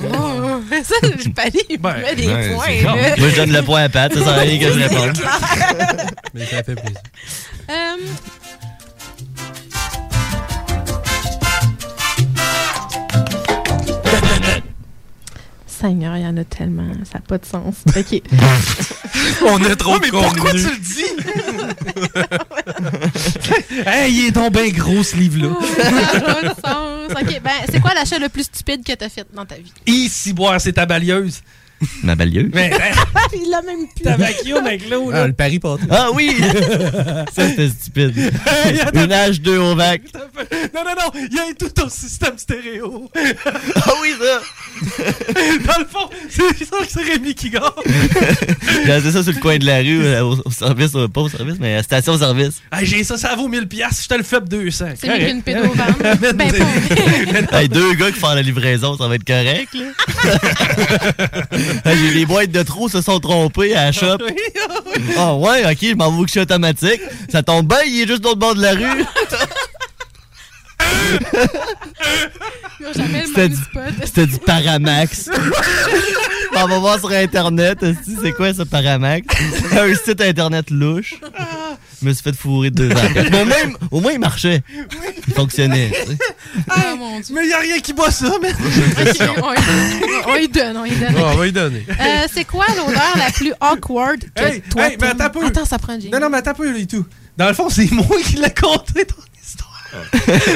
Speaker 22: Oh, ça, je palie, il me met des
Speaker 4: ouais,
Speaker 22: points.
Speaker 4: c'est
Speaker 22: là.
Speaker 4: bon. Moi, je donne le point à Pat, ça sert à rien que je réponde.
Speaker 22: C'est clair.
Speaker 5: Mais ça fait plaisir.
Speaker 22: Euh, Seigneur, il y en a tellement, ça n'a pas de sens. OK.
Speaker 5: On est trop
Speaker 22: Ouais, mais pourquoi
Speaker 5: convenus.
Speaker 22: tu le dis?
Speaker 1: hey, il est donc bien gros ce livre-là.
Speaker 22: Oh, Ça n'a pas de sens. OK, ben, c'est quoi l'achat le plus stupide que t'as fait dans ta vie?
Speaker 1: Ici, boire, c'est ta balieuse.
Speaker 4: Ma balieuse.
Speaker 1: Mais,
Speaker 22: il l'a même plus.
Speaker 1: ta vacuum avec l'eau, là.
Speaker 4: Ah, le
Speaker 5: pari pas.
Speaker 4: Ah oui! ça, c'était stupide.
Speaker 1: Hey, attends.
Speaker 4: une H2 au vac.
Speaker 1: Non, non, non, il y a tout ton système stéréo.
Speaker 4: Ah oui, ça!
Speaker 1: Dans le fond, c'est ça que c'est Rémi qui gagne.
Speaker 4: J'ai lancé ça sur le coin de la rue, euh, au, au service, euh, pas au service, mais à la station-service.
Speaker 1: Hey, j'ai ça, ça vaut 1000 piastres, je te le fais pour 200.
Speaker 22: C'est mieux qu'une
Speaker 1: Correct.
Speaker 22: pédovane. ben,
Speaker 4: Hey, deux gars qui font la livraison, ça va être correct, là. Hey, j'ai- les boîtes de trop se sont trompées à la shop. Ah ouais, ok, je m'en vais que je suis automatique. Ça tombe bien, il est juste de l'autre bord de la rue.
Speaker 22: Ils n'ont jamais le
Speaker 4: C'était
Speaker 22: même
Speaker 4: du,
Speaker 22: spot.
Speaker 4: c'était du Paramax. On va voir sur Internet, esti, c'est quoi ce Paramax? Un site Internet louche.
Speaker 22: Ah.
Speaker 4: Je me suis fait fourrer deux ans. Mais au moins, au moins, il marchait. Il fonctionnait. tu sais.
Speaker 22: Ah, mon Dieu.
Speaker 1: Mais il n'y a rien qui boit ça, mais.
Speaker 22: OK, on y- on y donne, on y donne.
Speaker 5: on va y donner.
Speaker 22: Euh, c'est quoi l'odeur la plus awkward que
Speaker 1: Hey,
Speaker 22: toi
Speaker 1: hey, mais
Speaker 22: t'aimes?
Speaker 1: attends un peu.
Speaker 22: Attends, ça prend un jingle.
Speaker 1: Non, non, mais attends un peu, là, et tout. Dans le fond, c'est moi qui l'ai compté ton
Speaker 4: Ah.
Speaker 1: histoire.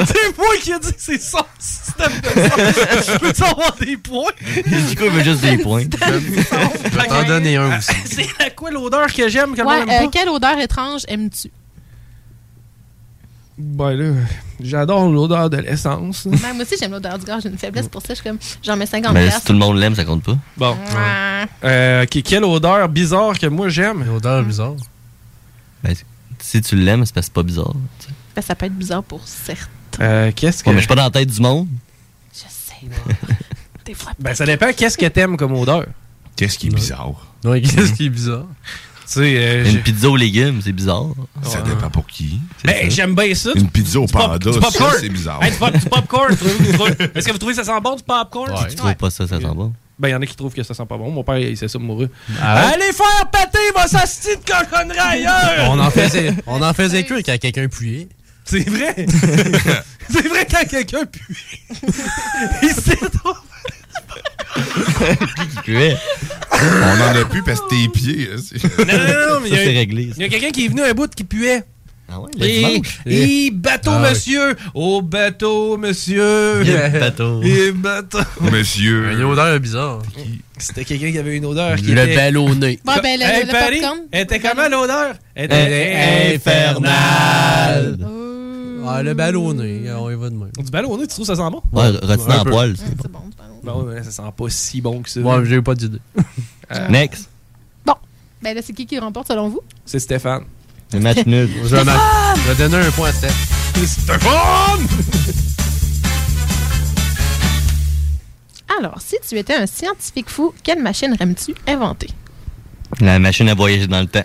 Speaker 1: c'est moi qui ai dit que c'est son système de son. Je peux avoir des points.
Speaker 4: Du coup, il veut juste des points.
Speaker 5: Je vais t'en donner un aussi.
Speaker 1: C'est la quoi l'odeur que j'aime quand
Speaker 22: Ouais,
Speaker 1: même
Speaker 22: euh,
Speaker 1: pas?
Speaker 22: quelle odeur étrange aimes-tu?
Speaker 1: Ben là, j'adore l'odeur de l'essence.
Speaker 22: Ben, moi aussi, j'aime l'odeur du gars. J'ai une faiblesse pour ça. Je suis comme, j'en mets 50
Speaker 4: Mais si
Speaker 22: places.
Speaker 4: tout le monde l'aime, ça compte pas.
Speaker 1: Bon.
Speaker 22: Ah.
Speaker 1: Euh, ok, quelle odeur bizarre que moi j'aime. Une
Speaker 5: odeur bizarre.
Speaker 4: Ben, si tu l'aimes, c'est parce que c'est pas bizarre. tu sais.
Speaker 22: Ben, ça peut être bizarre pour certains.
Speaker 1: Euh, qu'est-ce que.
Speaker 4: Ouais, mais je suis pas dans la tête du monde.
Speaker 22: Des fois,
Speaker 1: Ben ça dépend, qu'est-ce que t'aimes comme odeur?
Speaker 32: Qu'est-ce qui est bizarre?
Speaker 5: Ouais, qu'est-ce qui est bizarre?
Speaker 1: Tu sais, euh, j'ai-
Speaker 4: Mhm. Une pizza aux légumes, c'est bizarre.
Speaker 1: Ça
Speaker 32: dépend pour qui.
Speaker 1: Ben, j'aime bien ça.
Speaker 4: Une
Speaker 32: pizza au
Speaker 1: Du pop-
Speaker 4: panda,
Speaker 1: du
Speaker 4: ça,
Speaker 1: popcorn.
Speaker 4: c'est bizarre.
Speaker 1: Hey, du, pop- du popcorn. trouvez-vous- trouvez- Est-ce que vous trouvez ça sent bon, du popcorn?
Speaker 4: Tu trouves pas ça, ça sent bon?
Speaker 1: Ben, il y en a qui trouvent que ça sent pas bon. Mon père, il sait ça, mourir.
Speaker 5: Ah ouais?
Speaker 1: Allez faire péter, va s'astir de cochonnerie ailleurs!
Speaker 5: On en faisait, on en faisait cuire quand quelqu'un puait.
Speaker 1: C'est vrai! C'est vrai quand quelqu'un pue. il sait trop.
Speaker 32: On en a plus parce que tes pieds.
Speaker 1: Non, non, non, non, mais il y a-
Speaker 32: réglé.
Speaker 1: Il y a quelqu'un qui est venu un bout qui puait.
Speaker 4: Ah ouais,
Speaker 1: le
Speaker 32: dimanche.
Speaker 1: bateau,
Speaker 32: Ah oui.
Speaker 1: monsieur! Au bateau, monsieur!
Speaker 5: Yeah, bateau.
Speaker 1: Et bateau!
Speaker 32: Monsieur.
Speaker 5: Une odeur bizarre.
Speaker 1: C'était quelqu'un qui avait une odeur qui
Speaker 5: Le
Speaker 1: était...
Speaker 5: ballonné.
Speaker 22: Ouais, ben, le-
Speaker 1: Hey,
Speaker 22: le
Speaker 1: Paris,
Speaker 22: popcorn.
Speaker 1: Elle était comment l'odeur? Elle
Speaker 5: Elle
Speaker 1: était
Speaker 5: est
Speaker 1: infernale!
Speaker 5: Ah, le ballonné,
Speaker 33: euh,
Speaker 5: on y va de même.
Speaker 1: Du ballonné, tu trouves ça sent bon?
Speaker 4: Ouais, retiné en poil, c'est
Speaker 22: bon.
Speaker 1: Ben ouais, mais ça sent pas si bon que ça.
Speaker 5: Ouais, j'ai eu pas d'idée.
Speaker 1: Euh,
Speaker 4: Next.
Speaker 22: Bon. Ben là, c'est qui qui remporte selon vous?
Speaker 1: C'est Stéphane.
Speaker 4: Un match nul.
Speaker 5: Je vais ma- je vais donner un point à Steph.
Speaker 1: Stéphane!
Speaker 22: Alors, si tu étais un scientifique fou, quelle machine aimerais-tu inventer?
Speaker 4: La machine à voyager dans le temps.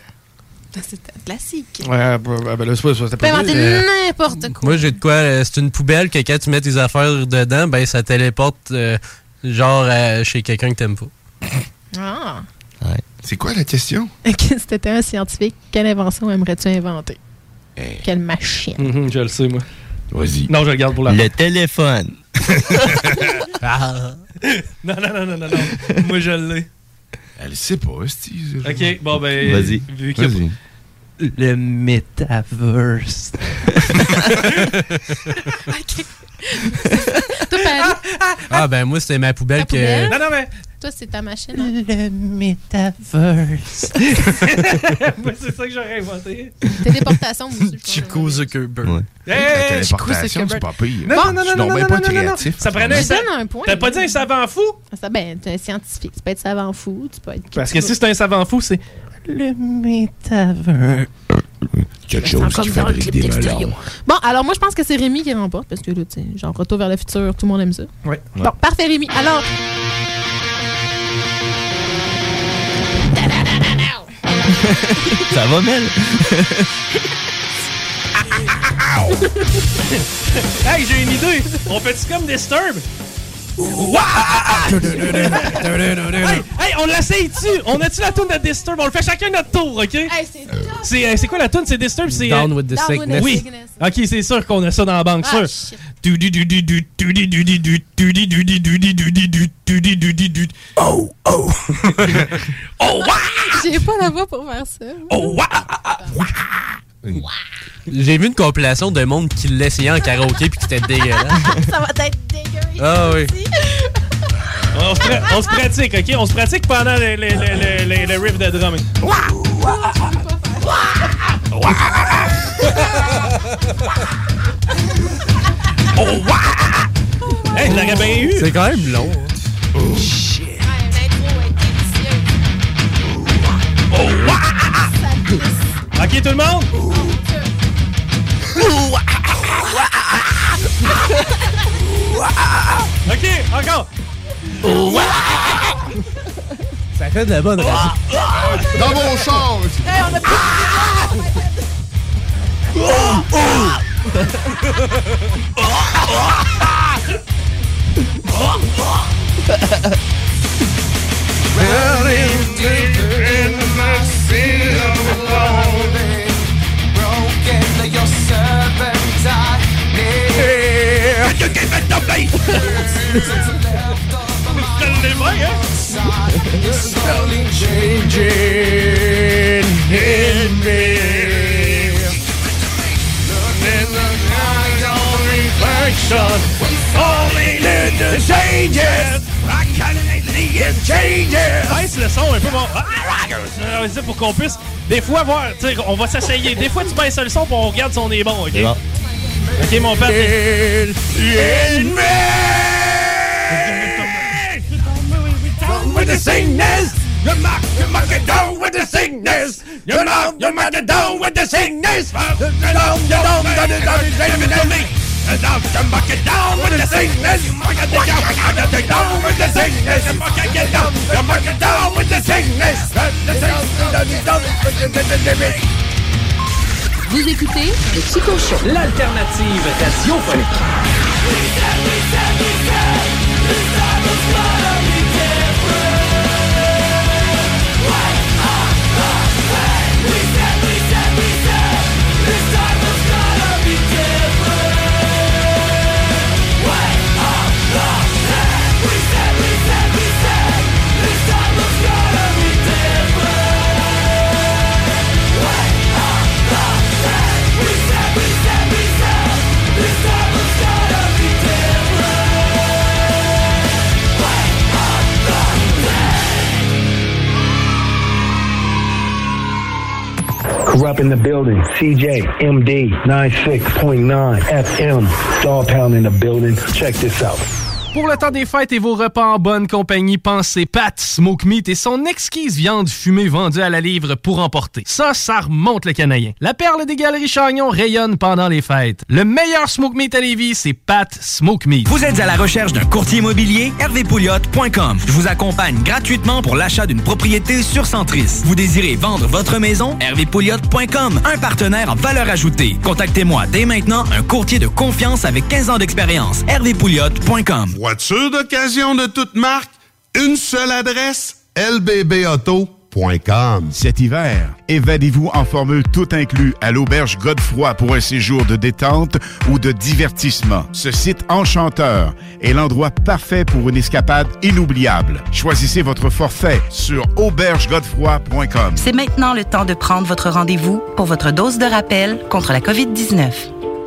Speaker 1: Ben,
Speaker 22: C'est un classique.
Speaker 1: bah,
Speaker 8: Ouais, ben, ben là, c'est pas- c'est
Speaker 22: Tu peux
Speaker 8: pas-
Speaker 22: inventer
Speaker 8: Euh,
Speaker 22: n'importe quoi.
Speaker 33: Moi, j'ai de quoi. euh, C'est une poubelle que quand tu mets tes affaires dedans, ben ça téléporte euh, genre euh, chez quelqu'un que t'aimes pas.
Speaker 22: Ah.
Speaker 8: C'est quoi la question?
Speaker 22: Ok, si t'étais un scientifique, quelle invention aimerais-tu inventer?
Speaker 4: Eh.
Speaker 22: Quelle machine.
Speaker 1: Mhm, je le sais, moi.
Speaker 8: Vas-y.
Speaker 1: Non, je le garde pour la
Speaker 4: Le téléphone.
Speaker 1: Ah. Non, non, non, non, non, non. Moi, je l'ai.
Speaker 8: Elle sait pas, Steve.
Speaker 1: OK, bon, ben... Vu qu'il y a-
Speaker 4: Le metaverse.
Speaker 22: Toi, Paris,
Speaker 33: Ah, ben moi, c'était ma poubelle que.
Speaker 22: poubelle?
Speaker 1: non, mais...
Speaker 22: toi, c'est ta machine. hein. Le métaverse.
Speaker 1: Moi, c'est ça que j'aurais inventé.
Speaker 22: Téléportation, vous aussi, je pense.
Speaker 33: Chico Zuckerberg.
Speaker 1: Hey, hey,
Speaker 8: téléportation, c'est pas pire.
Speaker 1: Non, non, non, non, non, non, non, non, non. Ça prenait un
Speaker 22: Je
Speaker 1: sa-
Speaker 22: donne un point.
Speaker 1: T'as pas dit un savant fou?
Speaker 22: Ça, ben, t'es un scientifique. Tu peux être savant fou, tu peux être.
Speaker 1: Parce que si c'est un savant fou, c'est...
Speaker 22: Le métaverse.
Speaker 8: Quelque
Speaker 22: Ça
Speaker 8: chose
Speaker 22: ressemble
Speaker 8: qui
Speaker 22: bien au
Speaker 8: fabrique
Speaker 22: clip
Speaker 8: des
Speaker 22: d'extérieur.
Speaker 8: melons.
Speaker 22: Bon, alors moi, je pense que c'est Rémi qui remporte parce que là, tu sais, genre, retour vers le futur, tout le monde aime ça.
Speaker 1: Ouais.
Speaker 22: Bon, parfait, Rémi. Alors.
Speaker 4: Ça va, Mel?
Speaker 1: hey, j'ai une idée. On fait-tu comme Disturb? hey, hey, on l'essaye-tu? On a-tu la toune de Disturb? On le fait chacun notre tour, OK? c'est euh, c'est quoi la toune? C'est Disturb? C'est, euh,
Speaker 33: Down with the Down with the sickness.
Speaker 1: Oui.
Speaker 33: sickness.
Speaker 1: OK, c'est sûr qu'on a ça dans la banque,
Speaker 33: Ah,
Speaker 1: sûr. Du, du, du, du, du, du, du, du, du, du, du, du, du, du, du, du, du, du, du, du, du, du, du. Oh, oh.
Speaker 8: Oh,
Speaker 22: J'ai pas la voix pour faire ça.
Speaker 33: J'ai vu une compilation de monde qui l'essayait en karaoké puis qui était dégueulasse.
Speaker 22: ça va être dégueu.
Speaker 33: Ah oui.
Speaker 1: On se pra- on se pratique, OK? On se pratique pendant les, les, les, les, les, les riffs de drumming. Hey, je l'aurais bien eu.
Speaker 33: C'est quand même long. hein.
Speaker 1: OK, tout le monde? OK, encore.
Speaker 33: Ça fait de la bonne radio.
Speaker 1: Ah,
Speaker 5: Tá
Speaker 8: Dans mon char!
Speaker 5: Slowly changing in me. Reflection, falling in the changes. I can't it changes.
Speaker 1: Baisse le son un peu. Bon. Ah, ah, ah, ah, c'est pour qu'on puisse, des fois, voir. tu sais, On va s'essayer. Des fois, tu baisses le son et on regarde si on est bon, OK?
Speaker 4: C'est bon.
Speaker 1: OK, mon père.
Speaker 5: with the sickness. You're not, you're not get down with the sickness. You're not, you're not get down with the sickness. You're down, you're down, down, down, down, down, down, down, down. And I'm the bucket down with the sickness. You might get down, I got to down with the sickness. You might get down, you might get down with the sickness. The sickness, down, down, down, down, down.
Speaker 14: Vous écoutez le Chico Show.
Speaker 12: L'alternative radiophonique.
Speaker 23: Corrupt in the building. CJ, MD, 96.9 FM. Dog pound in the building. Check this out.
Speaker 34: Pour le temps des fêtes et vos repas en bonne compagnie, pensez Pat Smoke Meat et son exquise viande fumée vendue à la livre pour emporter. Ça, ça remonte le canadien. La perle des galeries Chagnon rayonne pendant les fêtes. Le meilleur Smoke Meat à Lévis, c'est Pat Smoke Meat.
Speaker 12: Vous êtes à la recherche d'un courtier immobilier? hervépouliotte.com. Je vous accompagne gratuitement pour l'achat d'une propriété sur Centris. Vous désirez vendre votre maison? hervépouliotte.com. Un partenaire en valeur ajoutée. Contactez-moi dès maintenant un courtier de confiance avec 15 ans d'expérience. hervépouliotte.com.
Speaker 35: Voiture d'occasion de toute marque, une seule adresse, lbbauto.com.
Speaker 36: Cet hiver, évadez-vous en formule tout inclus à l'auberge Godefroy pour un séjour de détente ou de divertissement. Ce site enchanteur est l'endroit parfait pour une escapade inoubliable. Choisissez votre forfait sur aubergegodefroy.com.
Speaker 13: C'est maintenant le temps de prendre votre rendez-vous pour votre dose de rappel contre la COVID-19.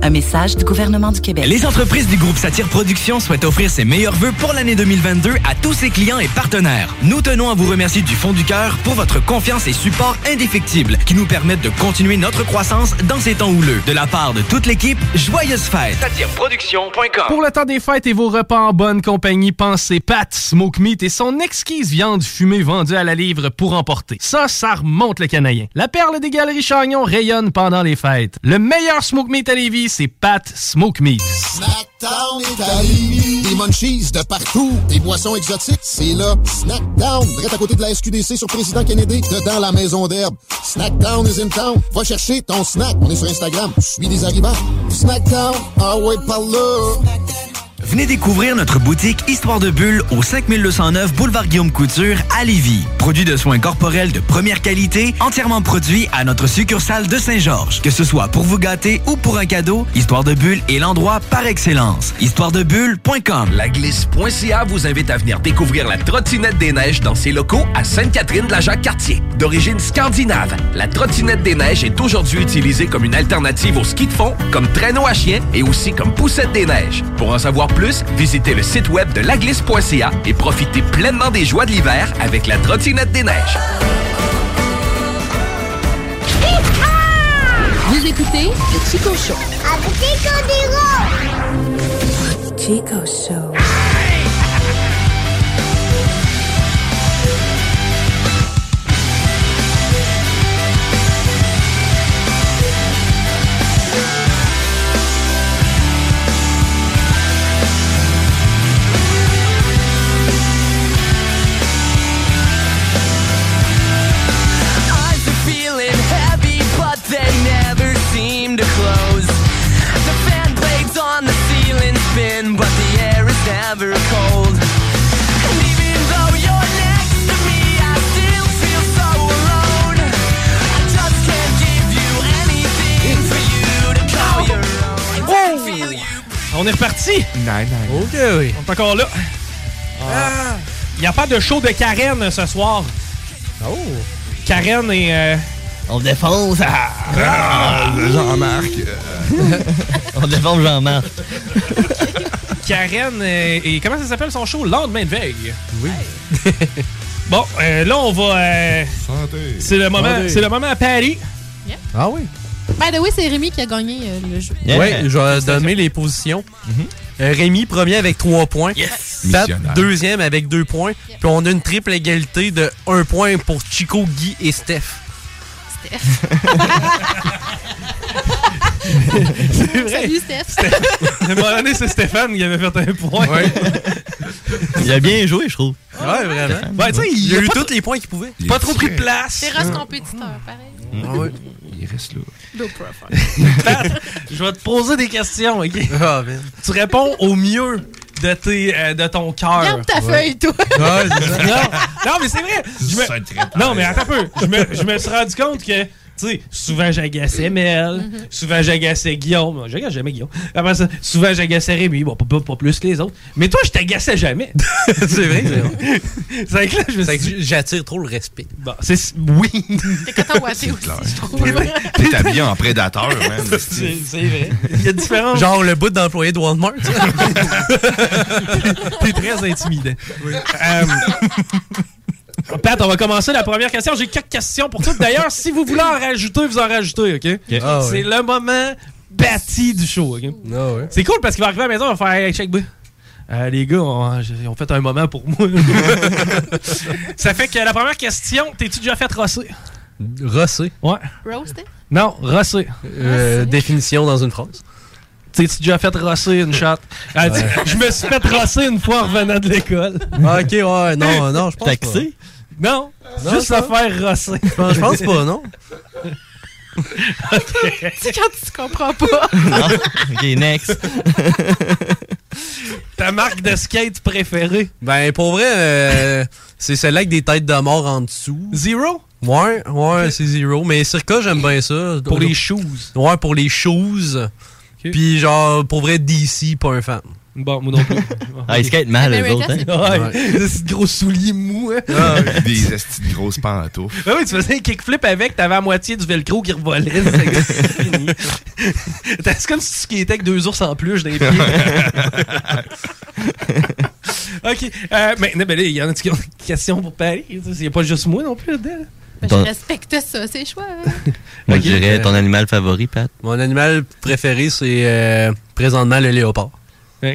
Speaker 13: Un message du gouvernement du Québec.
Speaker 12: Les entreprises du groupe Satire Productions souhaitent offrir ses meilleurs vœux pour l'année 2022 à tous ses clients et partenaires. Nous tenons à vous remercier du fond du cœur pour votre confiance et support indéfectible qui nous permettent de continuer notre croissance dans ces temps houleux. De la part de toute l'équipe, joyeuses fêtes. SatireProduction.com.
Speaker 34: Pour le temps des fêtes et vos repas en bonne compagnie, pensez Pat Smoke Meat et son exquise viande fumée vendue à la livre pour emporter. Ça, ça remonte le canadien. La perle des galeries Chagnon rayonne pendant les fêtes. Le meilleur Smoke Meat à Lévis, c'est Pat Smoke Meat.
Speaker 9: Snackdown Italie. Des munchies de partout. Des boissons exotiques, c'est là. Snackdown. Direct à côté de la SQDC sur Président Kennedy, dedans la maison d'herbe. Snackdown is in town. Va chercher ton snack. On est sur Instagram. Je suis des arrivants. Snackdown. Ah ouais, par là.
Speaker 12: Venez découvrir notre boutique Histoire de Bulle au 5209 Boulevard Guillaume Couture à Lévis. Produit de soins corporels de première qualité, entièrement produit à notre succursale de Saint-Georges. Que ce soit pour vous gâter ou pour un cadeau, Histoire de Bulle est l'endroit par excellence. Histoiredebulle.com
Speaker 6: La glisse.ca vous invite à venir découvrir la trottinette des neiges dans ses locaux à Sainte-Catherine-de-la-Jacques-Cartier. D'origine scandinave, la trottinette des neiges est aujourd'hui utilisée comme une alternative au ski de fond, comme traîneau à chien et aussi comme poussette des neiges. Pour en savoir plus, visitez le site web de laglisse.ca et profitez pleinement des joies de l'hiver avec la trottinette des neiges.
Speaker 37: Vous écoutez le Chico Show. Avec Chico
Speaker 38: Chico Show.
Speaker 5: Eyes are feeling heavy, but they never seem to close. The fan blades on the ceiling spin, but the air is never cold. And even though you're next to me, I still feel so alone. I just can't give you anything for you to call your own. I feel you.
Speaker 1: Ah, On est reparti. OK, oui. On est encore là. Ah. Il n'y a pas de show de Karen euh, ce soir. Oh. Karen et... euh,
Speaker 4: On défonce. ah!
Speaker 10: Jean-Marc.
Speaker 4: On défonce Jean-Marc.
Speaker 1: Karen euh, et comment ça s'appelle son show? Lendemain de veille. Oui. bon, euh, là on va. euh,
Speaker 10: Santé.
Speaker 1: c'est le moment.
Speaker 10: Santé.
Speaker 1: C'est le moment à Paris.
Speaker 39: Ah oui.
Speaker 22: By the way, c'est Rémi qui a gagné euh, le jeu.
Speaker 39: Oui, je vais donner les positions. Euh, Rémi, premier avec 3 points. Yes!
Speaker 10: Missionnaire.
Speaker 39: deuxième avec 2 points. Puis on a une triple égalité de 1 point pour Chico, Guy et Steph.
Speaker 1: c'est vrai.
Speaker 22: Salut Steph.
Speaker 1: À un moment donné, c'est Stéphane qui avait fait un point. Ouais,
Speaker 4: Il a bien joué, je trouve.
Speaker 39: vraiment.
Speaker 1: Ouais, Ben, tu sais, il
Speaker 39: il a
Speaker 1: a
Speaker 39: eu
Speaker 1: pas
Speaker 39: tous les points qu'il pouvait.
Speaker 1: Pas trop pris de place.
Speaker 5: Ah.
Speaker 1: Ah
Speaker 22: Féroce compétiteur, pareil.
Speaker 10: Il reste là.
Speaker 22: Low profile.
Speaker 1: Je vais te poser des questions, ok? Tu réponds au mieux de, tes, euh, de ton cœur.
Speaker 22: Regarde ta feuille, toi.
Speaker 1: non, non, mais c'est vrai. Je me- Non, mais attends un peu. Je me, je me suis rendu compte que tu sais, souvent j'agaçais Mel, souvent j'agaçais Guillaume. J'agace jamais Guillaume. Après ça, souvent j'agaçais Rémi, bon, pas, pas- pas plus que les autres. Mais toi, je t'agaçais jamais. c'est vrai, c'est vrai. que là, je me suis dit-
Speaker 5: J'attire trop le respect.
Speaker 1: Bon, c'est. Oui!
Speaker 22: T'es coton ouaté aussi,
Speaker 5: clair.
Speaker 22: je trouve.
Speaker 8: T'es habillé en prédateur, man.
Speaker 5: C'est
Speaker 1: c'est vrai. Il y a différents.
Speaker 5: Genre le bout d'employé de Walmart.
Speaker 1: T'es très intimidant. Euh, Pat, on va commencer la première question. J'ai quatre questions pour toi. D'ailleurs, si vous voulez en rajouter, vous en rajoutez, OK?
Speaker 5: Ah ouais.
Speaker 1: C'est le moment bâti du show, OK? C'est cool parce qu'il va arriver à la maison, on va faire Hey, check, boy. Euh, les gars ont, ont fait un moment pour moi. Ça fait que la première question, t'es-tu déjà fait rosser?
Speaker 5: Rossé.
Speaker 1: Ouais.
Speaker 22: Roasted?
Speaker 1: Non, rosser.
Speaker 5: Euh, définition dans une phrase.
Speaker 1: T'es-tu déjà fait rosser une shot? Elle dit, Je me suis fait rosser une fois en revenant de l'école.
Speaker 5: Ah, ok, ouais, non, non, je pense
Speaker 1: Taxé? Non,
Speaker 5: Non,
Speaker 1: juste
Speaker 5: ça
Speaker 1: la faire rosser.
Speaker 5: Je pense- je pense pas, non?
Speaker 22: Tu sais, quand tu comprends pas.
Speaker 5: ok, next.
Speaker 1: Ta marque de skate préférée?
Speaker 5: Ben, pour vrai, euh, c'est celle-là avec des têtes de mort en dessous.
Speaker 1: Zero?
Speaker 5: Ouais, ouais, c'est zero. Mais Circa, j'aime bien ça.
Speaker 1: Pour les
Speaker 5: shoes. Ouais, pour les shoes. Puis genre, pour vrai, DC, pas un fan.
Speaker 1: Bon, moi non plus.
Speaker 5: Ah, ils skatent mal, eux America, autres, hein?
Speaker 1: Ouais, des gros souliers mous, hein?
Speaker 5: Ah,
Speaker 8: Des estis de grosses pantoufles.
Speaker 1: Ah oui, tu faisais un kickflip avec, t'avais à moitié du velcro qui revolait. C'est c'est fini. C'est comme si tu skatais avec deux ours en peluche dans les pieds. ok, euh, maintenant, ben là, il y en a qui ont des questions pour Paris. Il n'y a pas juste moi non plus dedans.
Speaker 22: Ben, Je respecte ça, c'est choix. hein.
Speaker 5: Moi,
Speaker 4: je dirais ton
Speaker 5: animal favori, Pat? Mon animal préféré, c'est euh, présentement le léopard.
Speaker 22: Hum,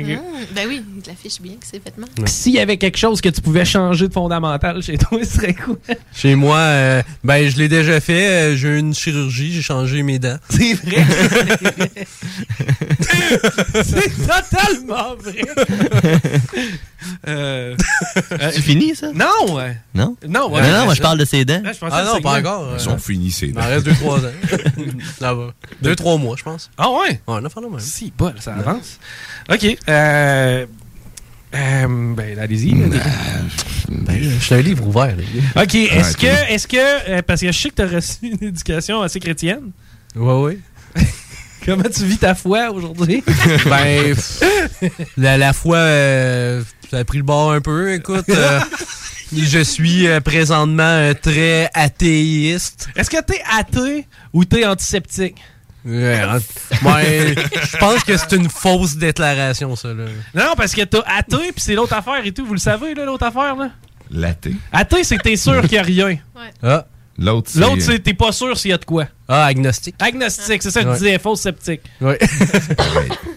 Speaker 22: ben oui, il affiche bien que ses vêtements.
Speaker 1: S'il y avait quelque chose que tu pouvais changer de fondamental chez toi, ce serait quoi?
Speaker 5: Chez moi, euh, ben je l'ai déjà fait. euh, j'ai eu une chirurgie, j'ai changé mes dents.
Speaker 1: C'est vrai. C'est totalement vrai. Euh,
Speaker 4: C'est fini, ça?
Speaker 1: Non! ouais.
Speaker 4: Non?
Speaker 1: Non, ouais.
Speaker 4: non, non, moi, je parle de ses dents.
Speaker 1: Ah, je pensais Ah non, que pas c'est- encore, euh,
Speaker 4: Ils
Speaker 5: Ils
Speaker 4: sont
Speaker 5: sont
Speaker 4: finis, ses
Speaker 5: Il en reste deux trois ans. Ça va. Deux trois mois, je pense.
Speaker 1: Ah ouais?
Speaker 5: Ouais, on a fait le même.
Speaker 1: Si, bol, ça avance. OK. Euh, euh, ben, allez-y.
Speaker 5: ben, je suis un livre ouvert, les gars.
Speaker 1: OK, est-ce que, est-ce que, euh, parce que je sais que tu as reçu une éducation assez chrétienne.
Speaker 5: Ouais, ouais.
Speaker 1: Comment tu vis ta foi aujourd'hui?
Speaker 5: Ben, pff, la, la fois, euh, ça a pris le bord un peu, écoute. euh, je suis euh, présentement euh, très athéiste.
Speaker 1: Est-ce que t'es athée ou t'es antiseptique?
Speaker 5: Ben, je pense que c'est une fausse déclaration, ça, là.
Speaker 1: Non, parce que t'as athée, puis c'est l'autre affaire et tout. Vous le savez, là, l'autre affaire, là?
Speaker 8: Laté.
Speaker 1: Athée, c'est que t'es sûr qu'il n'y a rien.
Speaker 5: Ah.
Speaker 8: L'autre, c'est.
Speaker 1: L'autre, c'est t'es pas sûr s'il y a de quoi.
Speaker 5: Ah, agnostique.
Speaker 1: Agnostique, c'est ça que
Speaker 5: Ouais.
Speaker 1: tu disais, faux sceptique.
Speaker 5: Ouais.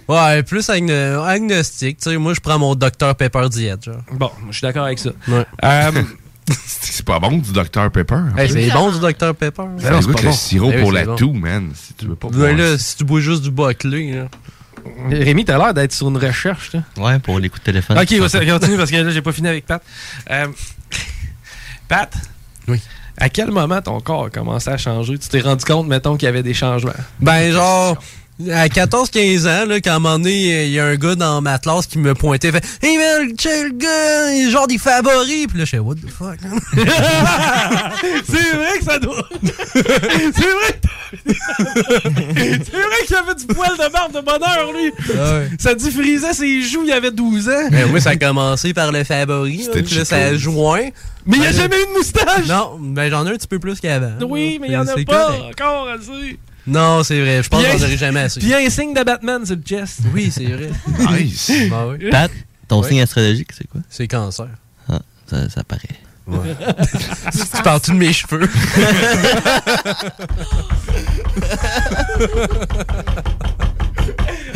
Speaker 5: ouais, plus agno- agnostique. Tu sais, moi, je prends mon Dr Pepper diète, genre.
Speaker 1: Bon, je suis d'accord avec ça.
Speaker 5: Ouais.
Speaker 8: Euh, C'est pas bon du Dr Pepper. en
Speaker 5: Hey,
Speaker 8: plus.
Speaker 5: c'est bon du Dr Pepper.
Speaker 8: Ça goûte Ben le sirop
Speaker 5: Eh oui,
Speaker 8: pour
Speaker 5: c'est
Speaker 8: la
Speaker 5: bon.
Speaker 8: toux, man. Si tu veux pas boire
Speaker 5: Ben là, si tu bois juste du boclé, là.
Speaker 1: Rémi, t'as l'air d'être sur une recherche, là.
Speaker 4: Ouais, pour les coups de téléphone.
Speaker 1: Ok, on continue parce que là, j'ai pas fini avec Pat. Euh, Pat,
Speaker 5: oui.
Speaker 1: à quel moment ton corps a commencé à changer? Tu t'es rendu compte, mettons, qu'il y avait des changements?
Speaker 5: Ben, genre, à 14-15 ans, là, quand à un moment donné, il y a un gars dans ma classe qui me pointait, fait Hey man, check le gars, il est genre des favoris. Puis là, je fais What the fuck?
Speaker 1: C'est vrai que ça doit. C'est vrai que. C'est vrai qu'il avait du poil de barbe de bonheur, lui.
Speaker 5: Ah ouais.
Speaker 1: Ça diffrisait ses joues, il avait 12 ans.
Speaker 5: ben, moi, ça a commencé par le favori. là,
Speaker 1: C'était
Speaker 5: puis là, ça
Speaker 1: Chico.
Speaker 5: a joint.
Speaker 1: Mais il
Speaker 5: n'y
Speaker 1: a jamais eu de moustache!
Speaker 5: Ben Non, ben, j'en ai un petit peu plus qu'avant.
Speaker 1: Oui,
Speaker 5: là.
Speaker 1: mais il y en a
Speaker 5: Ah, C'est
Speaker 1: pas
Speaker 5: correct.
Speaker 1: encore assez.
Speaker 5: Non, c'est vrai. Je pense
Speaker 1: Puis
Speaker 5: que j'en
Speaker 1: un-
Speaker 5: aurai jamais assez.
Speaker 1: Puis un signe de Batman, c'est le chest.
Speaker 5: Oui, c'est vrai.
Speaker 4: Nice.
Speaker 5: Ben oui.
Speaker 4: Pat, ton
Speaker 5: Oui.
Speaker 4: signe astrologique, c'est quoi?
Speaker 5: C'est cancer.
Speaker 4: Ah, ça, ça paraît.
Speaker 5: tu parles-tu de mes cheveux?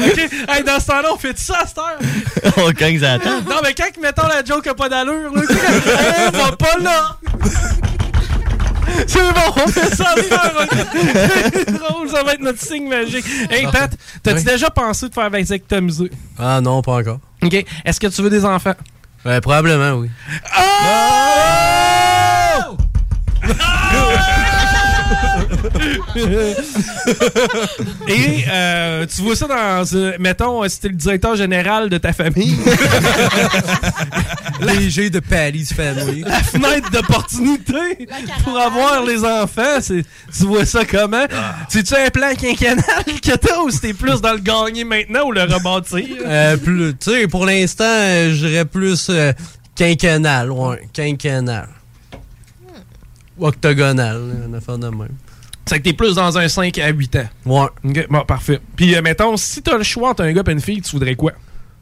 Speaker 1: OK, hey, dans ce temps-là, on fait ça à cette heure?
Speaker 4: On gagne ça attend.
Speaker 1: Non, mais quand, mettons, la joke a pas d'allure, là, tu sais, quand- Eh, va pas là! C'est bon, on fait ça à cette heure, ok? C'est drôle, ça va être notre signe magique. Hey, Pat, t'as-tu
Speaker 5: Oui.
Speaker 1: déjà pensé de faire vasectomiser?
Speaker 5: Ah non, pas encore.
Speaker 1: OK, est-ce que tu veux des enfants? Ah!
Speaker 5: Ben, probablement, oui. Ah!
Speaker 1: Oh! Et euh, tu vois ça dans, euh, mettons, euh, si t'es le directeur général de ta famille.
Speaker 5: Léger de Paddy's Family.
Speaker 1: La fenêtre d'opportunité pour avoir les enfants, c'est- tu vois ça comment?
Speaker 5: Ah.
Speaker 1: C'est-tu un plan quinquennal que t'as ou c'était plus dans le gagner maintenant ou le rebâtir?
Speaker 5: Euh, plus- tu sais, pour l'instant, euh, je dirais plus euh, quinquennal, ouais, quinquennal. Octogonal, là, une affaire de même.
Speaker 1: C'est que t'es plus dans un 5 à 8 ans.
Speaker 5: Ouais.
Speaker 1: Bon, parfait. Puis, euh, mettons, si t'as le choix entre un gars et une fille, tu voudrais quoi?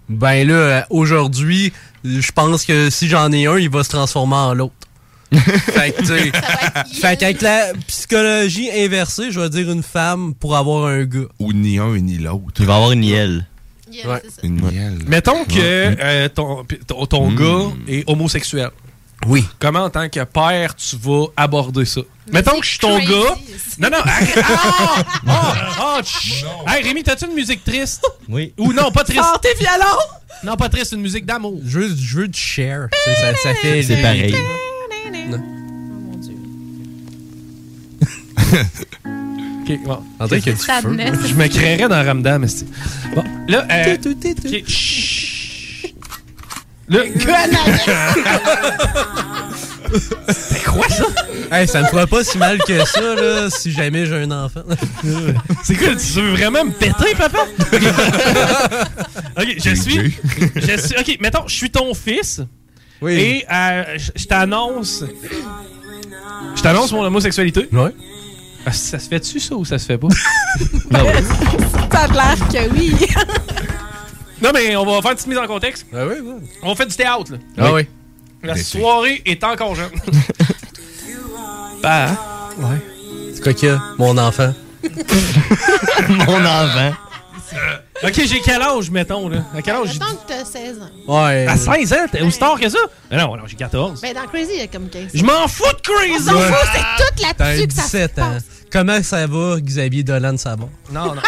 Speaker 5: Ben là, euh, aujourd'hui, je pense que si j'en ai un, il va se transformer en l'autre. fait que, tu sais, fait qu'avec la psychologie inversée, je vais dire une femme pour avoir un gars.
Speaker 8: Ou ni un ni l'autre.
Speaker 4: Il va avoir une nielle.
Speaker 5: Ouais.
Speaker 8: Une nielle.
Speaker 1: Mettons que euh, ton, p- ton, ton gars est homosexuel.
Speaker 5: Hmm. Oui.
Speaker 1: Comment, en tant que père, tu vas aborder ça? Mettons que je suis ton
Speaker 21: crazy,
Speaker 1: gars. Non, non, arrête. Ah! Ah! Ah! chut. Hey, Rémi, t'as-tu une musique triste?
Speaker 4: Oui.
Speaker 1: Ou non, pas triste.
Speaker 21: Sortez violon!
Speaker 1: Non, pas triste, une musique d'amour.
Speaker 5: Je veux, je veux du share. Ça, ça- ça fait.
Speaker 4: C'est pareil.
Speaker 1: Ok, bon.
Speaker 5: On dirait qu'il y a du Sadness. feu.
Speaker 1: Je me créerais dans Ramdam, esti. Bon, là, euh, ok, Là,
Speaker 5: C'est quoi ça? Hey, ça me fera pas si mal que ça, là, si jamais j'ai un enfant.
Speaker 1: C'est quoi, tu veux vraiment me péter, papa? ok, je suis, je suis. Ok, mettons, je suis ton fils.
Speaker 5: Oui.
Speaker 1: Et euh, je- je t'annonce. Je t'annonce mon homosexualité. Ah,
Speaker 5: Ouais.
Speaker 1: ça se fait-tu, ça, ou ça se fait pas?
Speaker 22: Ça a l'air que oui.
Speaker 1: non, mais on va faire une petite mise en contexte.
Speaker 5: Ah oui,
Speaker 1: On fait du théâtre, là.
Speaker 5: Ah oui.
Speaker 1: La
Speaker 5: Défi.
Speaker 1: soirée est encore jeune. bah,
Speaker 5: ouais. C'est quoi qu'il y a? Mon enfant.
Speaker 4: Mon enfant.
Speaker 1: Euh, ok, j'ai quel âge, mettons, là? À quel âge?
Speaker 22: Mettons que t'as 16 ans.
Speaker 5: Ouais.
Speaker 1: À 16 ans? T'es aussi tard que ça? Mais non, non, j'ai 14.
Speaker 22: Ben, dans Crazy, il y a comme 15
Speaker 1: Je m'en fous de Crazy!
Speaker 22: On s'en fout, c'est toute
Speaker 5: T'as
Speaker 22: là-dessus que ça se
Speaker 5: 17 ans.
Speaker 22: passe.
Speaker 5: Comment ça va, Xavier Dolan, ça va?
Speaker 1: Non, non.